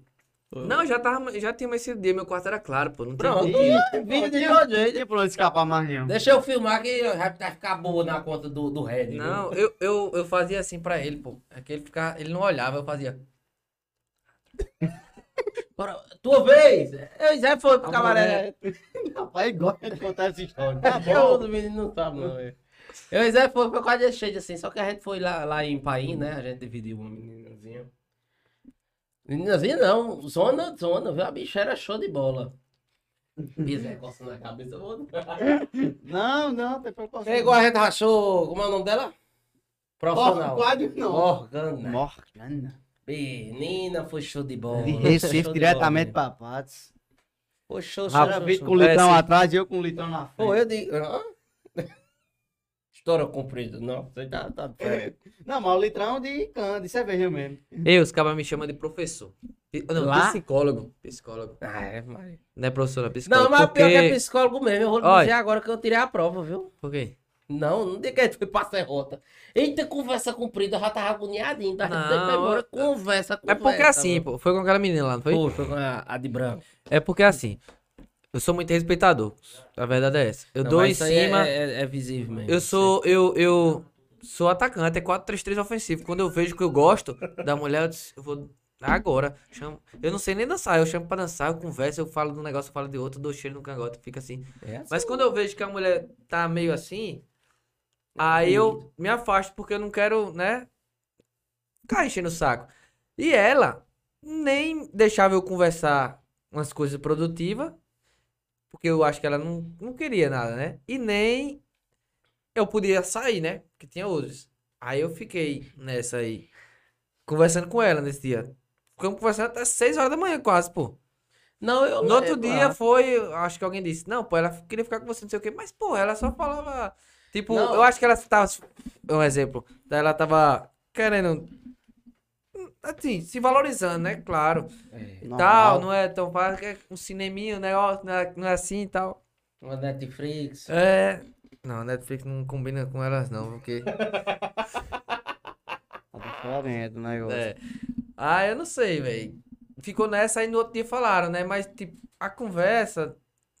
[SPEAKER 4] Não, já, tava, já tinha mais esse dia, meu quarto era claro, pô. Não tem
[SPEAKER 1] Pronto.
[SPEAKER 4] como.
[SPEAKER 3] Vídeo de todo jeito. Tem pra onde escapar mais nenhum.
[SPEAKER 1] Deixa eu filmar que vai vai ficar boa na conta do, do Red. viu?
[SPEAKER 4] Não, eu, eu, eu fazia assim pra ele, pô. É que ele ficava, ele não olhava, eu fazia.
[SPEAKER 1] Bora, tua vez! Eu já foi pro
[SPEAKER 4] A
[SPEAKER 1] cabaré.
[SPEAKER 3] Rapaz, gosta de contar essa história.
[SPEAKER 1] é. Tá bom, o menino não sabe, não, é. Eu e Zé foi pra quase cheio assim, só que a gente foi lá, lá em Paim, né? A gente dividiu uma meninazinha. Meninazinha não, zona, zona, viu? A bicha era show de bola. Bizé, coçando a cabeça. ô.
[SPEAKER 3] Não, não, depois eu posso.
[SPEAKER 1] É igual a gente rachou, como é o nome dela? Profissional.
[SPEAKER 3] quadro não.
[SPEAKER 1] Morgana.
[SPEAKER 3] Morgana.
[SPEAKER 1] Menina, foi show de bola.
[SPEAKER 3] De
[SPEAKER 1] Foi show
[SPEAKER 3] Recife,
[SPEAKER 1] de
[SPEAKER 3] diretamente
[SPEAKER 1] bola.
[SPEAKER 3] pra Patos.
[SPEAKER 1] Foi show, show,
[SPEAKER 3] Era
[SPEAKER 1] show,
[SPEAKER 3] vídeo
[SPEAKER 1] show.
[SPEAKER 3] com o litrão
[SPEAKER 4] Parece-
[SPEAKER 3] atrás e eu com o litrão na frente.
[SPEAKER 1] Pô, eu digo. Hã? História comprida, não. Você tá, tá diferente.
[SPEAKER 3] Não, mas o litrão de cana, de cerveja mesmo.
[SPEAKER 4] Ei, os cabas me chamam de professor. Pi- Não,
[SPEAKER 1] Lá?
[SPEAKER 4] psicólogo. Psicólogo.
[SPEAKER 1] Ah, é, mas...
[SPEAKER 4] Não é professor, é psicólogo.
[SPEAKER 1] Não, mas
[SPEAKER 4] porque...
[SPEAKER 1] pior que é psicólogo mesmo. Eu vou lhe
[SPEAKER 4] Olha.
[SPEAKER 1] dizer agora que eu tirei a prova, viu?
[SPEAKER 4] Por quê?
[SPEAKER 1] Não, não diga que a gente foi pra Serrota. Eita, conversa comprida, eu já tava agoniadinho. Tá?
[SPEAKER 4] Não,
[SPEAKER 1] Não, embora.
[SPEAKER 4] eu-
[SPEAKER 1] Conversa, conversa.
[SPEAKER 4] É porque assim,
[SPEAKER 1] mano.
[SPEAKER 4] pô. Foi com aquela menina lá, não foi?
[SPEAKER 1] Pô, tá foi com a, a de branco.
[SPEAKER 4] É porque assim. Eu sou muito respeitador. A verdade é essa. Eu
[SPEAKER 1] Não,
[SPEAKER 4] dou
[SPEAKER 1] mas
[SPEAKER 4] em
[SPEAKER 1] isso aí é-
[SPEAKER 4] cima.
[SPEAKER 1] É, é visível mesmo.
[SPEAKER 4] Eu sou. Eu, eu sou atacante, é 4-3-3 ofensivo. Quando eu vejo que eu gosto da mulher, eu, disse, eu vou. Agora. Chamo... Eu não sei nem dançar. Eu chamo pra dançar, eu converso, eu falo de um negócio, eu falo de outro, eu dou cheiro no cangote, fica assim.
[SPEAKER 1] É assim.
[SPEAKER 4] Mas quando eu vejo que a mulher tá meio assim, aí eu me afasto porque eu não quero, né? Ficar enchendo o saco. E ela nem deixava eu conversar umas coisas produtivas, porque eu acho que ela não, não queria nada, né? E nem eu podia sair, né? Porque tinha outros. Aí eu fiquei nessa aí, conversando com ela nesse dia. Ficamos conversando até 6 horas da manhã, quase, pô.
[SPEAKER 1] Não, eu
[SPEAKER 4] No outro
[SPEAKER 1] é,
[SPEAKER 4] dia foi, acho que alguém disse, não, pô, ela queria ficar com você, não sei o quê, mas, pô, ela só falava. Tipo,
[SPEAKER 1] Não.
[SPEAKER 4] eu acho que ela tava. Um exemplo. Ela tava querendo. Assim, se valorizando, né? Claro.
[SPEAKER 1] É,
[SPEAKER 4] E
[SPEAKER 3] Normal.
[SPEAKER 4] tal, não é tão fácil. É um cineminho, né? Ó, não é, não é assim e tal.
[SPEAKER 1] uma Netflix.
[SPEAKER 4] É. Não, Netflix não combina com elas, não, porque.
[SPEAKER 3] Tá diferente o negócio.
[SPEAKER 4] É. Ah, eu não sei, velho. Ficou nessa, aí no outro dia falaram, né? Mas, tipo, a conversa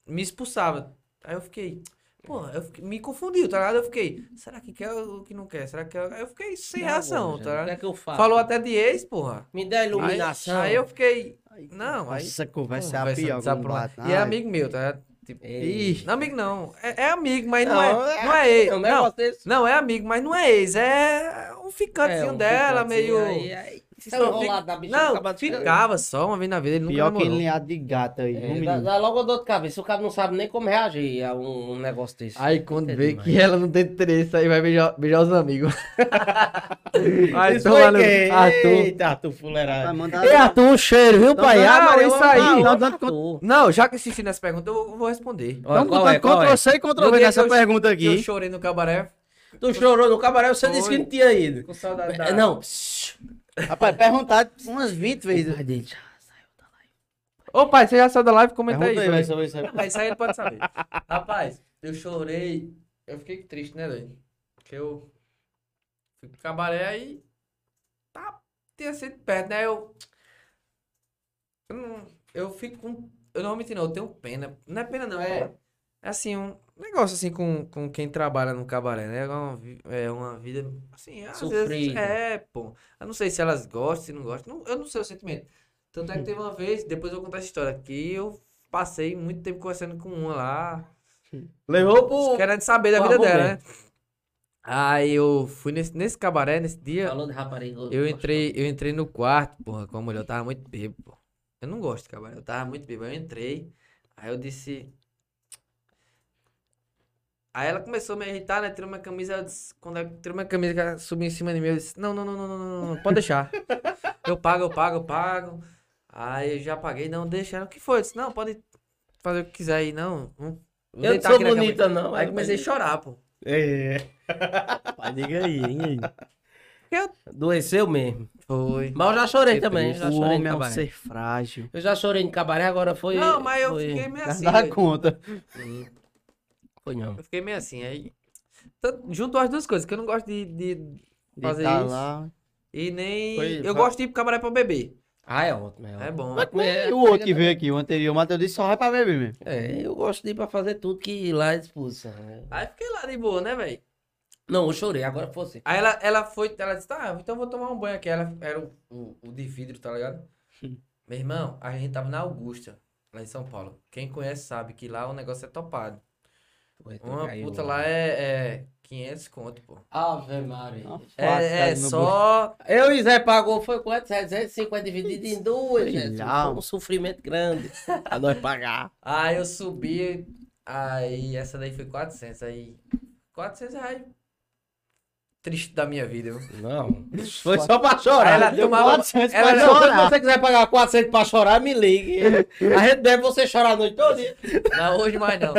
[SPEAKER 4] me expulsava. Aí eu fiquei. Pô, eu fiquei- me confundiu, tá ligado? Eu fiquei, será que quer ou que não quer? Será que quer? Aí eu fiquei sem
[SPEAKER 1] E
[SPEAKER 4] reação,
[SPEAKER 1] agora,
[SPEAKER 4] tá
[SPEAKER 1] gente? O
[SPEAKER 4] ligado?
[SPEAKER 1] que é que eu faço?
[SPEAKER 4] Falou até de ex, porra.
[SPEAKER 1] Me dá
[SPEAKER 4] Aí-
[SPEAKER 1] iluminação.
[SPEAKER 4] Aí, eu fiquei. Não, aí.
[SPEAKER 3] Essa conversa né? é a
[SPEAKER 4] conversa
[SPEAKER 3] pior. que não
[SPEAKER 4] desaprovada.
[SPEAKER 3] bate.
[SPEAKER 4] E é
[SPEAKER 3] Ai,
[SPEAKER 4] amigo meu, tá ligado? Tipo,
[SPEAKER 1] Ei.
[SPEAKER 4] não, amigo não. É, é amigo, mas não,
[SPEAKER 1] Não,
[SPEAKER 4] é.
[SPEAKER 1] é-
[SPEAKER 4] Não é ex.
[SPEAKER 1] O
[SPEAKER 4] não,
[SPEAKER 1] negócio desse-
[SPEAKER 4] não, é amigo, mas não é ex. É um ficantezinho Então,
[SPEAKER 1] um
[SPEAKER 4] dela,
[SPEAKER 1] picantezinho
[SPEAKER 4] meio.
[SPEAKER 1] aí, aí. Tá
[SPEAKER 4] Só
[SPEAKER 1] enrolado
[SPEAKER 4] fica-
[SPEAKER 1] da bicha, acaba
[SPEAKER 4] Não,
[SPEAKER 1] de chegar.
[SPEAKER 4] ficava só uma vez na vida, ele nunca
[SPEAKER 3] Pior que
[SPEAKER 4] namorou.
[SPEAKER 3] enlinhado de gato aí. um
[SPEAKER 1] É, dá,
[SPEAKER 3] menino.
[SPEAKER 1] dá logo a dor de cabeça. O cara não sabe nem como reagir a um, um negócio desse.
[SPEAKER 2] Aí quando
[SPEAKER 1] É
[SPEAKER 2] vê
[SPEAKER 1] demais.
[SPEAKER 2] que ela não tem interesse, aí vai beijar, beijar os amigos. Vai
[SPEAKER 1] Isso foi
[SPEAKER 2] tomar no...
[SPEAKER 1] quem?
[SPEAKER 2] Arthur.
[SPEAKER 1] Eita, Arthur fuleirado.
[SPEAKER 3] Vai mandar.
[SPEAKER 2] Ei, Arthur, um cheiro, viu,
[SPEAKER 3] Não,
[SPEAKER 2] pai?
[SPEAKER 3] não,
[SPEAKER 2] Ah, mas
[SPEAKER 3] eu-
[SPEAKER 2] isso aí.
[SPEAKER 3] não,
[SPEAKER 2] Não,
[SPEAKER 3] não,
[SPEAKER 2] não,
[SPEAKER 1] Arthur.
[SPEAKER 4] já que assisti nessa pergunta, eu vou responder.
[SPEAKER 1] Olha,
[SPEAKER 3] Vamos
[SPEAKER 1] qual
[SPEAKER 3] contar
[SPEAKER 1] é, qual é?
[SPEAKER 3] Ctrl C e Ctrl
[SPEAKER 4] No
[SPEAKER 3] V
[SPEAKER 4] dia
[SPEAKER 3] nessa
[SPEAKER 4] que eu-
[SPEAKER 3] pergunta
[SPEAKER 4] Eu
[SPEAKER 3] aqui.
[SPEAKER 4] chorei no cabaré.
[SPEAKER 1] Tu chorou no cabaré, você disse que não tinha ido.
[SPEAKER 4] Com saudade
[SPEAKER 1] É, Não. Shhh.
[SPEAKER 3] Rapaz, perguntar umas 20 vezes.
[SPEAKER 2] Ô, pai, você já saiu da live? Comenta
[SPEAKER 1] tá
[SPEAKER 3] Pergunta
[SPEAKER 2] aí.
[SPEAKER 3] aí, vai saber isso aí.
[SPEAKER 4] Ah, isso aí ele pode saber. Rapaz, eu chorei. Eu fiquei triste, né, doido? Porque eu fui pro cabaré e. Tá. Tinha sido perto, né? Eu. Eu, não- eu fico com. Eu não menti, não. Eu tenho pena. Não é pena, não. É. É assim, um negócio assim com, com quem trabalha no cabaré, né? É uma, vi- é uma vida. Assim, às vezes.
[SPEAKER 1] Sofrida.
[SPEAKER 4] É, pô. Eu não sei se elas gostam, se não gostam. Não- eu não sei o sentimento. Tanto é que teve
[SPEAKER 1] Uhum.
[SPEAKER 4] uma vez, depois eu vou contar essa história, que eu passei muito tempo conversando com uma lá,
[SPEAKER 3] Levou pro.
[SPEAKER 4] querendo saber da
[SPEAKER 1] Pô,
[SPEAKER 4] vida
[SPEAKER 1] bom
[SPEAKER 4] dela, né?
[SPEAKER 1] mesmo.
[SPEAKER 4] Aí eu fui nesse, nesse cabaré, nesse dia,
[SPEAKER 1] Falou de rapariga.
[SPEAKER 4] eu entrei, eu entrei no quarto, porra, com a mulher, eu tava muito bêbado, porra. Eu não gosto de cabaré. Eu tava muito bêbado. Eu entrei. Aí eu disse. Aí ela começou a me irritar, né? Tirou minha camisa. eu disse- Quando ela tirou minha camisa, que ela subiu em cima de mim. Eu disse: Não, não, não, não, não, não, não, não, pode deixar. Eu pago, eu pago, eu pago. Aí eu já paguei, não, deixa. Ela, O que foi? Eu disse: Não, pode fazer o que quiser aí, não. não vou
[SPEAKER 1] Eu não
[SPEAKER 4] deitar
[SPEAKER 1] sou
[SPEAKER 4] aqui na cama."
[SPEAKER 1] bonita, não.
[SPEAKER 4] Aí comecei a chorar, pô.
[SPEAKER 1] É, é.
[SPEAKER 2] Pai, diga aí, hein?
[SPEAKER 1] Doeceu mesmo.
[SPEAKER 4] Foi.
[SPEAKER 1] Mas eu já chorei também. Já
[SPEAKER 3] o
[SPEAKER 1] chorei
[SPEAKER 3] homem
[SPEAKER 1] em
[SPEAKER 3] é um
[SPEAKER 1] cabaré.
[SPEAKER 3] ser frágil.
[SPEAKER 1] Eu já chorei em cabaré, agora foi.
[SPEAKER 4] Não, mas eu
[SPEAKER 1] foi- Tá
[SPEAKER 4] fiquei meio
[SPEAKER 3] Assim,
[SPEAKER 4] assim.
[SPEAKER 3] dá
[SPEAKER 4] velho.
[SPEAKER 3] conta.
[SPEAKER 1] Foi não.
[SPEAKER 4] Eu fiquei meio assim, aí. tanto- Junto as duas coisas, que eu não gosto de, de
[SPEAKER 3] De
[SPEAKER 4] fazer
[SPEAKER 3] tá
[SPEAKER 4] isso.
[SPEAKER 3] lá.
[SPEAKER 4] E nem.
[SPEAKER 3] Foi-
[SPEAKER 4] eu
[SPEAKER 3] vai.
[SPEAKER 4] gosto de ir pro cabaré pra beber.
[SPEAKER 1] Ah, é ótimo. É,
[SPEAKER 4] É
[SPEAKER 1] ótimo.
[SPEAKER 4] bom.
[SPEAKER 1] É,
[SPEAKER 3] E o outro que veio aqui, o anterior, o Matheus disse só vai pra beber mesmo.
[SPEAKER 1] É, eu gosto de ir pra fazer tudo que lá é disposição. né?
[SPEAKER 4] Aí fiquei lá de boa, né, velho?
[SPEAKER 1] Não, eu chorei, agora assim. fosse.
[SPEAKER 4] Aí ela, ela foi, ela disse, tá, então eu vou tomar um banho aqui. Ela era o, o, o de vidro, tá ligado? Meu irmão, a gente tava na Augusta, lá em São Paulo. Quem conhece sabe que lá o negócio é topado. Uma puta lá é, é 500 conto, pô.
[SPEAKER 1] Ave Maria.
[SPEAKER 3] Uma facada
[SPEAKER 4] É, é
[SPEAKER 3] no
[SPEAKER 4] só.
[SPEAKER 1] Eu e Zé pagou, foi quantos? 750 dividido em duas,
[SPEAKER 3] Sei
[SPEAKER 1] Jesus.
[SPEAKER 3] lá.
[SPEAKER 1] Foi um sofrimento grande.
[SPEAKER 3] Pra nós pagar.
[SPEAKER 4] Aí eu subi, aí essa daí foi 400, aí 400 reais. Triste da minha vida. viu?
[SPEAKER 1] Não, foi só pra chorar.
[SPEAKER 4] Ela
[SPEAKER 1] Deu
[SPEAKER 4] tomava-
[SPEAKER 1] 400
[SPEAKER 4] ela-
[SPEAKER 3] é
[SPEAKER 1] pra chorar. Se você quiser pagar 400 pra chorar, me ligue. A gente deve você chorar a noite toda.
[SPEAKER 4] Não, hoje mais não.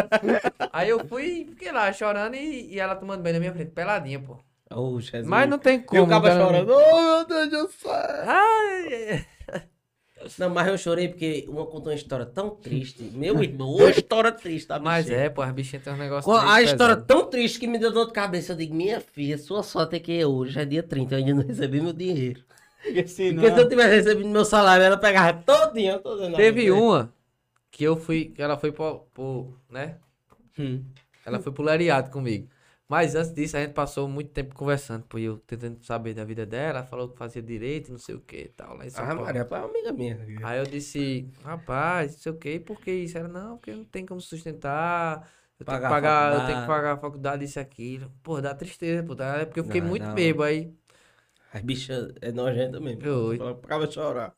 [SPEAKER 4] Aí eu fui, e fiquei lá chorando e, e ela tomando banho na minha frente, peladinha, pô.
[SPEAKER 1] Oh, Jesus.
[SPEAKER 4] Mas não tem
[SPEAKER 1] E
[SPEAKER 4] como. né?
[SPEAKER 1] o cabo
[SPEAKER 4] cara.
[SPEAKER 1] chorando.
[SPEAKER 3] Oh, meu Deus do céu.
[SPEAKER 4] Ai,
[SPEAKER 1] Não, mas eu chorei porque uma contou uma história tão triste. Meu irmão, uma história triste, tá
[SPEAKER 4] mas
[SPEAKER 1] bichinha?
[SPEAKER 4] é, pô, as bichinhas tem um negócio.
[SPEAKER 1] Com a
[SPEAKER 4] triste,
[SPEAKER 1] história
[SPEAKER 4] pesado.
[SPEAKER 1] tão triste que me deu dor de cabeça. Eu digo, minha filha, sua sorte é que hoje é dia 30, eu ainda não recebi meu dinheiro.
[SPEAKER 3] Esqueci, não. é.
[SPEAKER 1] Porque se eu tivesse recebido meu salário, ela pegava todinho. eu tô dizendo,
[SPEAKER 4] Teve um-
[SPEAKER 1] não,
[SPEAKER 4] uma que eu fui, que ela foi pro, pro né?
[SPEAKER 3] Hum.
[SPEAKER 4] Ela foi pro lariado comigo. Mas antes disso, a gente passou muito tempo conversando, pô, e eu tentando saber da vida dela, ela falou que fazia direito, não sei o que e tal, lá em São
[SPEAKER 1] Ah,
[SPEAKER 4] Paulo.
[SPEAKER 1] Maria, pá, é uma amiga minha.
[SPEAKER 4] Aí eu disse, rapaz, não sei o que, por que isso? Ela, não, porque não tem como sustentar, eu
[SPEAKER 1] Pagar
[SPEAKER 4] tenho que
[SPEAKER 1] a
[SPEAKER 4] pagar, eu
[SPEAKER 1] faculdade.
[SPEAKER 4] tenho que pagar a faculdade, isso e aquilo. Pô, dá tristeza, pô, dá, é porque eu fiquei
[SPEAKER 1] Dá,
[SPEAKER 4] muito
[SPEAKER 1] dá.
[SPEAKER 4] bêbado aí.
[SPEAKER 1] As bichas é nojenta mesmo.
[SPEAKER 4] Oi.
[SPEAKER 1] Ela ficava chorar.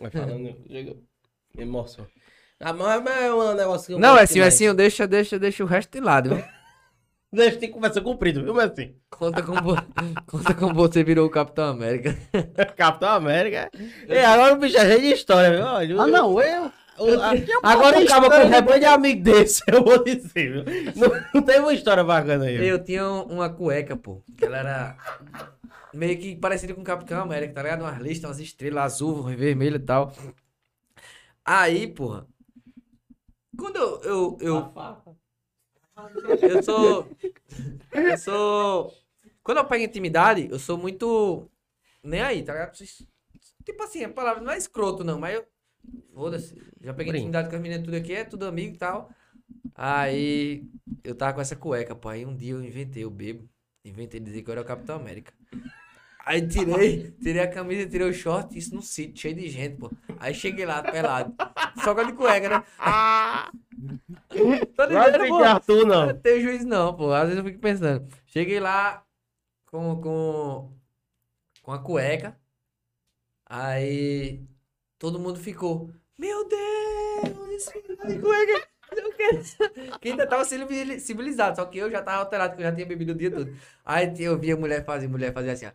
[SPEAKER 1] Vai falando, chega, me emociono. Ah, mas mas é um negócio que eu
[SPEAKER 4] Não,
[SPEAKER 1] gosto
[SPEAKER 4] é assim, é
[SPEAKER 1] demais.
[SPEAKER 4] assim, eu deixa, deixa, deixa o resto de lado, viu?
[SPEAKER 1] Deixa de conversa cumprida, viu, mas assim?
[SPEAKER 4] Conta como, vo- conta como você virou o Capitão América.
[SPEAKER 3] Capitão América.
[SPEAKER 1] E agora o bicho é cheio de história, viu? Olha,
[SPEAKER 3] Ah, não, eu.
[SPEAKER 1] O- a- agora o cara com um
[SPEAKER 3] história.
[SPEAKER 1] rebanho de amigo desse, eu vou dizer. viu? Não, não tem uma história bacana aí.
[SPEAKER 4] Eu tinha um- uma cueca, pô, que ela era meio que parecida com o Capitão América, tá ligado? Umas listas, umas estrelas azul, vermelho e tal. Aí, porra, quando eu, eu, eu Eu sou. Eu sou. Quando eu pego intimidade, eu sou muito. Nem aí, tá ligado? Vocês- Tipo assim, a palavra não é escroto, não, mas eu. Foda-se. Já peguei
[SPEAKER 1] Brinca.
[SPEAKER 4] intimidade com as meninas tudo aqui, é tudo amigo e tal. Aí eu tava com essa cueca, pô. Aí um dia eu inventei, eu bebo. Inventei dizer que eu era o Capitão América. Aí tirei, tirei a camisa, tirei o short, isso num sítio cheio de gente, pô. Aí cheguei lá, pelado. Só com a de cueca, né? Tá Todo
[SPEAKER 1] Não
[SPEAKER 4] dia,
[SPEAKER 1] tem que é Arthur,
[SPEAKER 4] não
[SPEAKER 1] não.
[SPEAKER 4] tem juiz não, pô. Às vezes eu fico pensando. Cheguei lá com, com, com a cueca. Aí todo mundo ficou. Meu Deus, esse cara de cueca. não sei o quê." Que ainda tava civili- civilizado, só que eu já tava alterado, porque eu já tinha bebido o dia todo. Aí eu vi a mulher fazer, mulher fazer assim, ó.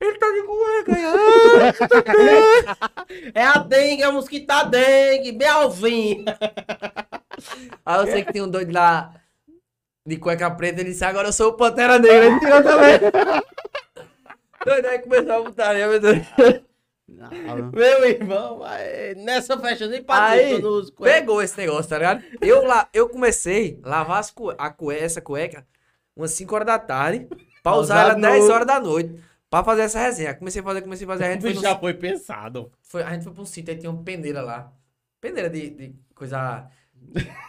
[SPEAKER 4] Ele tá de cueca, e, "Ah,
[SPEAKER 1] É a dengue, é a mosquita dengue, Belvin.
[SPEAKER 4] Aí eu sei que tem um doido lá de cueca preta, ele disse, agora eu sou o Pantera Negra, ele tirou também. doido aí começou a botar, né, meu Deus.
[SPEAKER 3] Ah, Não,
[SPEAKER 1] Meu irmão, mas nessa festa eu nem
[SPEAKER 4] Aí,
[SPEAKER 1] participo nos cuecos.
[SPEAKER 4] pegou esse negócio, tá ligado? Eu, lá, eu comecei a lavar as cue a cue essa cueca umas 5 horas da tarde, pra usar
[SPEAKER 3] Usar
[SPEAKER 4] ela
[SPEAKER 3] no-
[SPEAKER 4] 10 horas da noite, pra fazer essa resenha. Comecei a fazer, comecei a fazer, a
[SPEAKER 1] O
[SPEAKER 4] gente foi,
[SPEAKER 1] bicho
[SPEAKER 4] num-
[SPEAKER 1] já foi pensado.
[SPEAKER 4] foi- a gente foi pra um sítio, aí tinha uma peneira lá. Peneira de, de coisa...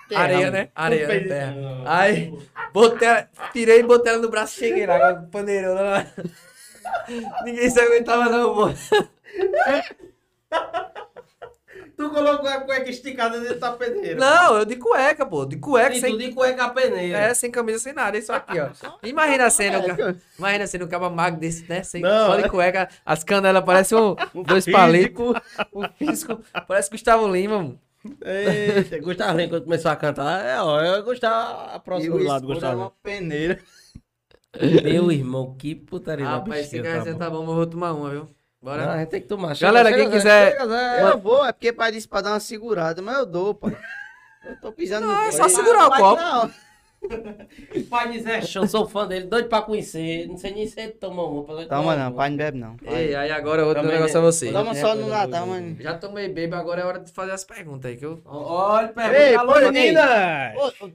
[SPEAKER 1] Terra,
[SPEAKER 4] Areia,
[SPEAKER 1] mano.
[SPEAKER 4] né? Areia, né?
[SPEAKER 1] fez isso,
[SPEAKER 4] terra.
[SPEAKER 1] não.
[SPEAKER 4] Aí, botei, ela- tirei e botei ela no braço, cheguei lá, com a paneirona lá. Ninguém se aguentava não, pô.
[SPEAKER 3] Tu colocou a cueca esticada dentro da pedreira.
[SPEAKER 4] Não, eu de cueca, pô. De cueca,
[SPEAKER 1] Tem
[SPEAKER 4] sem,
[SPEAKER 1] tudo em cueca peneira.
[SPEAKER 4] é, sem camisa, sem nada. Isso aqui, ó. Imagina a cena, o ca- imagina a cena, o cabo magro desse, né? Sem,
[SPEAKER 2] Não,
[SPEAKER 4] só de cueca, as canelas parecem um, dois palitos. O físico parece Gustavo Lima, mano. assim.
[SPEAKER 1] Eita, Gustavo Lima, quando começou a cantar, é, ó, eu gostava a
[SPEAKER 3] E
[SPEAKER 1] próxima
[SPEAKER 3] o
[SPEAKER 1] do
[SPEAKER 3] lado
[SPEAKER 1] lado,
[SPEAKER 3] gostava.
[SPEAKER 1] Gustavo.
[SPEAKER 4] né?
[SPEAKER 3] uma peneira.
[SPEAKER 1] Meu irmão, que putaria é da
[SPEAKER 4] Ah, Rapaz, esse
[SPEAKER 1] bexiga,
[SPEAKER 4] garrazinho tá bom, mas eu vou tomar uma, viu?
[SPEAKER 1] bom.
[SPEAKER 4] Bora.
[SPEAKER 1] Não, a gente tem que tomar.
[SPEAKER 4] Galera,
[SPEAKER 1] Chega,
[SPEAKER 4] quem
[SPEAKER 1] chega,
[SPEAKER 4] quiser-
[SPEAKER 1] chega, Zé.
[SPEAKER 3] Eu vou, é porque pai disse pra dar uma segurada, mas eu dou, pai. Eu tô pisando
[SPEAKER 4] Não,
[SPEAKER 3] no
[SPEAKER 4] é
[SPEAKER 3] pé.
[SPEAKER 4] só segurar o
[SPEAKER 3] Mas
[SPEAKER 4] copo.
[SPEAKER 3] não.
[SPEAKER 1] Pai de Zé Chão, sou fã dele, doido pra conhecer. Não sei nem se ele toma uma. pelo menos
[SPEAKER 3] Toma
[SPEAKER 1] toma
[SPEAKER 3] não,
[SPEAKER 1] uma.
[SPEAKER 3] pai não bebe não. pai.
[SPEAKER 4] Ei, aí agora outro
[SPEAKER 1] Também
[SPEAKER 4] negócio
[SPEAKER 1] é-
[SPEAKER 4] a você.
[SPEAKER 3] Toma
[SPEAKER 1] tem
[SPEAKER 3] só
[SPEAKER 1] a
[SPEAKER 3] no
[SPEAKER 1] coisa
[SPEAKER 3] Natal,
[SPEAKER 1] do-
[SPEAKER 3] mano.
[SPEAKER 4] Já tomei bebo, agora é hora de fazer as perguntas aí que eu.
[SPEAKER 1] Ó, Olha,
[SPEAKER 3] Ei,
[SPEAKER 1] pergunta. É, alô,
[SPEAKER 3] põe
[SPEAKER 1] menina.
[SPEAKER 3] Ô, ô,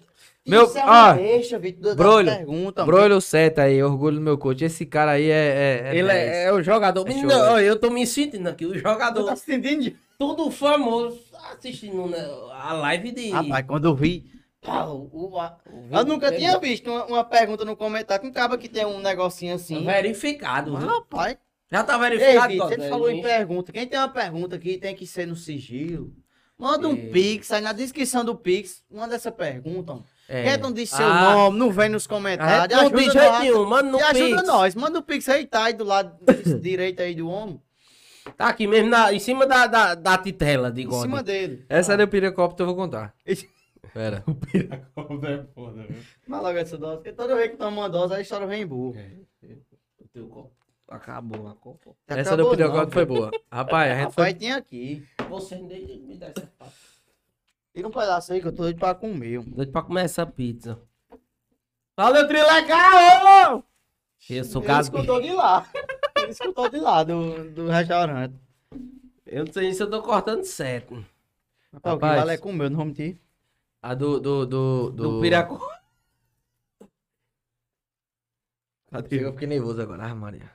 [SPEAKER 4] Meu-
[SPEAKER 3] isso é uma
[SPEAKER 4] ah,
[SPEAKER 3] besta, Vitor, das
[SPEAKER 4] Brolho,
[SPEAKER 3] perguntas, mano.
[SPEAKER 4] Brolho 7 aí, orgulho do meu coach. Esse cara aí é. é,
[SPEAKER 1] Ele é, é o jogador.
[SPEAKER 4] É
[SPEAKER 1] Menina,
[SPEAKER 4] show,
[SPEAKER 1] ó, eu tô me sentindo aqui, o
[SPEAKER 3] Tu tá
[SPEAKER 1] jogador.
[SPEAKER 3] se entendendo?
[SPEAKER 1] Todo famoso assistindo né, a live de.
[SPEAKER 3] Rapaz, quando eu vi. pá, o- o- a- eu nunca tinha visto uma, uma pergunta no comentário com um cara que tem um negocinho assim.
[SPEAKER 1] Verificado.
[SPEAKER 3] Mas,
[SPEAKER 1] viu?
[SPEAKER 3] Rapaz,
[SPEAKER 1] Já tá
[SPEAKER 3] ei,
[SPEAKER 1] verificado, É.
[SPEAKER 3] Vitor,
[SPEAKER 1] Cosé,
[SPEAKER 3] você falou em
[SPEAKER 1] hein?
[SPEAKER 3] pergunta. Quem tem uma pergunta aqui tem que ser no sigilo. Manda um
[SPEAKER 1] Ei.
[SPEAKER 3] pix, aí na descrição do pix, manda essa pergunta. mano.
[SPEAKER 1] É.
[SPEAKER 3] Quem não diz seu
[SPEAKER 4] Ah.
[SPEAKER 3] nome, não vem nos
[SPEAKER 1] Ah,
[SPEAKER 3] comentários.
[SPEAKER 1] Não tem
[SPEAKER 3] Ajuda
[SPEAKER 1] jeito
[SPEAKER 3] nós,
[SPEAKER 1] nenhum, manda no
[SPEAKER 3] e ajuda
[SPEAKER 1] Pix.
[SPEAKER 3] nós. Manda o pix aí, tá aí do lado direito aí do homem.
[SPEAKER 1] Tá aqui mesmo, na, em cima da, da, da titela de
[SPEAKER 3] Em
[SPEAKER 1] God.
[SPEAKER 3] cima dele.
[SPEAKER 4] Essa é do pirocóptero, eu vou contar. Pera.
[SPEAKER 5] Como é foda, viu?
[SPEAKER 3] Mas logo essa dose. Porque toda vez que toma uma dose, a história vem burro.
[SPEAKER 1] O teu copo Acabou a copa.
[SPEAKER 4] Essa do pirocóptero foi boa. Rapaz, a gente foi.
[SPEAKER 3] Tá Rapaz, tem aqui.
[SPEAKER 1] Você nem me dá essa pata.
[SPEAKER 3] Tira um pedaço aí que eu tô doido pra comer. mano.
[SPEAKER 1] Doido pra comer essa pizza. Valeu, Trilegal! ô! Eu sou
[SPEAKER 3] Ele
[SPEAKER 1] gago.
[SPEAKER 3] escutou de lá. Ele escutou de lá do, do restaurante.
[SPEAKER 1] Eu não sei se eu tô cortando certo.
[SPEAKER 3] Rapaz, o que
[SPEAKER 4] Rapaz.
[SPEAKER 3] vale é comer, eu não vou mentir.
[SPEAKER 4] A do. Do. Do.
[SPEAKER 1] Do, piracó.
[SPEAKER 4] Chega, eu fiquei nervoso agora. Ah, Maria.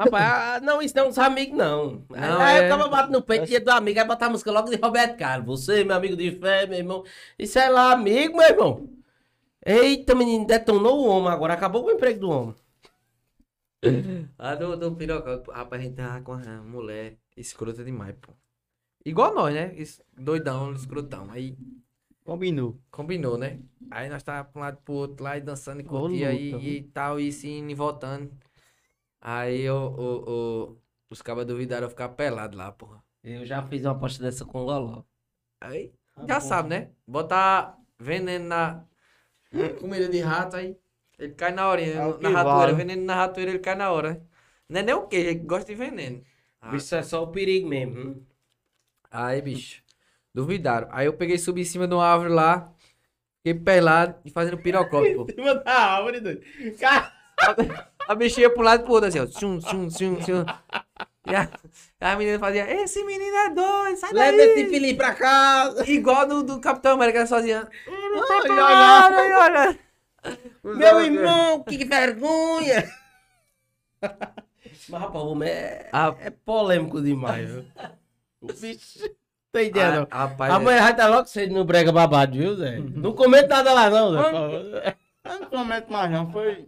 [SPEAKER 1] Rapaz, ah, não, isso não é dos amigos, não. Aí-
[SPEAKER 4] Não,
[SPEAKER 1] aí
[SPEAKER 4] é.
[SPEAKER 1] o cara bate no peito, dia do amigo, aí botar a música logo de Roberto Carlos. Você, meu amigo de fé, meu irmão. Isso é lá, amigo, meu irmão. Eita, menino, detonou o homem agora, acabou com o emprego do homem.
[SPEAKER 4] A Ah, do, do pirocóptero. Rapaz, a gente tava com a mulher escrota demais, pô. Igual nós, né? Es- Doidão, escrotão. Aí
[SPEAKER 3] Combinou.
[SPEAKER 4] combinou, né? Aí nós tava pra um lado pro outro lá e dançando e
[SPEAKER 1] Ô,
[SPEAKER 4] curtia e,
[SPEAKER 1] luta,
[SPEAKER 4] e tal, e se indo e voltando. Aí o, o, o- os cabas duvidaram eu ficar pelado lá, porra.
[SPEAKER 1] Eu já fiz uma aposta dessa com o Loló.
[SPEAKER 4] Aí
[SPEAKER 3] Tá
[SPEAKER 4] já sabe, né? Botar veneno na comida de rato aí. Ele cai na hora,
[SPEAKER 3] É o que
[SPEAKER 4] na ratoeira.
[SPEAKER 3] vale.
[SPEAKER 4] Veneno na ratoeira, ele cai na hora. né? Não é nem o queijo, ele gosta de veneno. Ah,
[SPEAKER 1] Isso é só o perigo mesmo. hum?
[SPEAKER 4] Aí, bicho, duvidaram. Aí eu peguei, subi em cima de uma árvore lá, fiquei pelado e fazendo pirocópio, pô.
[SPEAKER 1] Em cima da árvore, doido. Cara,
[SPEAKER 4] A bicha ia pro lado e pro outro, assim, ó. Tchum, tchum, tchum, tchum. E a, a menina fazia, esse menino é doido, sai
[SPEAKER 1] Leva
[SPEAKER 4] daí.
[SPEAKER 1] esse filhinho pra casa.
[SPEAKER 4] Igual do, do Capitão América, ela sozinha.
[SPEAKER 3] Ah, e olha.
[SPEAKER 4] Olha, olha, olha.
[SPEAKER 1] Meu irmão, que vergonha. Mas, rapaz, o homem é,
[SPEAKER 4] Ah,
[SPEAKER 1] é polêmico demais, viu? O bicho. Tô entendendo.
[SPEAKER 4] ah, rapaz,
[SPEAKER 1] A mulher vai estar logo cedo no brega babado, viu, Zé? Não comenta nada lá, não, Zé. por favor.
[SPEAKER 3] Eu não comento mais não, foi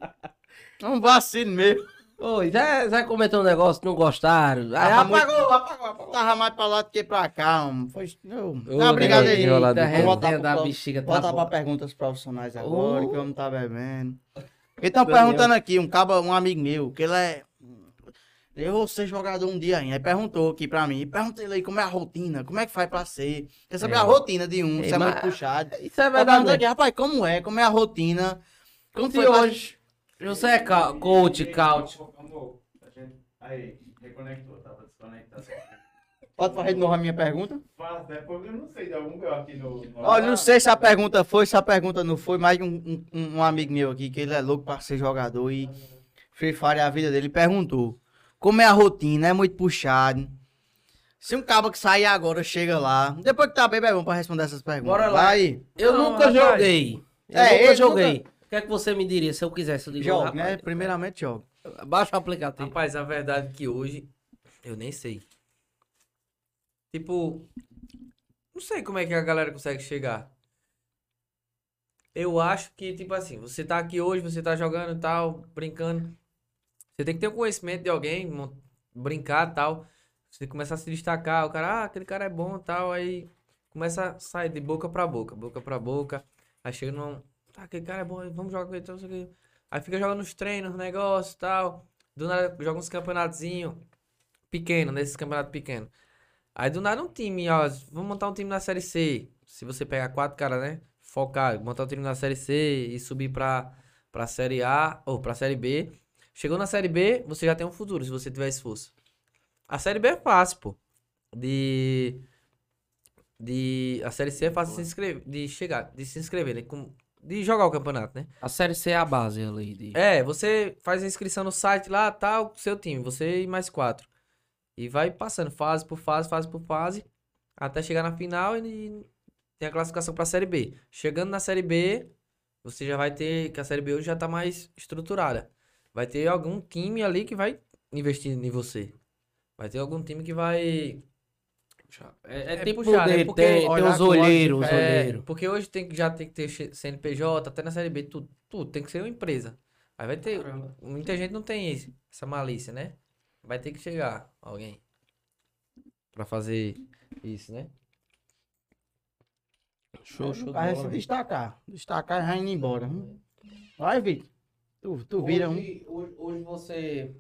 [SPEAKER 3] um vacilo mesmo.
[SPEAKER 1] Oi, Zé, Zé comentou um negócio, não gostaram. Aí
[SPEAKER 3] Tava
[SPEAKER 1] apagou.
[SPEAKER 3] muito- Tava mais pra lá do que pra cá, mano. Foi... Não,
[SPEAKER 4] Ô,
[SPEAKER 3] Tá, obrigado
[SPEAKER 4] negócio
[SPEAKER 3] aí.
[SPEAKER 4] de rolar do
[SPEAKER 1] Eita,
[SPEAKER 4] cu.
[SPEAKER 3] Vamos voltar
[SPEAKER 1] resenha
[SPEAKER 3] pro
[SPEAKER 1] da
[SPEAKER 3] pau.
[SPEAKER 1] bexiga, tá
[SPEAKER 3] Voltar pra
[SPEAKER 1] bom.
[SPEAKER 3] perguntas profissionais agora,
[SPEAKER 1] Oh.
[SPEAKER 3] que eu não tá bebendo. Então, perguntando aqui, um cabo, um amigo meu, que ele é. Eu vou ser jogador um dia ainda. Aí perguntou aqui pra mim. Pergunta ele aí como é a rotina, como é que faz pra ser. Quer saber
[SPEAKER 4] É.
[SPEAKER 3] a rotina de um,
[SPEAKER 1] Ei,
[SPEAKER 3] se é muito
[SPEAKER 1] mas-
[SPEAKER 3] puxado.
[SPEAKER 1] Isso é
[SPEAKER 3] Aí pergunta
[SPEAKER 1] verdade.
[SPEAKER 3] Tá aqui, rapaz, como é? Como é a rotina? Como
[SPEAKER 1] Se
[SPEAKER 3] foi pra-
[SPEAKER 1] hoje, você é ca- coach, coach.
[SPEAKER 5] é Amor, a gente- Aí, reconectou, tá, tava desconectado.
[SPEAKER 3] Pode fazer de novo a minha pergunta?
[SPEAKER 5] Faz, né? Porque eu não sei, dá algum grau aqui no. no-
[SPEAKER 3] Olha, não sei se a pergunta foi, se a pergunta não foi, mas um, um- um amigo meu aqui, que ele é louco pra ser jogador e Free Fire é a vida dele, perguntou: como é a rotina? É muito puxado. Se um cabo que sair agora chega lá, depois que tá bem, é bom pra responder essas perguntas.
[SPEAKER 1] Bora lá.
[SPEAKER 3] Aí,
[SPEAKER 1] Eu
[SPEAKER 4] Não,
[SPEAKER 1] nunca
[SPEAKER 4] rapaz.
[SPEAKER 1] joguei. Eu
[SPEAKER 3] É,
[SPEAKER 1] nunca
[SPEAKER 3] ele
[SPEAKER 1] joguei. O que é que você me diria se eu quisesse? Eu digo,
[SPEAKER 3] jogo,
[SPEAKER 1] rapaz,
[SPEAKER 3] né? Primeiramente, jogo.
[SPEAKER 1] Baixa o aplicativo.
[SPEAKER 4] Rapaz, a verdade é que hoje eu nem sei. Tipo, não sei como é que a galera consegue chegar. Eu acho que, tipo assim, você tá aqui hoje, você tá jogando e tal, brincando. Você tem que ter o conhecimento de alguém, mon- brincar e tal. Você começa a se destacar, o cara, ah, aquele cara é bom e tal, aí começa a sair de boca pra boca, boca pra boca. Aí chega num. Tá, aquele cara é bom, vamos jogar com ele, tal, não sei o quê. Aí fica jogando nos treinos, negócio e tal. Do nada joga uns campeonatozinhos pequeno, nesses campeonatos pequenos. Aí do nada um time, ó, vamos montar um time na Série C. Se você pegar quatro caras, né? Focar, montar um time na Série C e subir pra, pra Série A ou pra Série B. Chegou na Série B, você já tem um futuro, se você tiver esforço. A Série B é fácil, pô. De... De... A Série C é fácil de se inscrever, de chegar, de se inscrever, né? Com- de jogar o campeonato, né?
[SPEAKER 1] A série C é a base ali. De...
[SPEAKER 4] É, você faz a inscrição no site lá, tal, seu time, você e mais quatro. E vai passando fase por fase, fase por fase, até chegar na final e tem a classificação pra Série B. Chegando na Série B, você já vai ter, que a Série B hoje já tá mais estruturada. Vai ter algum time ali que vai investir em você. Vai ter algum time que vai...
[SPEAKER 1] É,
[SPEAKER 4] é
[SPEAKER 1] tipo
[SPEAKER 4] puxado, é
[SPEAKER 1] dele,
[SPEAKER 4] porque
[SPEAKER 1] tem, tem
[SPEAKER 3] olhar
[SPEAKER 1] os
[SPEAKER 3] com olhos de
[SPEAKER 1] olheiros, os
[SPEAKER 4] É,
[SPEAKER 1] olheiros.
[SPEAKER 4] porque hoje tem que já tem que ter che- CNPJ, até na Série B, tudo, tudo, tem que ser uma empresa. Aí vai ter,
[SPEAKER 1] Caramba.
[SPEAKER 4] muita gente não tem esse- essa malícia, né? Vai ter que chegar alguém pra fazer isso, né?
[SPEAKER 1] Show, show de
[SPEAKER 3] Vai
[SPEAKER 1] bola,
[SPEAKER 3] se
[SPEAKER 1] velho.
[SPEAKER 3] destacar. Destacar e já indo embora. hum. Vai, Vitor. Tu, tu vira um.
[SPEAKER 1] Hoje, hoje- hoje você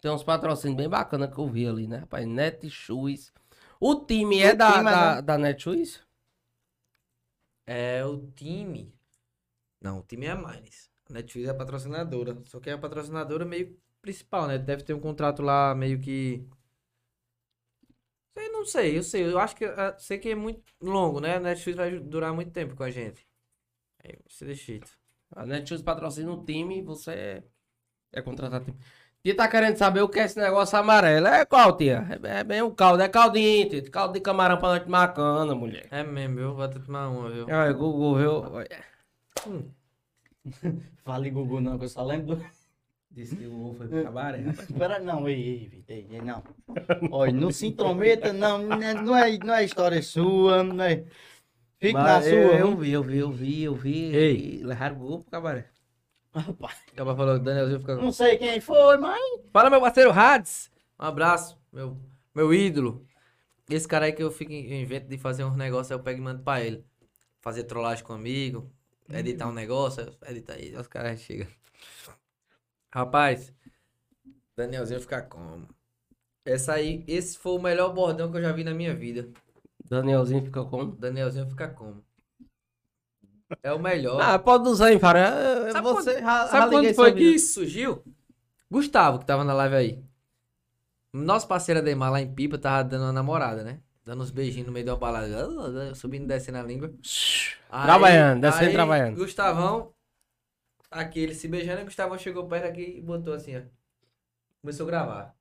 [SPEAKER 1] tem uns patrocínios bem bacanas que eu vi ali, né, rapaz? Netshoes. O time é
[SPEAKER 3] O
[SPEAKER 1] da,
[SPEAKER 3] time é
[SPEAKER 1] da, da Netshoes?
[SPEAKER 4] É o time. Não, o time é a mais. A Netflix é a patrocinadora. Só que é a patrocinadora meio principal, né? Deve ter um contrato lá meio que. Sei, não sei, eu sei. Eu acho que. ah, Sei que é muito longo, né? A Netflix vai durar muito tempo com a gente. Aí, você deixa jeito.
[SPEAKER 1] A Netshoes patrocina o time e você é, é contratado. time. Tia tá querendo saber o que é esse negócio amarelo. É qual, tia? É, bem- é bem um caldo. É caldinho, tia. Caldo de camarão pra noite bacana, mulher.
[SPEAKER 4] É mesmo, eu vou até tomar uma, viu?
[SPEAKER 1] Olha, Google, viu?
[SPEAKER 3] Fale Gugu não, que eu só lembro do.
[SPEAKER 1] Disse que o Google foi pro cabaré. rapaz.
[SPEAKER 3] Espera, não, ei, ei, Vitor, ei, ei, não. Olha, não se intrometa, não, né, não é, não é história sua, não é. Fique na
[SPEAKER 1] Mas
[SPEAKER 3] sua.
[SPEAKER 1] eu, eu
[SPEAKER 3] hum.
[SPEAKER 1] vi, eu vi, eu vi, eu vi.
[SPEAKER 4] Ei.
[SPEAKER 1] E Levaram o Google pro cabaré.
[SPEAKER 3] Rapaz,
[SPEAKER 4] Acaba falando, Danielzinho fica.
[SPEAKER 3] não sei quem foi, mas.
[SPEAKER 4] Fala, meu parceiro Hades. Um abraço, meu, meu ídolo. Esse cara aí que eu fico em- eu invento de fazer uns negócios, aí eu pego e mando pra ele. Fazer trollagem comigo, editar um negócio, eu- edita aí, os caras chegam. Rapaz, Danielzinho fica como? Essa aí, esse foi o melhor bordão que eu já vi na minha vida.
[SPEAKER 1] Danielzinho fica como?
[SPEAKER 4] Danielzinho fica como? É o melhor.
[SPEAKER 1] Ah, pode usar, hein, Fara?
[SPEAKER 4] Sabe
[SPEAKER 1] É, Você já, já
[SPEAKER 4] Sabe quando
[SPEAKER 1] liguei
[SPEAKER 4] foi
[SPEAKER 1] sobre
[SPEAKER 4] que surgiu? Gustavo, que tava na live aí. Nosso parceiro Ademar lá em Pipa tava dando uma namorada, né? Dando uns beijinhos no meio de uma balada, subindo e descendo a língua.
[SPEAKER 1] isso.
[SPEAKER 4] Aí-
[SPEAKER 1] Trabalhando, descendo
[SPEAKER 4] aí
[SPEAKER 1] trabalhando.
[SPEAKER 4] Gustavão, aqui ele se beijando, e Gustavão chegou perto aqui e botou assim, ó. Começou a gravar.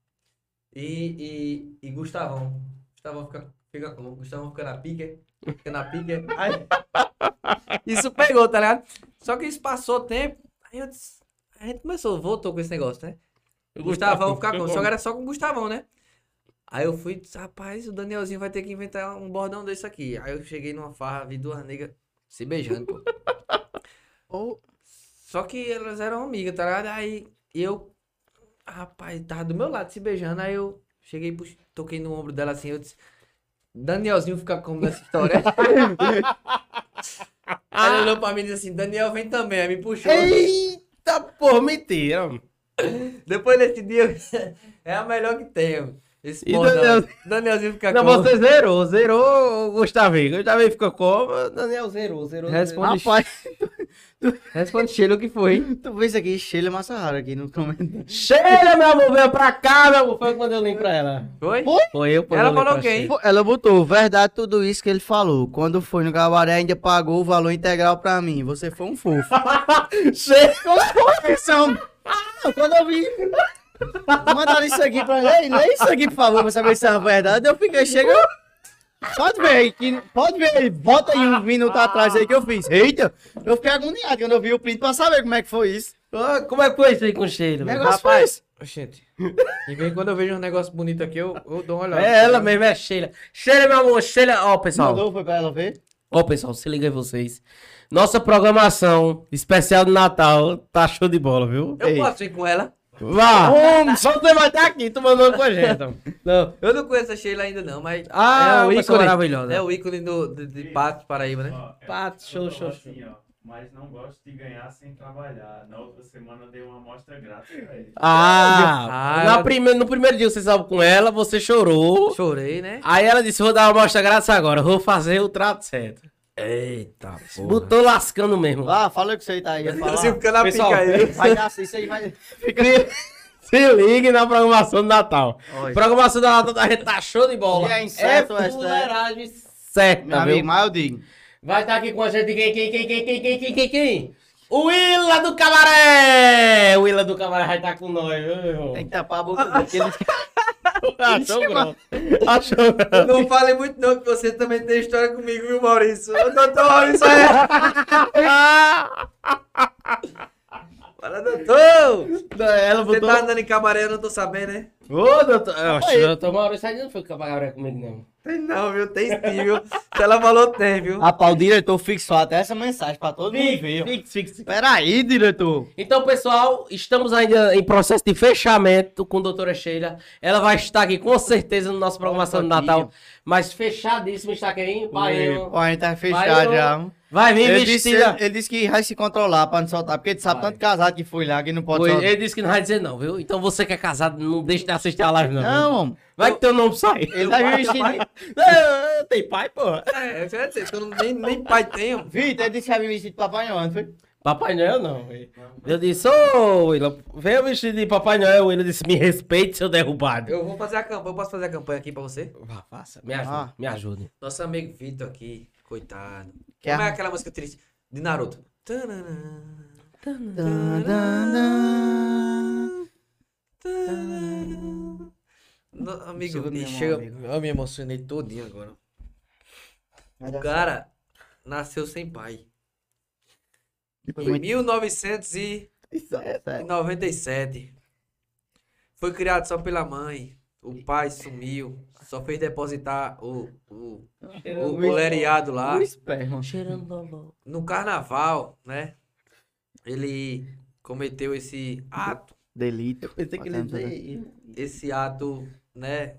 [SPEAKER 4] E, e, e Gustavão. Gustavão fica, fica como? Gustavão fica na pica. Fica na pica. Aí- isso pegou, tá ligado? Só que isso passou tempo. Aí eu disse, a gente começou, voltou com esse negócio, né? O Gustavão ficar com. Só que era só com o Gustavão, né? Aí eu fui, disse, rapaz, o Danielzinho vai ter que inventar um bordão desse aqui. Aí eu cheguei numa farra, vi duas negras se beijando, pô.
[SPEAKER 3] Ou-
[SPEAKER 4] Só que elas eram amigas, tá ligado? Aí eu, rapaz, tava do meu lado se beijando, aí eu cheguei, pux- toquei no ombro dela assim, eu disse, Danielzinho fica como nessa história? Ela olhou pra mim e disse assim, Daniel vem também, aí me puxou.
[SPEAKER 1] Eita porra, mentira. mano.
[SPEAKER 4] Depois desse dia, eu- é a melhor que tem, mano. esse
[SPEAKER 1] E
[SPEAKER 4] bordão.
[SPEAKER 1] Daniel-
[SPEAKER 4] Danielzinho fica
[SPEAKER 1] Não,
[SPEAKER 4] como?
[SPEAKER 1] você zerou, zerou o Gustavinho. Gustavinho ficou como? Daniel zerou, zerou. zerou.
[SPEAKER 2] Responde,
[SPEAKER 3] Rapaz,
[SPEAKER 2] responde Sheila o que foi, hein?
[SPEAKER 3] tu vê isso aqui, Sheila Massahara aqui no comentário.
[SPEAKER 1] Chega, meu amor, veio pra cá, meu amor. Foi quando eu link pra ela.
[SPEAKER 4] Foi?
[SPEAKER 1] Foi eu, foi
[SPEAKER 4] Ela
[SPEAKER 1] eu link
[SPEAKER 4] falou
[SPEAKER 1] pra
[SPEAKER 4] quem?
[SPEAKER 1] você.
[SPEAKER 3] Ela botou, verdade, tudo isso que ele falou. Quando foi no Gabaré, ainda pagou o valor integral pra mim. Você foi um fofo. Confissão. Ah, Quando eu vi. Mandaram isso aqui pra lei, lê isso aqui, por favor, pra saber se é uma verdade. Eu fiquei, chega. Pode ver aí, que- pode ver aí, bota aí um minuto atrás aí que eu fiz. Eita, eu fiquei agoniado quando eu vi o print pra saber como é que foi isso.
[SPEAKER 1] Ah, Como é que foi isso aí com cheiro?
[SPEAKER 3] O
[SPEAKER 1] velho?
[SPEAKER 3] negócio foi
[SPEAKER 4] Rapaz,
[SPEAKER 3] esse.
[SPEAKER 4] Gente, e vem quando eu vejo um negócio bonito aqui, eu, eu dou uma olhada.
[SPEAKER 1] É ela mesmo, é Sheila. Sheila, meu amor, Sheila. Ó, pessoal.
[SPEAKER 3] Mandou, foi pra ela ver.
[SPEAKER 1] Ó, pessoal, se liga aí vocês. Nossa programação especial do Natal tá show de bola, viu?
[SPEAKER 4] Eu
[SPEAKER 3] Ei.
[SPEAKER 4] posso ir com ela?
[SPEAKER 2] Vá!
[SPEAKER 3] Homem, só você vai estar aqui, tu mandou com a gente.
[SPEAKER 1] Não.
[SPEAKER 4] Eu não conheço a Sheila ainda não, mas
[SPEAKER 1] Ah,
[SPEAKER 2] É o
[SPEAKER 1] o
[SPEAKER 2] ícone.
[SPEAKER 1] maravilhosa.
[SPEAKER 4] é o ícone do, de, de Patos Paraíba, né?
[SPEAKER 5] Ó, é,
[SPEAKER 1] Pato, show,
[SPEAKER 5] eu
[SPEAKER 1] show,
[SPEAKER 5] tava
[SPEAKER 1] show.
[SPEAKER 5] assim, ó, mas não gosto de ganhar sem trabalhar. Na outra semana eu dei uma amostra grátis pra ele.
[SPEAKER 1] Ah,
[SPEAKER 4] Ah,
[SPEAKER 1] na
[SPEAKER 4] ela-
[SPEAKER 1] prime- no primeiro dia você saiu com ela, você chorou.
[SPEAKER 4] Chorei, né?
[SPEAKER 1] Aí ela disse: vou dar uma amostra grátis agora, vou fazer o trato certo.
[SPEAKER 4] Eita, porra.
[SPEAKER 1] Botou lascando mesmo.
[SPEAKER 3] Ah, fala o que você tá aí. ia falar.
[SPEAKER 4] Assim, fica na
[SPEAKER 1] Pessoal,
[SPEAKER 4] pica aí.
[SPEAKER 3] Vai dar assim, isso aí, vai.
[SPEAKER 1] Se ligue na programação do Natal. Programação do Natal da gente tá show de bola.
[SPEAKER 3] E é inseto,
[SPEAKER 1] é
[SPEAKER 3] é
[SPEAKER 1] fuleiragem certa,
[SPEAKER 3] Meu
[SPEAKER 1] viu?
[SPEAKER 3] amigo, mas eu digo.
[SPEAKER 1] Vai estar aqui com a gente quem, quem, quem, quem, quem, quem, quem, quem, quem? O Willa do Cabaré! O Willa do Cabaré vai estar com nós, viu, meu irmão?
[SPEAKER 3] Tem que tapar a boca daquele.
[SPEAKER 1] Achou Ah, grosso. Achou grosso.
[SPEAKER 4] Não fale muito não, que você também tem história comigo, viu, Maurício? Ô, doutor Maurício, é... Fala, doutor!
[SPEAKER 1] Ela
[SPEAKER 4] Você
[SPEAKER 1] botou...
[SPEAKER 4] tá andando em cabaré, eu não tô sabendo, né?
[SPEAKER 1] Ô, doutor... Eu acho que o doutor Maurício ainda não foi com o Cabaré comigo, não.
[SPEAKER 4] Tem não, viu? Tem sim, viu? Se ela falou, tem, viu?
[SPEAKER 3] Rapaz, o diretor fixou até essa mensagem pra todo mundo ver.
[SPEAKER 1] Fixe, fixe.
[SPEAKER 3] Peraí, diretor.
[SPEAKER 1] Então, pessoal, estamos ainda em processo de fechamento com a doutora Sheila. Ela vai estar aqui com certeza no nosso programação de Natal. Mas fechadíssimo está aqui, hein? Pai, eu-
[SPEAKER 3] Ó, a gente tá
[SPEAKER 1] Vai, eu-
[SPEAKER 3] fechado já.
[SPEAKER 1] Vai vir
[SPEAKER 3] Ele disse,
[SPEAKER 1] vestida.
[SPEAKER 3] ele disse que vai se controlar pra não soltar, porque ele sabe
[SPEAKER 1] Vai.
[SPEAKER 3] tanto casado que foi lá que não pode
[SPEAKER 1] Pois,
[SPEAKER 3] soltar.
[SPEAKER 1] ele disse que não vai dizer não, viu? Então você que é casado, não deixe de assistir a live, não. viu?
[SPEAKER 3] Não, homem.
[SPEAKER 1] Vai que teu nome sai.
[SPEAKER 3] Ele tá vestido.
[SPEAKER 1] Ah, Tem pai, pô.
[SPEAKER 4] É, eu já disse, eu não, nem, nem pai tenho.
[SPEAKER 3] Vitor, ele disse que ia vir vestido de Papai Noel, não foi?
[SPEAKER 1] Papai Noel não. velho. Eu disse, ô, Willa, vem vestido de Papai Noel. Ele disse, me respeite, seu derrubado.
[SPEAKER 4] Eu vou fazer a campanha, eu posso fazer a campanha aqui pra você?
[SPEAKER 1] Vá, faça, me ajude,
[SPEAKER 3] Ah.
[SPEAKER 1] me ajude.
[SPEAKER 4] Nosso amigo Vitor aqui, coitado.
[SPEAKER 3] Que
[SPEAKER 4] Como é
[SPEAKER 3] a-
[SPEAKER 4] aquela música triste de Naruto? Tananã,
[SPEAKER 3] Dan, dan, dan.
[SPEAKER 4] tananã. No- Amigo,
[SPEAKER 3] Segura minha mão,
[SPEAKER 4] chega-
[SPEAKER 3] amigo.
[SPEAKER 4] eu me emocionei todinho agora. O cara nasceu sem pai. Em 1997.
[SPEAKER 3] Isso é sério.
[SPEAKER 4] Foi criado só pela mãe. O pai sumiu. Só fez depositar o, o, o, o lereado lá.
[SPEAKER 3] O esperma.
[SPEAKER 1] Cheirando loló.
[SPEAKER 4] No carnaval, né? Ele cometeu esse ato.
[SPEAKER 3] Delito.
[SPEAKER 1] Pensei que ele dizia.
[SPEAKER 4] esse ato, né?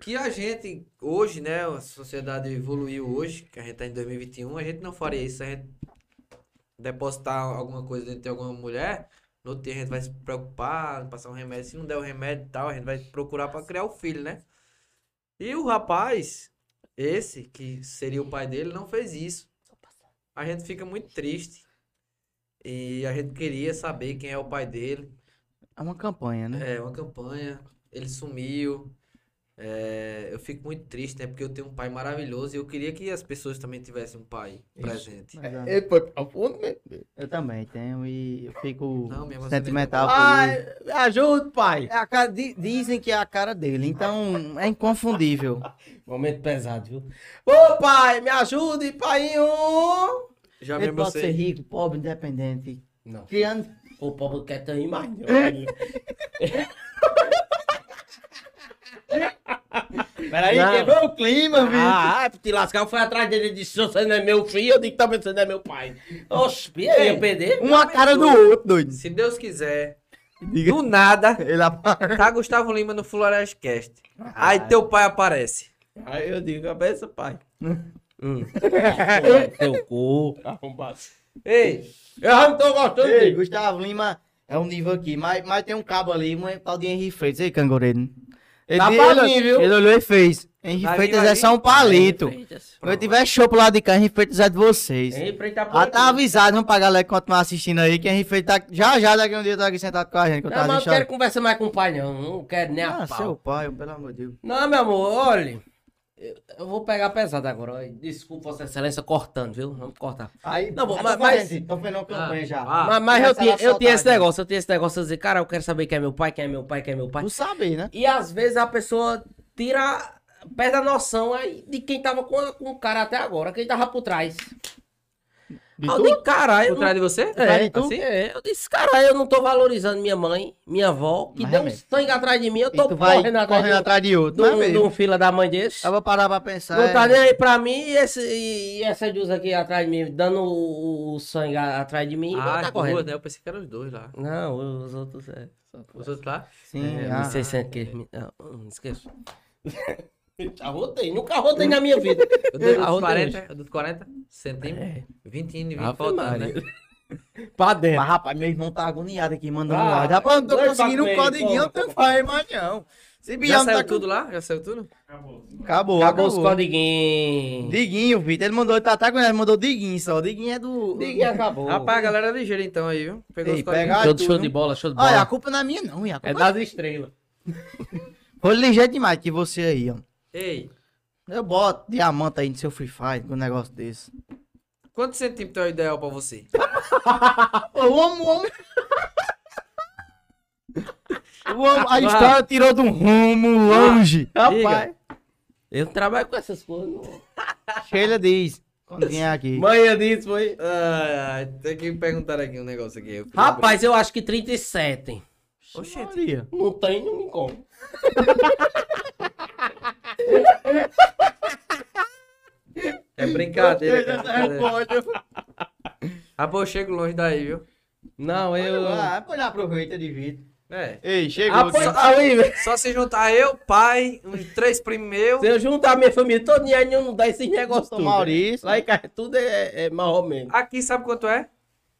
[SPEAKER 4] Que a gente hoje, né? A sociedade evoluiu hoje, que a gente tá em 2021, a gente não faria isso. Se a gente depositar alguma coisa dentro de alguma mulher, no outro dia a gente vai se preocupar, passar um remédio. Se não der o remédio e tal, a gente vai procurar para criar o filho, né? E o rapaz, esse, que seria o pai dele, não fez isso. A gente fica muito triste. E a gente queria saber quem é o pai dele.
[SPEAKER 3] É uma campanha, né?
[SPEAKER 4] É, uma campanha. Ele sumiu. É, eu fico muito triste, né? Porque eu tenho um pai maravilhoso e eu queria que as pessoas também tivessem um pai presente.
[SPEAKER 3] Mas,
[SPEAKER 2] Ele foi profundo, né?
[SPEAKER 3] Eu também tenho e eu fico
[SPEAKER 4] Não, minha emoção
[SPEAKER 3] sentimental. por
[SPEAKER 2] Ai,
[SPEAKER 3] ele.
[SPEAKER 2] me ajuda, pai.
[SPEAKER 3] É a cara, di- dizem que é a cara dele, então é inconfundível.
[SPEAKER 1] Momento pesado, viu?
[SPEAKER 2] Ô, pai, me ajude, paiinho.
[SPEAKER 4] Já me
[SPEAKER 3] Ele pode ser
[SPEAKER 4] emocionei.
[SPEAKER 3] rico, pobre, independente.
[SPEAKER 1] Não.
[SPEAKER 3] Criando.
[SPEAKER 1] O povo quer ter mais
[SPEAKER 3] É,
[SPEAKER 1] não.
[SPEAKER 3] Peraí,
[SPEAKER 1] Não.
[SPEAKER 3] quebrou o clima,
[SPEAKER 1] Ah, ah, pra te lascar, eu fui atrás dele e disse: se você não é meu filho, eu digo que também você não é meu pai. Oxe, e aí, eu perder?
[SPEAKER 3] Uma cara do outro, doido.
[SPEAKER 4] Se Deus quiser,
[SPEAKER 3] Diga.
[SPEAKER 4] do nada,
[SPEAKER 3] Ele é apa-
[SPEAKER 4] tá Gustavo Lima no Florescast. Aí teu pai aparece.
[SPEAKER 2] Aí eu digo, cabeça, pai.
[SPEAKER 3] É,
[SPEAKER 1] é Teu cu. Arrombado.
[SPEAKER 4] Ei,
[SPEAKER 1] Eu já não tô gostando
[SPEAKER 3] Ei,
[SPEAKER 1] dele.
[SPEAKER 3] Gustavo Lima é um nível aqui, mas, mas tem um cabo ali, um tal de Henry Freitas. Ei, cangoreiro. Ele,
[SPEAKER 1] Tá
[SPEAKER 3] ele-
[SPEAKER 1] palinho, viu?
[SPEAKER 3] ele olhou e fez. Henry
[SPEAKER 4] Tá
[SPEAKER 3] Freitas
[SPEAKER 4] vindo
[SPEAKER 3] é
[SPEAKER 4] aí?
[SPEAKER 3] só um palito.
[SPEAKER 1] Enfrenta- assim.
[SPEAKER 3] Se eu tiver show pro lado de cá, Henry Freitas é de vocês.
[SPEAKER 1] Enfrenta a
[SPEAKER 3] Ah, tá
[SPEAKER 1] polícia.
[SPEAKER 3] avisado, vamos pra galera que continuar tá assistindo aí, que Henry Freitas tá já já daqui um dia tá aqui sentado com a gente, que eu
[SPEAKER 1] Não, mas
[SPEAKER 3] tava
[SPEAKER 1] eu não
[SPEAKER 3] deixando.
[SPEAKER 1] quero conversar mais com o pai, não. Não quero nem a
[SPEAKER 3] Ah,
[SPEAKER 1] pau.
[SPEAKER 3] seu pai, pelo amor de Deus.
[SPEAKER 1] Não, meu amor, olha. Eu, eu vou pegar pesado agora. olha. Desculpa, Vossa Excelência, cortando, viu? Vamos cortar.
[SPEAKER 3] Aí,
[SPEAKER 1] Não, bom,
[SPEAKER 3] Ah,
[SPEAKER 1] mas-
[SPEAKER 3] tá fazendo,
[SPEAKER 1] mas-
[SPEAKER 3] sim, Tô fazendo uma campanha já.
[SPEAKER 4] ah,
[SPEAKER 1] mas mas eu,
[SPEAKER 3] começar
[SPEAKER 1] tinha,
[SPEAKER 3] a
[SPEAKER 1] eu tinha esse
[SPEAKER 3] soltar, né?
[SPEAKER 1] negócio, eu tinha esse negócio de dizer, cara, eu quero saber quem é meu pai, quem é meu pai, quem é meu pai.
[SPEAKER 3] Tu sabe, né?
[SPEAKER 1] E às vezes a pessoa tira, é, perde a noção aí de quem tava com, com o cara até agora, quem tava por trás.
[SPEAKER 2] De
[SPEAKER 1] Ah, eu
[SPEAKER 2] tu?
[SPEAKER 1] disse, caralho.
[SPEAKER 4] Por
[SPEAKER 1] não-
[SPEAKER 4] trás de você?
[SPEAKER 2] trás de
[SPEAKER 1] É,
[SPEAKER 2] tu?
[SPEAKER 1] assim? é, eu disse, caralho, eu não tô valorizando minha mãe, minha avó, que
[SPEAKER 3] Mas
[SPEAKER 1] deu um
[SPEAKER 3] realmente.
[SPEAKER 1] sangue atrás de mim, eu
[SPEAKER 3] E
[SPEAKER 1] tô
[SPEAKER 3] tu vai
[SPEAKER 1] correndo atrás de um-
[SPEAKER 3] de Tá outro.
[SPEAKER 1] de
[SPEAKER 3] né, Não,
[SPEAKER 1] um, de
[SPEAKER 3] mesmo.
[SPEAKER 1] um fila da mãe desse.
[SPEAKER 3] Eu vou parar pra pensar.
[SPEAKER 1] Não tá
[SPEAKER 3] é-
[SPEAKER 1] nem aí pra mim e, esse, e essa Jus aqui atrás de mim, dando o, o- o sangue a- atrás de mim, não
[SPEAKER 4] Ah,
[SPEAKER 1] tá
[SPEAKER 4] tá
[SPEAKER 1] correndo.
[SPEAKER 4] duas, né? Eu pensei que eram os dois lá.
[SPEAKER 1] Não, os outros é.
[SPEAKER 4] Os outros lá.
[SPEAKER 3] Sim,
[SPEAKER 1] é
[SPEAKER 3] ah,
[SPEAKER 1] 1600 que eles me- Não, não esqueço. Já rotei, nunca rotei na minha vida.
[SPEAKER 4] O do-
[SPEAKER 1] Ah,
[SPEAKER 4] dos
[SPEAKER 1] outro
[SPEAKER 4] 40, o dos 40, centímetros,
[SPEAKER 1] É.
[SPEAKER 4] 20 indo e 20
[SPEAKER 1] Ave
[SPEAKER 4] voltando, né?
[SPEAKER 1] Maria. Pra dentro.
[SPEAKER 3] Mas, rapaz, meu irmão tá agoniado aqui, mandando
[SPEAKER 1] Ah,
[SPEAKER 3] um áudio. Rapaz, eu não tô
[SPEAKER 1] dois
[SPEAKER 3] conseguindo um
[SPEAKER 1] papéis,
[SPEAKER 3] codiguinho, eu
[SPEAKER 1] toma.
[SPEAKER 3] tenho pai, mas não. Esse
[SPEAKER 4] Já
[SPEAKER 3] bião tá...
[SPEAKER 4] saiu
[SPEAKER 3] com-
[SPEAKER 4] tudo lá? Já saiu tudo?
[SPEAKER 5] Acabou.
[SPEAKER 3] Acabou,
[SPEAKER 1] Acabou os
[SPEAKER 3] acabou.
[SPEAKER 1] codiguinhos.
[SPEAKER 3] Diguinho, Vitor. Ele mandou, tá, tá agoniado, ele mandou Diguinho só. Diguinho é do...
[SPEAKER 1] Diguinho acabou.
[SPEAKER 4] Rapaz, a galera é ligeira então aí, viu? Pegou
[SPEAKER 3] Ei,
[SPEAKER 4] os 40.
[SPEAKER 3] pega-
[SPEAKER 1] Show de-
[SPEAKER 3] tudo.
[SPEAKER 1] show de bola, show de
[SPEAKER 3] Olha, a
[SPEAKER 1] bola.
[SPEAKER 3] culpa não é minha, não. minha
[SPEAKER 1] É
[SPEAKER 3] culpa
[SPEAKER 1] das estrelas.
[SPEAKER 3] Vou ligeiro demais que você aí, ó.
[SPEAKER 4] Ei,
[SPEAKER 3] Eu boto diamante aí no seu Free Fire, com um negócio desse.
[SPEAKER 4] quantos centímetros é o ideal pra você?
[SPEAKER 3] Eu amo, eu amo. Eu amo. A história tirou de um rumo longe.
[SPEAKER 1] Rapaz. Eu não trabalho com essas coisas. não.
[SPEAKER 3] Sheila diz. Quando vier aqui.
[SPEAKER 1] Manhã disso foi.
[SPEAKER 4] Ai, ai, tem que perguntar aqui um negócio aqui. Eu-
[SPEAKER 1] Rapaz, eu acho que 37.
[SPEAKER 4] Oxente.
[SPEAKER 3] Maria.
[SPEAKER 1] Não tem, não me como.
[SPEAKER 4] É brincadeira, cara. brincadeira. Rapaz, eu chego longe daí, viu?
[SPEAKER 1] Não, eu.
[SPEAKER 3] Ah, pois aproveita de vida.
[SPEAKER 4] É.
[SPEAKER 3] Ei, chegou.
[SPEAKER 1] Ah, pois tá aí, velho.
[SPEAKER 4] Só se juntar eu, pai, uns três primos meus.
[SPEAKER 1] Se eu juntar minha família toda, aí não dá esses negócios tudo.
[SPEAKER 3] Maurício.
[SPEAKER 1] Lá em casa tudo é, é marrom mesmo.
[SPEAKER 4] Aqui, sabe quanto é?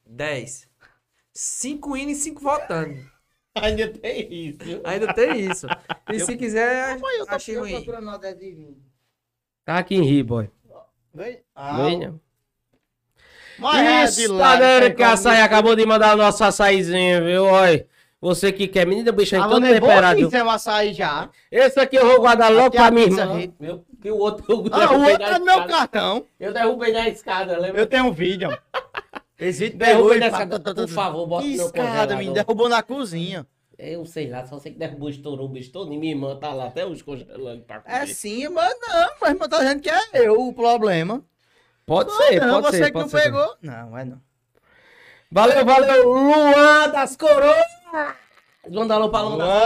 [SPEAKER 4] 10. 5 indo e 5 voltando.
[SPEAKER 1] Ainda tem isso. viu?
[SPEAKER 4] Ainda tem isso. E se quiser, achei ruim.
[SPEAKER 1] Tá aqui em Rio, boy.
[SPEAKER 3] Ah,
[SPEAKER 1] Venha.
[SPEAKER 3] mas é de lá.
[SPEAKER 1] Estadana que açaí acabou de mandar o nosso açaizinho, viu? Olha. Você que quer, menina, bicho, aí todo temperado.
[SPEAKER 3] Você vai sair já.
[SPEAKER 1] Esse aqui eu vou guardar logo
[SPEAKER 3] Até a
[SPEAKER 1] pra minha
[SPEAKER 3] pizza
[SPEAKER 1] irmã.
[SPEAKER 3] aí.
[SPEAKER 1] Ah, Meu, que o outro eu
[SPEAKER 3] Ah, o
[SPEAKER 1] derrubei
[SPEAKER 3] outro
[SPEAKER 1] da
[SPEAKER 3] é meu
[SPEAKER 1] escada.
[SPEAKER 3] cartão.
[SPEAKER 1] Eu derrubei na escada, lembra?
[SPEAKER 3] Eu tenho um vídeo. Esse vídeo
[SPEAKER 1] Derruba
[SPEAKER 3] ele
[SPEAKER 1] na
[SPEAKER 3] fala,
[SPEAKER 1] escada,
[SPEAKER 3] "Tá, tá,
[SPEAKER 1] por
[SPEAKER 3] tá,
[SPEAKER 1] favor, bota
[SPEAKER 3] que
[SPEAKER 1] no
[SPEAKER 3] escada,
[SPEAKER 1] congelador."
[SPEAKER 3] menino. Derrubou na cozinha.
[SPEAKER 1] Eu sei lá, só sei que derrubou, estourou o bicho todo e minha irmã tá lá até hoje congelando pra comer.
[SPEAKER 3] É sim, mas não. Mas mas tá dizendo que é eu o problema.
[SPEAKER 1] Pode
[SPEAKER 3] não, você que não pegou. Não, é não.
[SPEAKER 1] Valeu, valeu, Luan das Coroas! Manda alô pra Luan das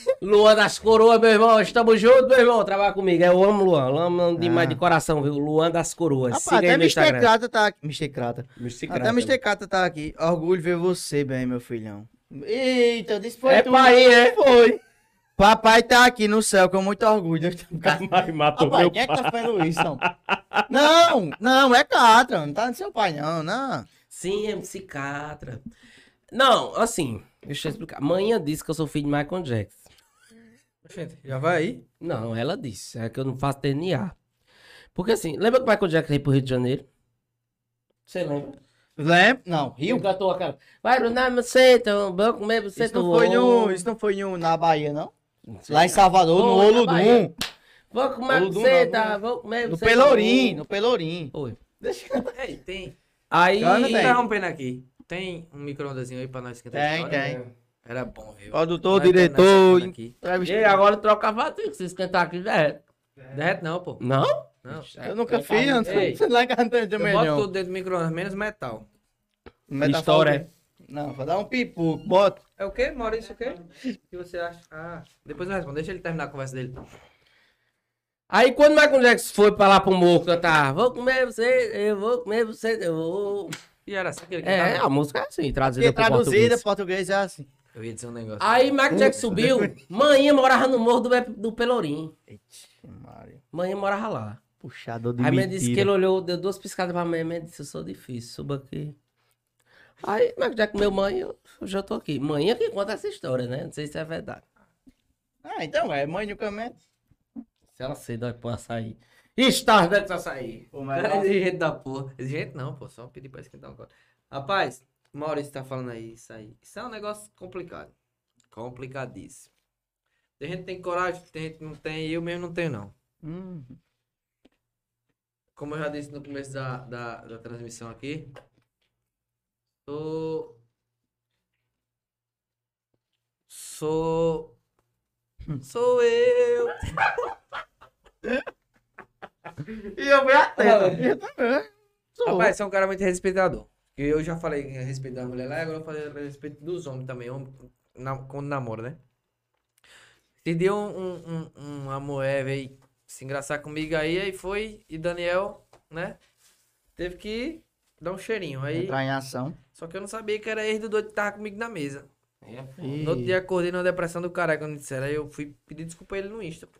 [SPEAKER 1] Coroas. Luan das Coroas, meu irmão. Estamos juntos, meu irmão. Trabalha comigo. Eu amo Luan. Luan amo demais
[SPEAKER 3] Ah.
[SPEAKER 1] de coração, viu? Luan das Coroas.
[SPEAKER 3] Rapaz,
[SPEAKER 1] Siga
[SPEAKER 3] até
[SPEAKER 1] aí
[SPEAKER 3] Mr.
[SPEAKER 1] no Instagram.
[SPEAKER 3] Crata tá aqui. Mr. Crata.
[SPEAKER 1] Mr.
[SPEAKER 3] Até Mr. Crata tá aqui. Orgulho ver você bem, meu filhão. Eita, eu disse foi né?
[SPEAKER 1] É
[SPEAKER 3] tu.
[SPEAKER 1] pai, é? Foi.
[SPEAKER 3] Papai tá aqui no céu com muito orgulho.
[SPEAKER 1] Mas matou
[SPEAKER 3] Rapaz,
[SPEAKER 1] meu
[SPEAKER 3] quem é que tá fazendo isso, não? Não, não, é Catra. Não tá no seu pai, não, não.
[SPEAKER 1] Sim, é psiquiatra. Não, assim, deixa eu explicar. Manhã disse que eu sou filho de Michael Jackson.
[SPEAKER 4] Gente, já vai aí.
[SPEAKER 1] Não, ela disse. É que eu não faço DNA. Porque assim, lembra que o Michael Jackson veio pro Rio de Janeiro? Você lembra?
[SPEAKER 3] Lembra? Não,
[SPEAKER 1] Rio
[SPEAKER 3] Rio.
[SPEAKER 1] cantou aquela. Vai, Brunar, me senta, um banco mesmo,
[SPEAKER 3] Isso
[SPEAKER 1] senta
[SPEAKER 3] não,
[SPEAKER 1] o
[SPEAKER 3] foi no,
[SPEAKER 1] ovo.
[SPEAKER 3] isso não foi no, na Bahia, não? né?
[SPEAKER 1] sei.
[SPEAKER 3] Lá em Salvador, no
[SPEAKER 1] Foi na
[SPEAKER 3] Olodum.
[SPEAKER 1] Bahia. Vamos comer,
[SPEAKER 3] Olodum,
[SPEAKER 1] senta, vamos comer,
[SPEAKER 3] No
[SPEAKER 1] senta,
[SPEAKER 3] Pelourim,
[SPEAKER 1] ovo.
[SPEAKER 3] no Pelourim.
[SPEAKER 1] Oi.
[SPEAKER 4] Ei, tem.
[SPEAKER 1] Aí.
[SPEAKER 3] Cara,
[SPEAKER 4] E
[SPEAKER 3] Tem.
[SPEAKER 4] interrompendo aqui. Tem um micro-ondazinho aí pra nós esquentar a
[SPEAKER 3] Tem,
[SPEAKER 4] história?
[SPEAKER 3] tem.
[SPEAKER 4] Era bom, viu?
[SPEAKER 3] Produtor,
[SPEAKER 4] Nós
[SPEAKER 1] é
[SPEAKER 4] tá
[SPEAKER 3] diretor,
[SPEAKER 4] nessa aqui.
[SPEAKER 1] E
[SPEAKER 3] entrevistado.
[SPEAKER 1] aí, agora troca a fatia, se esquentar aqui já era.
[SPEAKER 4] Derrete não, pô.
[SPEAKER 1] Não?
[SPEAKER 4] Não.
[SPEAKER 3] Eu nunca fiz,
[SPEAKER 4] falo,
[SPEAKER 3] antes.
[SPEAKER 4] ei,
[SPEAKER 3] Lá em casa não
[SPEAKER 4] Eu
[SPEAKER 3] tem
[SPEAKER 4] boto
[SPEAKER 3] melhor.
[SPEAKER 4] tudo dentro do micro-ondas, menos metal.
[SPEAKER 1] História.
[SPEAKER 3] Não, vou dar um pipoco, bota.
[SPEAKER 4] É o quê, Maurício? O quê? O que você acha? Ah, depois eu respondo. Deixa ele terminar a conversa dele.
[SPEAKER 1] Aí quando o Michael Jackson foi pra lá pro morro cantar, vou comer você, eu vou comer você, eu vou.
[SPEAKER 4] E era assim que ele
[SPEAKER 1] É,
[SPEAKER 4] cantava.
[SPEAKER 1] a música é assim, traduzida
[SPEAKER 3] Porque
[SPEAKER 1] pro
[SPEAKER 3] traduzida,
[SPEAKER 1] português.
[SPEAKER 3] português é assim.
[SPEAKER 4] Eu ia dizer um negócio.
[SPEAKER 1] Aí Michael Jackson subiu, manhã morava no morro do, Be- do Pelourinho.
[SPEAKER 3] Ixi, Maria.
[SPEAKER 1] Manhã morava lá.
[SPEAKER 3] Puxador de
[SPEAKER 1] Aí
[SPEAKER 3] mentira.
[SPEAKER 1] Mendes disse que ele olhou, deu duas piscadas pra mãe, Mendes disse, eu sou difícil, suba aqui. Aí Michael Jackson, meu mãe, eu já tô aqui. Manhã que conta essa história, né? Não sei se é verdade.
[SPEAKER 3] Ah, então é, mãe do caminho.
[SPEAKER 1] Se ela cedo, vai pôr açaí. Está dentro do açaí.
[SPEAKER 3] Pô, mas
[SPEAKER 4] Cara,
[SPEAKER 3] lá-
[SPEAKER 4] exigente da porra. Exigente não, pô. Só pedir pra esquentar um copo. Rapaz, Maurício tá falando aí isso aí. Isso é um negócio complicado. Complicadíssimo. Tem gente que tem coragem, tem gente que não tem. Eu mesmo não tenho, não.
[SPEAKER 3] Hum.
[SPEAKER 4] Como eu já disse no começo da, da, da transmissão aqui, sou. Sou. Sou eu.
[SPEAKER 1] é?
[SPEAKER 3] E eu fui atento. Eu também. Sou.
[SPEAKER 4] Rapaz, você é um cara muito respeitador. E Eu já falei a respeito das mulheres lá, agora eu falei a respeito dos homens também, homem, na- quando namoro, né? Se deu um, um, um, uma mulher, veio se engraçar comigo aí, aí foi, e Daniel, né? Teve que dar um cheirinho. Aí,
[SPEAKER 3] Entrar em ação.
[SPEAKER 4] só que eu não sabia que era ex do doido que tava comigo na mesa.
[SPEAKER 2] Ih,
[SPEAKER 4] No outro dia acordei numa depressão do caralho quando disseram, aí eu fui pedir desculpa a ele no Insta, pô.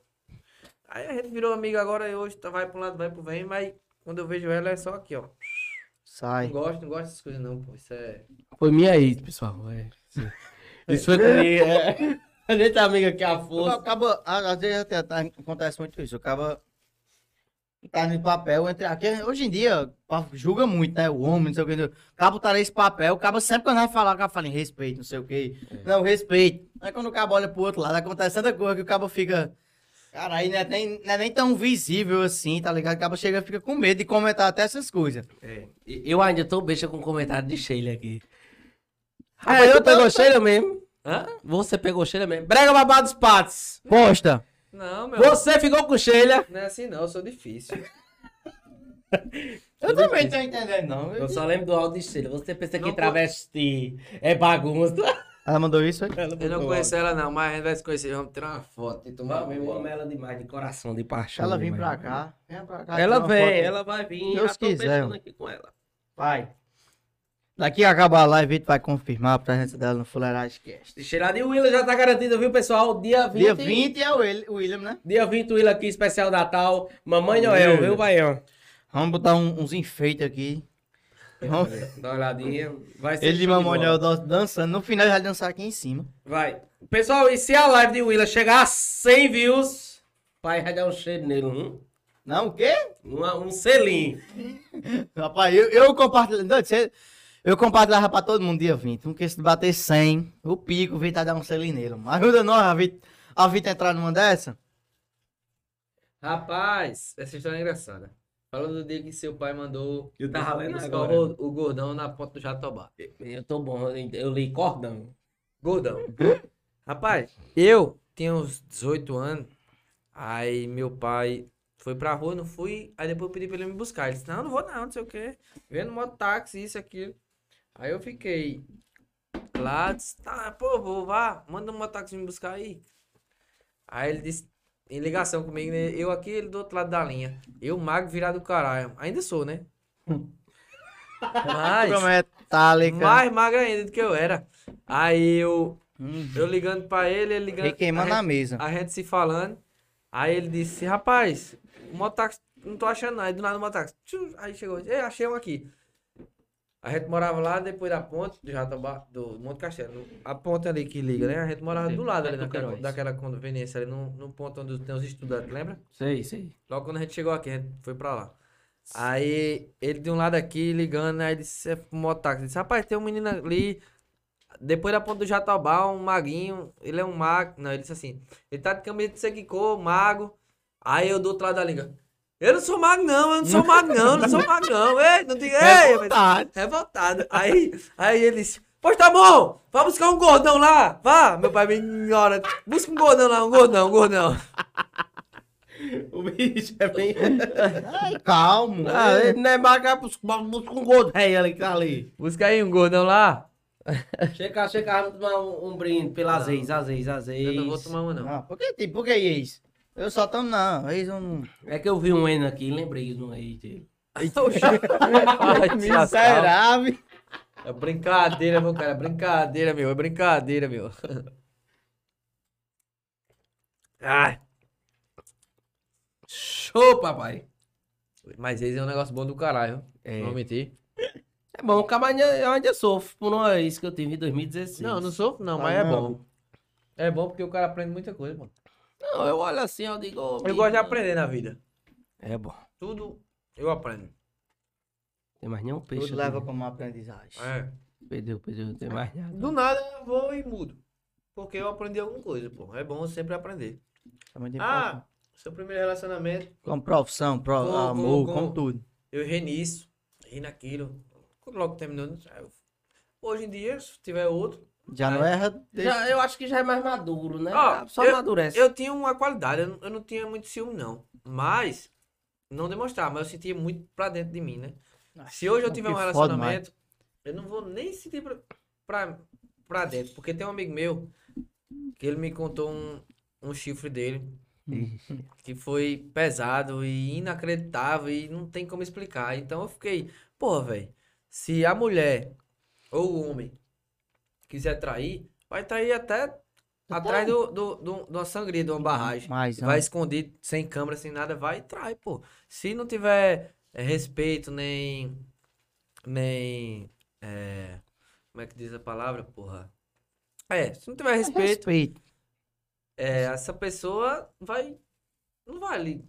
[SPEAKER 4] Aí a gente virou amigo agora, e hoje tá- vai pra um lado, vai pro vem, mas quando eu vejo ela é só aqui, ó. Não
[SPEAKER 3] Sai.
[SPEAKER 4] gosto, não gosto dessas coisas não, pô. Isso é.
[SPEAKER 2] Foi minha ex, pessoal. é, sim. Isso foi comigo. é.
[SPEAKER 1] A gente tá amiga aqui a força.
[SPEAKER 3] Acaba, às vezes até tá- acontece muito isso. Acaba. Tá no papel entre. aqui, Hoje em dia, pa- julga muito, né? O homem, não sei o que. Acaba tá nesse papel. O cabo sempre quando vai falar, o cabo fala em respeito, não sei o que.
[SPEAKER 1] É.
[SPEAKER 3] Não, respeito. Aí quando o cabo olha pro outro lado, acontece tanta coisa que o cabo fica. Cara, aí não é nem, não é nem tão visível assim, tá ligado? O cabo chega e fica com medo de comentar até essas coisas.
[SPEAKER 1] E- Eu ainda tô besta com o comentário de Sheila aqui.
[SPEAKER 2] Ah,
[SPEAKER 1] Rapaz,
[SPEAKER 2] eu
[SPEAKER 1] tu
[SPEAKER 2] tô-
[SPEAKER 1] pegou Sheila mesmo?
[SPEAKER 4] Hã?
[SPEAKER 1] Você pegou Sheila mesmo? Brega babados patos.
[SPEAKER 2] Posta.
[SPEAKER 4] Não, meu.
[SPEAKER 1] Você ficou com Sheila?
[SPEAKER 4] Não é assim não, eu sou difícil.
[SPEAKER 3] Eu também não tô entendendo, não.
[SPEAKER 1] Eu só lembro do áudio de Sheila. Você pensa que
[SPEAKER 4] Não, pô.
[SPEAKER 1] travesti é bagunça.
[SPEAKER 3] Ela mandou isso aí?
[SPEAKER 4] Eu não conheço ela não, mas a gente vai se conhecer. Vamos tirar uma foto e tomar
[SPEAKER 1] Não,
[SPEAKER 4] um
[SPEAKER 1] eu amo
[SPEAKER 4] vinho.
[SPEAKER 1] ela demais, de coração, de paixão.
[SPEAKER 3] Ela vem
[SPEAKER 1] demais.
[SPEAKER 3] pra cá. Vem pra cá.
[SPEAKER 1] Ela
[SPEAKER 3] tirar uma
[SPEAKER 1] vem,
[SPEAKER 3] foto.
[SPEAKER 1] ela vai vir.
[SPEAKER 3] Deus
[SPEAKER 1] já tô
[SPEAKER 3] quiser,
[SPEAKER 1] pensando
[SPEAKER 3] mano.
[SPEAKER 1] aqui com ela.
[SPEAKER 3] Vai. Daqui que acabar a live, Vitor vai confirmar a presença dela no Fuleiragem Cast.
[SPEAKER 1] Sheila de Willa já tá garantida, viu, pessoal? Dia 20.
[SPEAKER 3] Dia 20 é o Wil- o William, né?
[SPEAKER 1] Dia 20, Willa aqui, especial Natal. Mamãe Noel, viu, Baião?
[SPEAKER 3] Vamos botar um- uns enfeites aqui. Vamos-
[SPEAKER 1] Dá uma olhadinha. Vai ser
[SPEAKER 3] Ele e
[SPEAKER 1] show de
[SPEAKER 3] Mamãe
[SPEAKER 1] bola.
[SPEAKER 3] Noel dan- dançando. No final, ele vai dançar aqui em cima.
[SPEAKER 1] Vai. Pessoal, e se a live de Willa chegar a 100 views, pai vai dar um cheiro nele, hum?
[SPEAKER 3] Não, o quê?
[SPEAKER 1] Um, um selinho.
[SPEAKER 3] Rapaz, eu, eu compartilho. não, você- Eu compartilhava pra todo mundo dia 20. Porque se bater 100, o pico, o Vitor vai dar um selinho nele. Ajuda nós, a Vitor, a Vitor entrar numa dessa.
[SPEAKER 4] Rapaz, essa história é engraçada. Falando do dia que seu pai mandou
[SPEAKER 1] Eu tava lendo
[SPEAKER 4] buscar
[SPEAKER 1] agora.
[SPEAKER 4] o, o gordão na ponta do Jatobá.
[SPEAKER 1] Eu tô bom, eu- eu li cordão.
[SPEAKER 4] Gordão. Rapaz, eu tinha uns 18 anos. Aí meu pai foi pra rua, não fui. Aí depois eu pedi pra ele me buscar. Ele disse, não, não vou não, não sei o quê. Vendo mototáxi, isso, aquilo. Aí eu fiquei lá, disse, tá, pô, vou, vá, manda um mototáxi me buscar aí. Aí ele disse, em ligação comigo, né? Eu aqui, ele do outro lado da linha. Eu, magro, virado do caralho. Ainda sou, né? Mas,
[SPEAKER 3] Como é tálica.
[SPEAKER 4] mais magro ainda do que eu era. Aí eu
[SPEAKER 3] Hum,
[SPEAKER 4] eu ligando pra ele, ele ligando.
[SPEAKER 3] Requeimando
[SPEAKER 4] a
[SPEAKER 3] a
[SPEAKER 4] gente,
[SPEAKER 3] mesa.
[SPEAKER 4] a gente se falando. Aí ele disse, rapaz, o mototáxi, não tô achando não. Aí do nada o mototáxi. tchum, Aí chegou, ei, achei um aqui. A gente morava lá depois da ponte do, Jatobá, do Monte Castelo. A ponte ali que liga, né? A gente morava do
[SPEAKER 3] é
[SPEAKER 4] lado ali
[SPEAKER 1] perto do
[SPEAKER 4] daquela,
[SPEAKER 1] Queiroz.
[SPEAKER 4] daquela conveniência ali, no, no ponto onde tem os estudantes, lembra?
[SPEAKER 1] Sei, sei.
[SPEAKER 4] Logo quando a gente chegou aqui, a gente foi pra lá. Aí ele de um lado aqui ligando, aí disse é pro mototáxi, disse, rapaz, tem um menino ali, depois da ponta do Jatobá, um maguinho, ele é um mago. Não, ele disse assim, ele tá de camisa de sequicô, mago. Aí eu do outro lado da liga. Eu não sou mago, não, eu não sou mago, não, eu não sou mago, não. Ei, não tem.
[SPEAKER 1] É,
[SPEAKER 4] Ei,
[SPEAKER 2] Revoltado.
[SPEAKER 4] revoltado. Aí, aí ele disse: Pois tá bom, vai buscar um gordão lá. Vá, meu pai me ignora. Busca um gordão lá, um gordão, um gordão.
[SPEAKER 1] O bicho é bem.
[SPEAKER 3] Ai, calmo.
[SPEAKER 1] Ah, ele não é macaco, busca um gordo rei ali que tá ali.
[SPEAKER 4] Busca aí um gordão lá.
[SPEAKER 1] Chega, chega, vamos tomar um, um brinde pela azeis, azeis, azeis.
[SPEAKER 4] Eu não vou tomar uma, não.
[SPEAKER 3] Não, por que, tipo, por que ex? Eu só tomo, não. Ex eu não.
[SPEAKER 1] É que eu vi um N aqui, lembrei de um ex dele.
[SPEAKER 4] Ai, te lascar.
[SPEAKER 3] Miserável.
[SPEAKER 4] É brincadeira, meu cara. É brincadeira, meu. É brincadeira, meu. Ai,
[SPEAKER 1] Show, papai.
[SPEAKER 4] mas ex é um negócio bom do caralho.
[SPEAKER 1] É.
[SPEAKER 4] Não vou mentir.
[SPEAKER 1] É bom, acabar eu ainda sofro por uma ex que eu tive em 2016.
[SPEAKER 4] Não, não sofro, não,
[SPEAKER 3] Tá
[SPEAKER 4] mas é
[SPEAKER 3] não.
[SPEAKER 4] bom. É bom porque o cara aprende muita coisa, mano.
[SPEAKER 1] Não, eu olho assim, eu digo. ô,
[SPEAKER 4] Eu
[SPEAKER 1] menino.
[SPEAKER 4] gosto de aprender na vida.
[SPEAKER 1] É bom.
[SPEAKER 4] Tudo eu aprendo.
[SPEAKER 1] Tem mais nenhum peixe.
[SPEAKER 3] Tudo
[SPEAKER 1] aqui.
[SPEAKER 3] leva como aprendizagem.
[SPEAKER 4] É.
[SPEAKER 1] Perdeu, perdeu, não tem mais nada.
[SPEAKER 4] Do nada eu vou e mudo. Porque eu aprendi alguma coisa, pô. É bom sempre aprender.
[SPEAKER 3] É muito importante.
[SPEAKER 4] Ah, seu primeiro relacionamento,
[SPEAKER 3] Como profissão, pro,
[SPEAKER 4] Com- com-
[SPEAKER 3] amor,
[SPEAKER 4] com-
[SPEAKER 3] como tudo.
[SPEAKER 4] eu ri nisso, ri naquilo. Quando logo terminou, eu- hoje em dia, se tiver outro,
[SPEAKER 3] Já não erra. deixa-
[SPEAKER 1] Já, eu acho que já é mais maduro, né?
[SPEAKER 4] Ó,
[SPEAKER 1] Só
[SPEAKER 4] eu-
[SPEAKER 1] amadurece.
[SPEAKER 4] Eu tinha uma qualidade, eu não, eu não tinha muito ciúme, não. Mas, não demonstrava, mas eu sentia muito pra dentro de mim, né? Se hoje eu tiver um
[SPEAKER 2] que foda,
[SPEAKER 4] relacionamento, eu não vou nem sentir pra, pra, pra dentro. Porque tem um amigo meu que ele me contou um, um chifre dele que foi pesado e inacreditável e não tem como explicar. Então eu fiquei, pô, velho, se a mulher ou o homem quiser trair, vai trair até, atrás do, do, do, de uma sangria, de uma barragem.
[SPEAKER 2] Mas,
[SPEAKER 4] Vai escondido, sem câmera, sem nada, vai e trai, pô. Se não tiver é, respeito, nem. Nem. é, como é que diz a palavra, porra? É, se não tiver respeito,
[SPEAKER 2] respeito.
[SPEAKER 4] é,
[SPEAKER 3] Uhum.
[SPEAKER 4] essa pessoa vai. Não vale.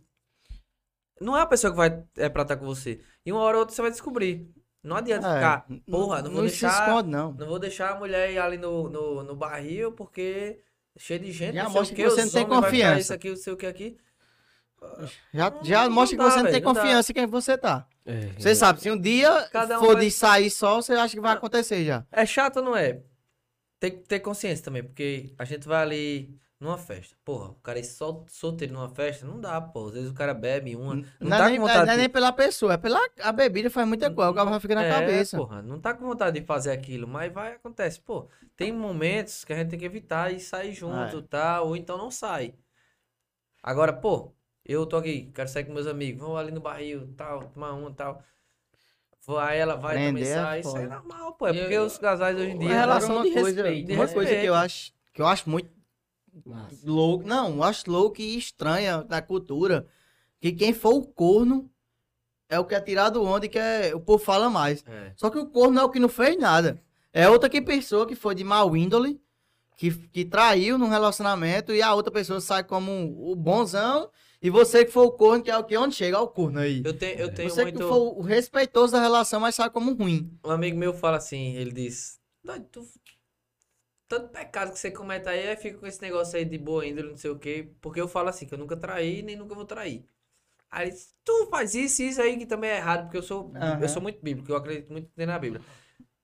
[SPEAKER 4] Não é a pessoa que vai é, pra estar com você. E uma hora ou outra você vai descobrir. Não adianta
[SPEAKER 2] É,
[SPEAKER 4] ficar, porra, não vou
[SPEAKER 2] se
[SPEAKER 4] deixar.
[SPEAKER 2] esconde, não.
[SPEAKER 4] Não vou deixar a mulher ir ali no, no, no barril, porque é cheio de gente,
[SPEAKER 3] Já
[SPEAKER 4] não sei o
[SPEAKER 3] mostra que
[SPEAKER 4] quê,
[SPEAKER 3] você
[SPEAKER 4] os
[SPEAKER 3] não tem
[SPEAKER 4] homens vai ficar
[SPEAKER 3] confiança.
[SPEAKER 4] Isso aqui, não sei o que aqui.
[SPEAKER 3] Já,
[SPEAKER 4] Não,
[SPEAKER 3] já
[SPEAKER 4] não
[SPEAKER 3] mostra que
[SPEAKER 4] dá,
[SPEAKER 3] você não tem
[SPEAKER 4] velho, não dá.
[SPEAKER 3] confiança em quem você tá.
[SPEAKER 4] Uhum.
[SPEAKER 1] É,
[SPEAKER 3] Você sabe, se um dia
[SPEAKER 4] Cada um
[SPEAKER 3] for
[SPEAKER 4] vai-
[SPEAKER 3] de sair só, você acha que vai acontecer já.
[SPEAKER 4] É chato ou não é? Tem que ter consciência também, porque a gente vai ali numa festa. Porra, o cara ir sol, solteiro numa festa, não dá, pô. Às vezes o cara bebe uma, não,
[SPEAKER 3] Não,
[SPEAKER 4] tá
[SPEAKER 3] é, nem,
[SPEAKER 4] com vontade
[SPEAKER 3] não é
[SPEAKER 4] de...
[SPEAKER 3] nem pela pessoa, é pela a bebida faz muita coisa, o cara vai ficar na
[SPEAKER 4] É,
[SPEAKER 3] cabeça.
[SPEAKER 4] porra, não tá com vontade de fazer aquilo, mas vai, acontece. Pô, tem momentos que a gente tem que evitar e sair
[SPEAKER 3] É.
[SPEAKER 4] junto, tá? Ou então não sai. Agora, pô, eu tô aqui, quero sair com meus amigos, vamos ali no barril, tal, tomar um, tal. Vou- Aí ela vai também
[SPEAKER 3] Prender é
[SPEAKER 4] sai, isso é
[SPEAKER 3] foda.
[SPEAKER 4] normal, pô. É
[SPEAKER 1] Eu-
[SPEAKER 4] porque os casais hoje em dia.
[SPEAKER 1] Uma relação
[SPEAKER 3] Agora,
[SPEAKER 1] de respeito,
[SPEAKER 3] é Uma
[SPEAKER 4] de
[SPEAKER 3] coisa que
[SPEAKER 4] respeito.
[SPEAKER 3] eu acho, que eu acho muito
[SPEAKER 1] é, Massa.
[SPEAKER 3] louco, não, eu acho louco e estranha da cultura, que quem for o corno é o que é tirado onda e que é, o povo fala mais.
[SPEAKER 4] É.
[SPEAKER 3] Só que o corno é o que não fez nada. É outra que pessoa que foi de mau índole, que, que traiu num relacionamento e a outra pessoa sai como um, o bonzão e você que foi o corno, que é o que onde chega é o corno aí.
[SPEAKER 4] Eu tenho, eu tenho
[SPEAKER 3] É. Você que
[SPEAKER 4] muito.
[SPEAKER 3] foi o respeitoso da relação, mas sai como ruim.
[SPEAKER 4] Um amigo meu fala assim, ele diz, "Doido, tu... tanto pecado que você comete aí, aí fica com esse negócio aí de boa índole, não sei o quê, porque eu falo assim, que eu nunca traí, nem nunca vou trair. Aí ele diz, tu faz isso e isso aí que também é errado, porque eu sou,
[SPEAKER 3] Aham.
[SPEAKER 4] eu sou muito bíblico, eu acredito muito na Bíblia.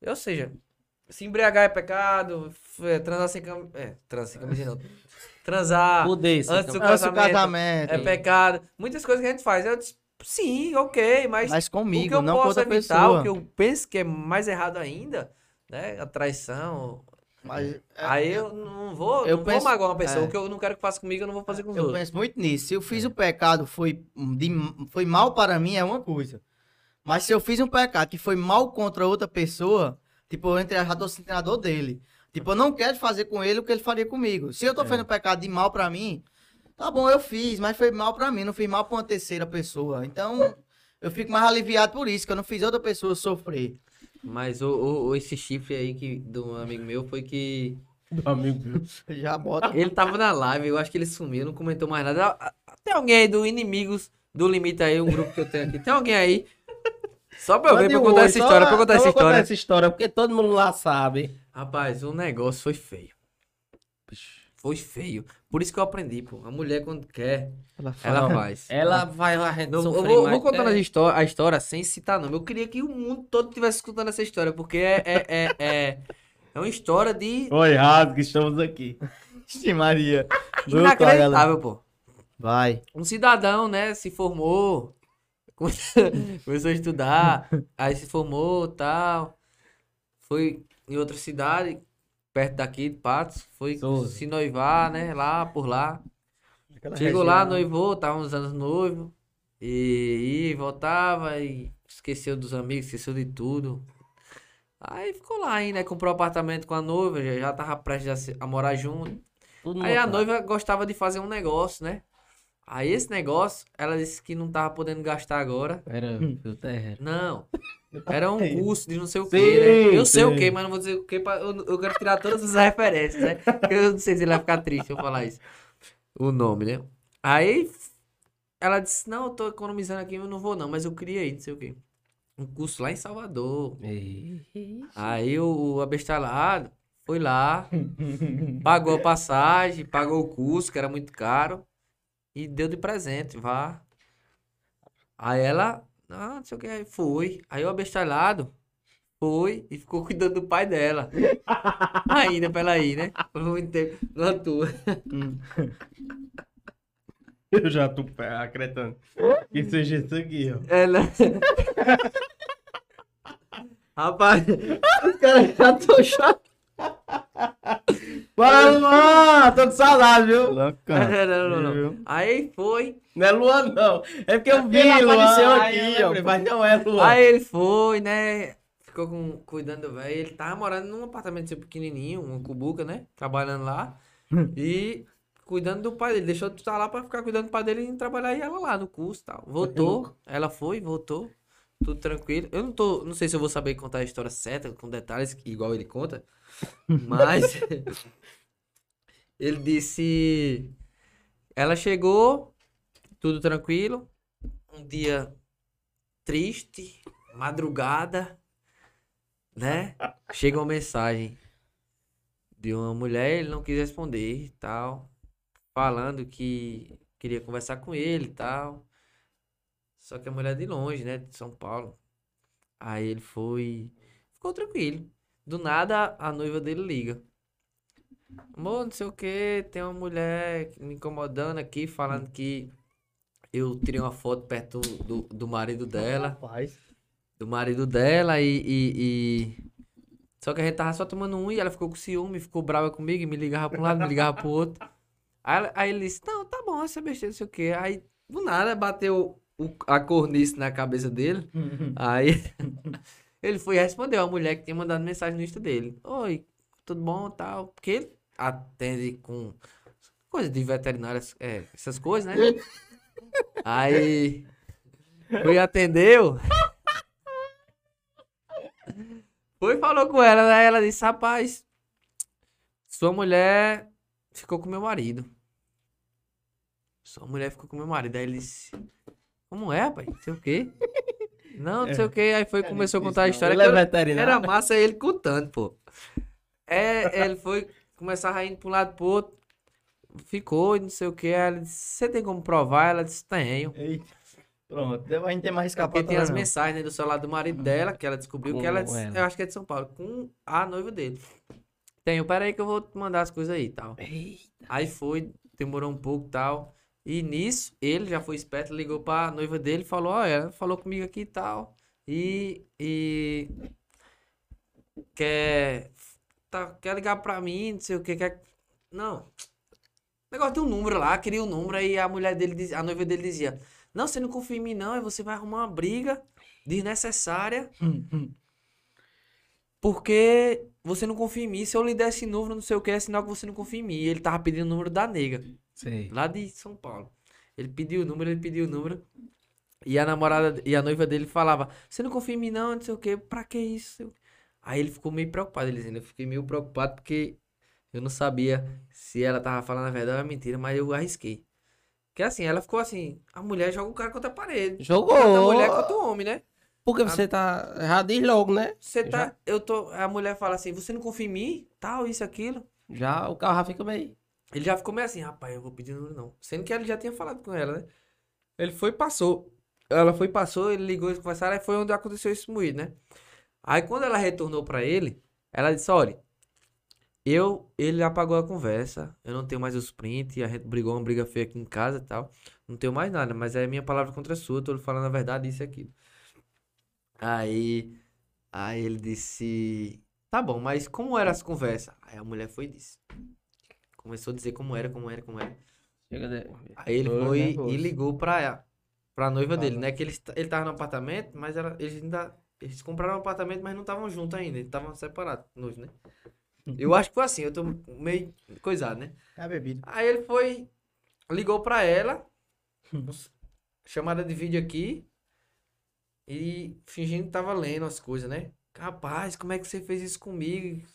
[SPEAKER 4] Ou seja, se embriagar é pecado, f- é, transar sem cam... é, transar sem camisa não. Transar
[SPEAKER 1] Mudei isso.
[SPEAKER 4] antes do
[SPEAKER 1] então.
[SPEAKER 3] Antes do
[SPEAKER 4] casamento
[SPEAKER 3] casamento.
[SPEAKER 4] é pecado, muitas coisas que a gente faz. Eu disse, sim, ok, mas
[SPEAKER 3] Mas
[SPEAKER 4] o que
[SPEAKER 3] comigo,
[SPEAKER 4] eu
[SPEAKER 3] não com
[SPEAKER 4] posso
[SPEAKER 3] outra
[SPEAKER 4] evitar,
[SPEAKER 3] pessoa.
[SPEAKER 4] o que eu penso que é mais errado ainda, né? A traição.
[SPEAKER 3] Mas, é,
[SPEAKER 4] Aí eu não vou,
[SPEAKER 3] eu
[SPEAKER 4] não
[SPEAKER 3] penso-
[SPEAKER 4] vou magoar uma pessoa.
[SPEAKER 3] é.
[SPEAKER 4] O que eu não quero que faça comigo, eu não vou fazer com os
[SPEAKER 3] eu
[SPEAKER 4] outros.
[SPEAKER 3] penso muito nisso. Se eu
[SPEAKER 1] É.
[SPEAKER 3] fiz o pecado, foi, de, foi mal para mim, é uma coisa. Mas se eu fiz um pecado que foi mal contra outra pessoa, tipo, eu entre- já tô sentindo a dor dele. Tipo, eu não quero fazer com ele o que ele faria comigo. Se eu
[SPEAKER 1] É.
[SPEAKER 3] tô fazendo um pecado de mal para mim, tá bom, eu fiz, mas foi mal para mim, não fiz mal para uma terceira pessoa. Então, eu fico mais aliviado por isso, que eu não fiz outra pessoa sofrer.
[SPEAKER 4] Mas o, o- o- esse chifre aí que, de um amigo meu foi que.
[SPEAKER 3] Já bota.
[SPEAKER 4] Ele tava na live, eu acho que ele sumiu, não comentou mais nada. A- a- Tem alguém aí do Inimigos do Limite aí, um grupo que eu tenho aqui. Tem alguém aí? um Só pra eu
[SPEAKER 1] um
[SPEAKER 4] ver, pra eu contar essa história, pra eu contar essa história.
[SPEAKER 1] essa história, porque todo mundo lá sabe.
[SPEAKER 4] Rapaz, o negócio foi feio. Foi feio. Por isso que eu aprendi, pô. A mulher quando quer, ela faz.
[SPEAKER 1] Ela vai lá
[SPEAKER 4] Não, eu
[SPEAKER 1] sofrer
[SPEAKER 4] vou,
[SPEAKER 1] mais.
[SPEAKER 4] vou contando
[SPEAKER 1] É.
[SPEAKER 4] as histó- a história sem citar nome. Eu queria que o mundo todo estivesse escutando essa história, porque é, é, é, é, é uma história de
[SPEAKER 5] Oi, Rasga, estamos aqui.
[SPEAKER 3] Ixi, Maria.
[SPEAKER 4] inacreditável, pô.
[SPEAKER 3] Vai.
[SPEAKER 4] Um cidadão, né, se formou, come- começou a estudar, aí se formou tal. Foi em outra cidade, perto daqui, de Patos, foi
[SPEAKER 1] Souza.
[SPEAKER 4] se noivar, né, lá por lá. Chegou lá, noivou, tava uns anos noivo. E, e voltava e esqueceu dos amigos, esqueceu de tudo. Aí ficou lá ainda, comprou um apartamento com a noiva, já, já tava prestes a, se- a morar junto.
[SPEAKER 1] Tudo
[SPEAKER 4] Aí a
[SPEAKER 1] montado.
[SPEAKER 4] noiva gostava de fazer um negócio, né? Aí esse negócio, ela disse que não tava podendo gastar agora.
[SPEAKER 1] Era
[SPEAKER 4] Hum.
[SPEAKER 1] o terra.
[SPEAKER 4] É, Não. Era um curso de não sei o que,
[SPEAKER 5] Sim,
[SPEAKER 4] né? Eu sei o
[SPEAKER 5] sim.
[SPEAKER 4] que, mas não vou dizer o que. Eu, eu quero tirar todas as referências, né? Porque eu não sei se ele vai ficar triste eu falar isso. O nome, né? Aí ela disse: Não, eu tô economizando aqui, eu não vou não, mas eu queria ir, não sei o que. Um curso lá em Salvador. Aí o, o abestalado foi lá, pagou a passagem, pagou o curso, que era muito caro, e deu de presente, vá. Aí ela, ah, não sei o que, aí foi. Aí o abestalhado foi e ficou cuidando do pai dela. Ainda pra ela ir, né? Por muito tempo, numa tour.
[SPEAKER 5] Eu
[SPEAKER 4] É, né?
[SPEAKER 5] já tô acreditando. Que seja isso aqui, ó.
[SPEAKER 4] Ela... Rapaz,
[SPEAKER 2] Os caras já estão chato.
[SPEAKER 3] Bora, Luan! Tô de saudade, viu?
[SPEAKER 4] não, não, não, não. Aí foi,
[SPEAKER 1] Não é Luan, não. É porque eu vi,
[SPEAKER 3] Ele
[SPEAKER 1] Luan,
[SPEAKER 3] apareceu
[SPEAKER 1] aí eu
[SPEAKER 3] aqui, ó.
[SPEAKER 1] lembrei, Mas não é Luan.
[SPEAKER 4] aí ele foi, né? Ficou com, cuidando do velho. Ele tava morando num apartamento assim, pequenininho, uma cubuca, né? Trabalhando lá. E cuidando do pai dele. Deixou de estar lá pra ficar cuidando do pai dele e trabalhar e ela lá no curso e tal. Voltou, ela foi, voltou. Tudo tranquilo. Eu não tô, não sei se eu vou saber contar a história certa, com detalhes, que- igual ele conta. Mas ele disse. Ela chegou, tudo tranquilo. Um dia triste, madrugada, né? Chega uma mensagem de uma mulher, ele não quis responder e tal. Falando que queria conversar com ele e tal. Só que a mulher é de longe, né? De São Paulo. Aí ele foi. Ficou tranquilo. Do nada, a noiva dele liga. Amor, não sei o que, tem uma mulher me incomodando aqui, falando que eu tirei uma foto perto do, do marido dela,
[SPEAKER 2] Rapaz.
[SPEAKER 4] do marido dela e, e, e- Só que a gente tava só tomando um e ela ficou com ciúme, ficou brava comigo e me ligava pra um lado, me ligava pro outro. Aí, ela- aí ele disse, não, tá bom, essa besteira, não sei o que. Aí, do nada, bateu o- a cornice na cabeça dele. Aí ele foi e respondeu a mulher que tinha mandado mensagem no Insta dele. Oi, tudo bom, tal? Porque ele atende com coisa de veterinária, é, essas coisas, né? Aí foi e atendeu. Foi e falou com ela, né? Ela disse, rapaz, sua mulher ficou com meu marido. Sua mulher ficou com meu marido. Aí ele disse, como é, rapaz? Não sei o quê. Não, não sei o quê. Aí foi e
[SPEAKER 3] É
[SPEAKER 4] começou
[SPEAKER 3] difícil,
[SPEAKER 4] a contar a
[SPEAKER 3] não.
[SPEAKER 4] história.
[SPEAKER 1] Ele
[SPEAKER 4] que
[SPEAKER 1] é
[SPEAKER 4] eu-
[SPEAKER 1] veterinário.
[SPEAKER 4] era massa ele contando, pô. É, ele foi começar indo pra um lado pro outro. Ficou, e não sei o que. Ela disse, você tem como provar? Ela disse, tenho.
[SPEAKER 2] Eita. Pronto, a gente tem mais
[SPEAKER 4] Porque tem
[SPEAKER 2] escapatória.
[SPEAKER 4] as
[SPEAKER 2] não.
[SPEAKER 4] mensagens né, do celular do marido dela, que ela descobriu que
[SPEAKER 1] Com
[SPEAKER 4] ela, é de-
[SPEAKER 1] ela.
[SPEAKER 4] eu acho que é de São Paulo, com a noiva dele. Tenho, peraí que eu vou te mandar as coisas aí e tal. Aí foi, demorou um pouco e tal. E nisso, ele já foi esperto, ligou pra noiva dele e falou, ó, ela falou comigo aqui e tal. E, e quer, tá, quer ligar pra mim, não sei o que, quer... Não, negócio de um número lá, queria o número, aí a mulher dele, diz- a noiva dele dizia, não, você não confia em mim não, aí você vai arrumar uma briga desnecessária, porque você não confia em mim, se eu lhe der esse número, não sei o que, é sinal que você não confia em mim. E ele tava pedindo o número da nega
[SPEAKER 1] Sei.
[SPEAKER 4] lá de São Paulo. Ele pediu o número, ele pediu o número. E a namorada e a noiva dele falava: Você não confia em mim, não, não sei o quê, pra que isso? Aí ele ficou meio preocupado, ele dizendo: Eu fiquei meio preocupado porque eu não sabia se ela tava falando a verdade ou a mentira, mas eu arrisquei. Porque assim, ela ficou assim: a mulher joga o cara contra a parede. Tanto a
[SPEAKER 1] Jogou.
[SPEAKER 4] mulher quanto o homem, né?
[SPEAKER 1] Porque você tá. Já diz logo, né?
[SPEAKER 4] Você tá. Eu tô. A mulher fala assim: Você não confia em mim? Tal, isso, aquilo.
[SPEAKER 1] Já o carro já fica meio.
[SPEAKER 4] Ele já ficou meio assim, rapaz, eu vou pedir número não. Sendo que ele já tinha falado com ela, né? Ele foi e passou. Ela foi e passou, ele ligou, eles conversaram, aí foi onde aconteceu esse moído, né? Aí quando ela retornou pra ele, ela disse, olha, eu, ele apagou a conversa, eu não tenho mais os prints, a gente brigou uma briga feia aqui em casa e tal, não tenho mais nada, mas é minha palavra contra a sua, eu tô lhe falando a verdade, isso e aquilo. Aí, aí ele disse, tá bom, mas como era essa conversa? Aí a mulher foi e disse. Começou a dizer como era, como era, como era.
[SPEAKER 1] Chega de...
[SPEAKER 4] Aí ele
[SPEAKER 2] Tô
[SPEAKER 4] foi
[SPEAKER 2] nervoso.
[SPEAKER 4] e ligou pra, pra noiva dele,
[SPEAKER 2] Fala.
[SPEAKER 4] né? Que ele, est- ele tava no apartamento, mas ela, eles ainda. Eles compraram um apartamento, mas não estavam juntos ainda. Eles estavam separados, nojo, né? Eu acho que foi assim, eu tô meio coisado, né?
[SPEAKER 3] É a bebida.
[SPEAKER 4] Aí ele foi, ligou pra ela,
[SPEAKER 3] Hum.
[SPEAKER 4] uns- chamada de vídeo aqui, e fingindo que tava lendo as coisas, né? Rapaz, como é que você fez isso comigo?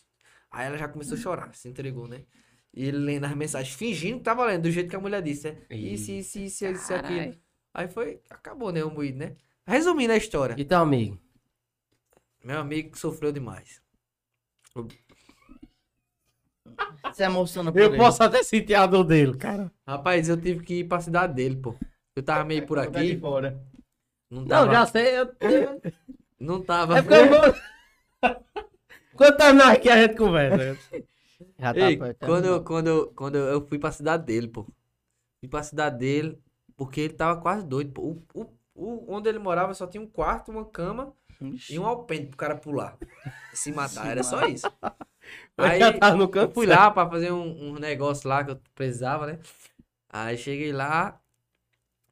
[SPEAKER 4] Aí ela já começou a chorar, se entregou, né? E ele lendo as mensagens, fingindo que tava lendo, do jeito que a mulher disse, né? Isso, isso, isso, isso, aquilo. Aí foi, acabou, né, o moído, né? Resumindo a história.
[SPEAKER 1] Então, amigo.
[SPEAKER 4] Meu amigo sofreu demais.
[SPEAKER 3] Se emociona por
[SPEAKER 1] Eu
[SPEAKER 3] ele.
[SPEAKER 1] posso até sentir a dor dele, cara.
[SPEAKER 4] Rapaz, eu tive que ir pra cidade dele, pô. Eu tava meio por
[SPEAKER 3] Tá de
[SPEAKER 4] aqui,
[SPEAKER 3] fora.
[SPEAKER 4] não
[SPEAKER 1] Não,
[SPEAKER 4] tava,
[SPEAKER 1] já sei. Eu...
[SPEAKER 4] não tava.
[SPEAKER 1] É porque eu vou. Quando terminar aqui, a gente conversa.
[SPEAKER 2] Já tá
[SPEAKER 4] Ei,
[SPEAKER 3] então
[SPEAKER 2] apertando.
[SPEAKER 4] quando, eu, quando, eu, quando eu eu fui pra cidade dele, pô. Fui pra cidade dele, porque ele tava quase doido, pô. O, o, o- onde ele morava só tinha um quarto, uma cama e um alpendre pro cara pular. Se matar, era só isso.
[SPEAKER 2] Aí,
[SPEAKER 4] Aí
[SPEAKER 2] já tava no
[SPEAKER 4] eu
[SPEAKER 2] canto.
[SPEAKER 4] fui lá pra fazer um, um negócio lá que eu precisava, né? Aí cheguei lá,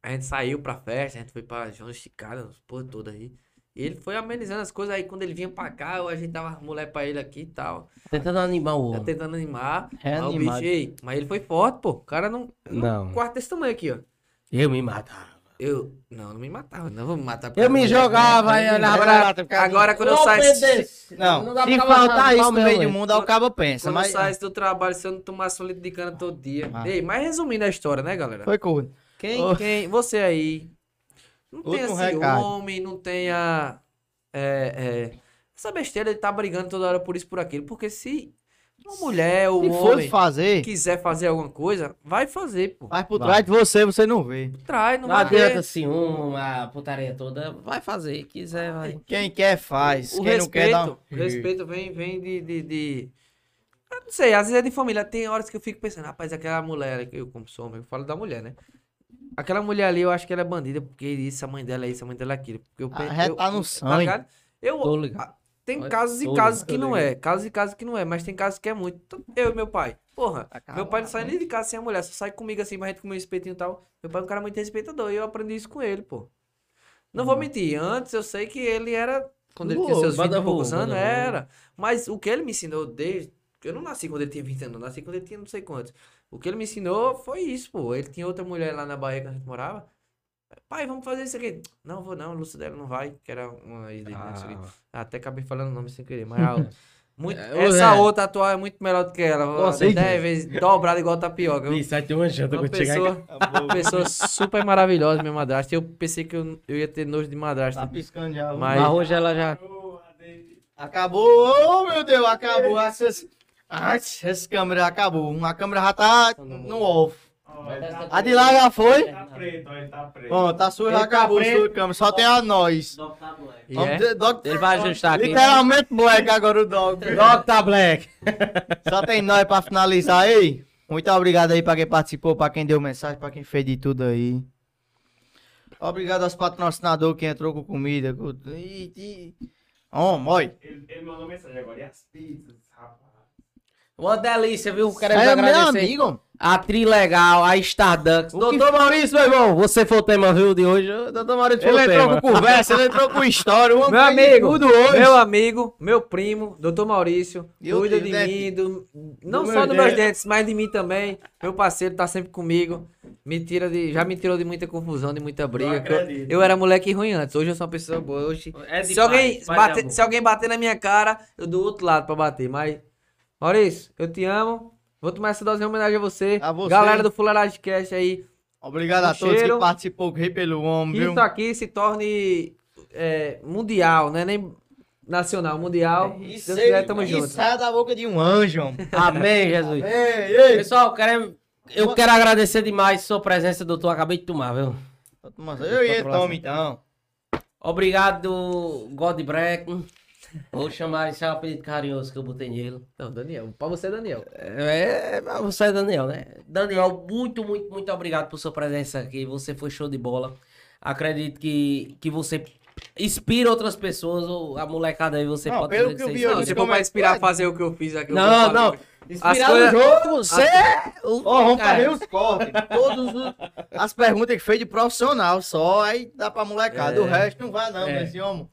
[SPEAKER 4] a gente saiu pra festa, a gente foi pra João Esticada, as porra toda aí. E ele foi amenizando as coisas aí quando ele vinha pra cá, eu ajeitava as mulher pra ele aqui e tal.
[SPEAKER 1] Tentando animar o
[SPEAKER 4] Eu
[SPEAKER 1] homem.
[SPEAKER 4] tentando animar. Aí Ah, o bicho,
[SPEAKER 2] Reanimado.
[SPEAKER 4] ei, mas ele foi forte, pô. O cara não.
[SPEAKER 1] É Não.
[SPEAKER 4] Um quarto desse tamanho aqui, ó.
[SPEAKER 1] Eu me matava.
[SPEAKER 4] Eu. Não, não me matava. Não vou me matar.
[SPEAKER 1] Eu me jogava e olhava
[SPEAKER 4] né? Agora-
[SPEAKER 1] pra
[SPEAKER 4] Agora quando eu saio.
[SPEAKER 3] Não,
[SPEAKER 1] Não dá pra
[SPEAKER 3] se
[SPEAKER 1] cavar
[SPEAKER 3] faltar
[SPEAKER 1] nada,
[SPEAKER 3] isso no
[SPEAKER 1] palmeu,
[SPEAKER 3] meio do
[SPEAKER 1] velho.
[SPEAKER 3] mundo, aí o cabo pensa.
[SPEAKER 4] Quando
[SPEAKER 3] Mas
[SPEAKER 4] eu saísse do trabalho, se eu não tomasse um litro de cana todo dia.
[SPEAKER 3] Ah.
[SPEAKER 4] Ei, mas resumindo a história, né, galera?
[SPEAKER 2] Foi corno.
[SPEAKER 4] Quem,
[SPEAKER 2] Oh.
[SPEAKER 4] quem, você aí, não tenha
[SPEAKER 3] Último recado.
[SPEAKER 4] ciúme, não tenha, é, é, essa besteira de estar brigando toda hora por isso, por aquilo, porque se uma mulher ou
[SPEAKER 3] se
[SPEAKER 4] um
[SPEAKER 3] fosse
[SPEAKER 4] homem
[SPEAKER 3] fazer,
[SPEAKER 4] quiser fazer alguma coisa, vai fazer, pô.
[SPEAKER 3] mas por
[SPEAKER 2] Vai.
[SPEAKER 3] trás de você, você não vê.
[SPEAKER 4] Trai, não
[SPEAKER 1] Não
[SPEAKER 4] vai
[SPEAKER 1] adianta
[SPEAKER 4] ter.
[SPEAKER 1] ciúme, a putaria toda. Vai fazer, quiser, vai.
[SPEAKER 3] Quem quer, faz.
[SPEAKER 4] O
[SPEAKER 3] Quem não quer,
[SPEAKER 4] respeito,
[SPEAKER 3] dá um...
[SPEAKER 4] o respeito vem, vem de, de, de- Eu não sei, às vezes é de família, tem horas que eu fico pensando, rapaz, aquela mulher, que eu como sou homem, eu falo da mulher, né? Aquela mulher ali, eu acho que ela é bandida, porque isso, a mãe dela é isso, a mãe dela é aquilo. Porque eu,
[SPEAKER 3] Ah,
[SPEAKER 4] pe-
[SPEAKER 3] já
[SPEAKER 4] eu-
[SPEAKER 3] tá no
[SPEAKER 4] tá
[SPEAKER 3] sangue.
[SPEAKER 4] ligado? Eu,
[SPEAKER 1] Tô ligado.
[SPEAKER 4] Tem
[SPEAKER 1] Olha,
[SPEAKER 4] casos e
[SPEAKER 1] tô
[SPEAKER 4] casos
[SPEAKER 1] ligado,
[SPEAKER 4] que
[SPEAKER 1] tô
[SPEAKER 4] não é. Casos e casos que não é, mas tem casos que é muito. Então, Eu e meu pai. Porra, meu pai não sai nem de casa sem a mulher, só sai comigo assim, mas a gente comer espetinho e tal. Meu pai é um cara muito respeitador e eu aprendi isso com ele, pô. Não
[SPEAKER 3] Uhum.
[SPEAKER 4] vou mentir, antes eu sei que ele era. Quando ele tinha
[SPEAKER 1] Louco,
[SPEAKER 4] seus 20 e
[SPEAKER 1] banda
[SPEAKER 4] poucos
[SPEAKER 1] louco,
[SPEAKER 4] anos,
[SPEAKER 1] banda louco.
[SPEAKER 4] era. Mas o que ele me ensinou desde. Eu não nasci quando ele tinha 20 anos, eu nasci quando ele tinha não sei quantos. O que ele me ensinou foi isso, pô. Ele tinha outra mulher lá na Bahia que a gente morava. Pai, vamos fazer isso aqui. Não, vou não, Lúcio dela não vai, que era uma ex dele, né, não sei o quê. Até acabei falando o nome sem querer, mas a outra. Muito,
[SPEAKER 1] É, ô,
[SPEAKER 4] essa
[SPEAKER 1] é.
[SPEAKER 4] outra atual é muito melhor do que ela.
[SPEAKER 2] certeza.
[SPEAKER 4] 10 vezes dobrada igual tapioca. viu?
[SPEAKER 1] Isso, aí tem uma janta
[SPEAKER 4] Uma
[SPEAKER 1] quando chegar em
[SPEAKER 4] pessoa, uma pessoa super maravilhosa, minha madrasta. Eu pensei que eu, eu ia ter nojo de
[SPEAKER 3] Tá
[SPEAKER 4] madrasta.
[SPEAKER 3] piscando já.
[SPEAKER 4] Mas-
[SPEAKER 1] casa. Mas hoje ela já.
[SPEAKER 3] Acabou, oh, meu Deus, acabou. Essas... Ai, essa câmera acabou. A câmera já tá no off. A de lá já foi.
[SPEAKER 5] Tá preto, ó, ele tá preto.
[SPEAKER 3] Bom, tá sua, já
[SPEAKER 1] Ele tá
[SPEAKER 3] acabou
[SPEAKER 1] preto.
[SPEAKER 3] sua câmera. Só tem a nós.
[SPEAKER 4] E
[SPEAKER 3] Vamos
[SPEAKER 4] é?
[SPEAKER 3] ter- doc-
[SPEAKER 1] Ele vai ajustar aqui.
[SPEAKER 3] Literalmente black agora o dog.
[SPEAKER 1] Docta Black.
[SPEAKER 3] Só tem nós pra finalizar aí. Muito obrigado aí pra quem participou, pra quem deu mensagem, pra quem fez de tudo aí. Obrigado aos patrocinadores que entrou com comida. Com... E, e... Oh, moi.
[SPEAKER 5] Ele, ele mandou mensagem agora. E as pizzas, rapaz?
[SPEAKER 1] Uma delícia, viu? Queremos
[SPEAKER 3] É meu
[SPEAKER 1] agradecer.
[SPEAKER 3] amigo.
[SPEAKER 1] A Trilegal, a Stardust.
[SPEAKER 3] que-
[SPEAKER 1] Doutor Maurício, meu irmão, você foi o tema, viu, de hoje. Doutor Maurício foi
[SPEAKER 3] Ele
[SPEAKER 1] o
[SPEAKER 3] entrou
[SPEAKER 1] tema.
[SPEAKER 3] com conversa, ele entrou com história. o homem
[SPEAKER 4] Meu
[SPEAKER 3] fez de
[SPEAKER 4] amigo,
[SPEAKER 3] Tudo hoje.
[SPEAKER 4] meu amigo, meu primo, doutor Maurício,
[SPEAKER 3] Eu
[SPEAKER 4] cuida
[SPEAKER 3] tenho
[SPEAKER 4] de
[SPEAKER 3] dente.
[SPEAKER 4] mim, do- não
[SPEAKER 3] né? Do
[SPEAKER 4] só
[SPEAKER 3] meu
[SPEAKER 4] dos meus dentes, mas de mim também. Meu parceiro tá sempre comigo, me tira de, já me tirou de muita confusão, de muita briga. que eu-
[SPEAKER 5] acredito.
[SPEAKER 4] Eu era moleque ruim antes, hoje eu sou uma pessoa boa. Hoje,
[SPEAKER 1] É de
[SPEAKER 4] se,
[SPEAKER 1] paz,
[SPEAKER 4] alguém
[SPEAKER 1] paz e
[SPEAKER 4] bater,
[SPEAKER 1] amor.
[SPEAKER 4] se alguém bater na minha cara, eu dou outro lado pra bater. Mas, Maurício, eu te amo. Vou tomar essa dose em homenagem a você.
[SPEAKER 3] A você.
[SPEAKER 4] Galera do Fularagem Cast aí.
[SPEAKER 3] Obrigado a
[SPEAKER 4] Um
[SPEAKER 3] todos
[SPEAKER 4] cheiro.
[SPEAKER 3] que participou, que ri pelo homem,
[SPEAKER 4] Que
[SPEAKER 3] viu?
[SPEAKER 4] isso aqui se torne é, mundial, né? Nem nacional,
[SPEAKER 1] É
[SPEAKER 4] mundial. Então, Se Deus quiser, tamo
[SPEAKER 3] isso
[SPEAKER 4] junto.
[SPEAKER 3] sai da boca de um anjo, homem.
[SPEAKER 1] Amém, Jesus.
[SPEAKER 3] ei, ei.
[SPEAKER 1] Pessoal, queremos- eu quero agradecer demais sua presença, doutor. Acabei de tomar, viu?
[SPEAKER 3] Eu ia tomar então.
[SPEAKER 1] Obrigado, God Black. Vou chamar esse é o apelido carinhoso que eu botei nele.
[SPEAKER 4] Não, Daniel, pra você, Daniel.
[SPEAKER 1] É, é, mas você é Daniel, né? Daniel, muito, muito, muito obrigado por sua presença aqui. Você foi show de bola. Acredito que, que você inspira outras pessoas. ou A molecada aí, você
[SPEAKER 3] Não,
[SPEAKER 1] pode
[SPEAKER 3] pelo
[SPEAKER 1] dizer
[SPEAKER 3] que eu
[SPEAKER 1] você
[SPEAKER 3] vi,
[SPEAKER 1] inspira.
[SPEAKER 4] Não,
[SPEAKER 3] eu-
[SPEAKER 4] se for pra inspirar a fazer o que eu fiz aqui. o que eu
[SPEAKER 1] Não,
[SPEAKER 4] faço-
[SPEAKER 1] não. Inspirar
[SPEAKER 4] As coisas-
[SPEAKER 1] o jogo, você é o-
[SPEAKER 3] Ó, vamos
[SPEAKER 1] cara,
[SPEAKER 3] fazer os cortes. Todas as perguntas que fez de profissional só, aí dá pra molecada. O resto não vai, não,
[SPEAKER 1] É.
[SPEAKER 3] esse homem.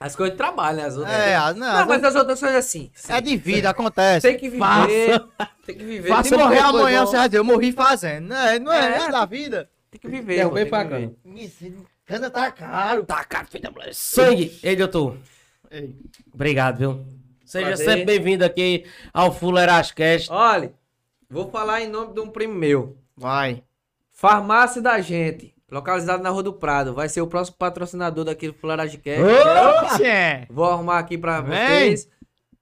[SPEAKER 4] As coisas trabalham, as outras.
[SPEAKER 3] É,
[SPEAKER 4] não,
[SPEAKER 3] ah, não.
[SPEAKER 4] mas as outras coisas assim.
[SPEAKER 3] É de vida, acontece.
[SPEAKER 4] Tem que viver. Tem que viver.
[SPEAKER 3] Se
[SPEAKER 4] tem que
[SPEAKER 3] morrer
[SPEAKER 4] viver,
[SPEAKER 3] amanhã,
[SPEAKER 4] irmão.
[SPEAKER 3] você vai dizer, eu morri fazendo. Não é, não é,
[SPEAKER 4] É.
[SPEAKER 3] é da vida.
[SPEAKER 4] Tem que viver. irmão,
[SPEAKER 1] Derrubei
[SPEAKER 4] tem
[SPEAKER 1] pra
[SPEAKER 4] que
[SPEAKER 1] cá.
[SPEAKER 4] viver.
[SPEAKER 3] Cana tá caro.
[SPEAKER 1] Tá, cara, filho da mulher. Sangue. Ei, doutor.
[SPEAKER 3] Ei.
[SPEAKER 1] Obrigado, viu? Seja
[SPEAKER 4] Prazer.
[SPEAKER 1] sempre bem-vindo aqui ao Fuleiragem Cast.
[SPEAKER 4] Olha, vou falar em nome de um primo meu.
[SPEAKER 3] Vai.
[SPEAKER 4] Farmácia da Gente, localizado na Rua do Prado. Vai ser o próximo patrocinador daqui do Fularagem Cast.
[SPEAKER 3] Oxe! é.
[SPEAKER 4] Vou arrumar aqui pra
[SPEAKER 3] Vem.
[SPEAKER 4] vocês.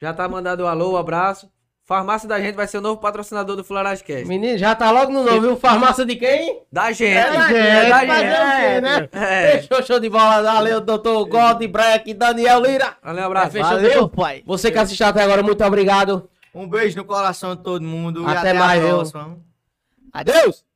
[SPEAKER 4] Já tá mandado o alô, o abraço. Farmácia da Gente vai ser o novo patrocinador do Fularagem Cast.
[SPEAKER 1] Menino, já tá logo no nome, viu? Farmácia de quem?
[SPEAKER 4] Da Gente.
[SPEAKER 3] É da
[SPEAKER 4] É
[SPEAKER 3] gente,
[SPEAKER 4] da
[SPEAKER 3] fazer
[SPEAKER 4] Gente.
[SPEAKER 3] o quê, né?
[SPEAKER 4] É.
[SPEAKER 1] Fechou, show de bola. Valeu, doutor God Black, Daniel Lira.
[SPEAKER 4] Valeu, um abraço.
[SPEAKER 1] Fechou,
[SPEAKER 3] Valeu, pai.
[SPEAKER 1] Você que assistiu até agora, muito obrigado.
[SPEAKER 3] Um beijo no coração de todo mundo. e
[SPEAKER 1] Até mais,
[SPEAKER 3] a
[SPEAKER 1] viu?
[SPEAKER 3] próxima. Adeus!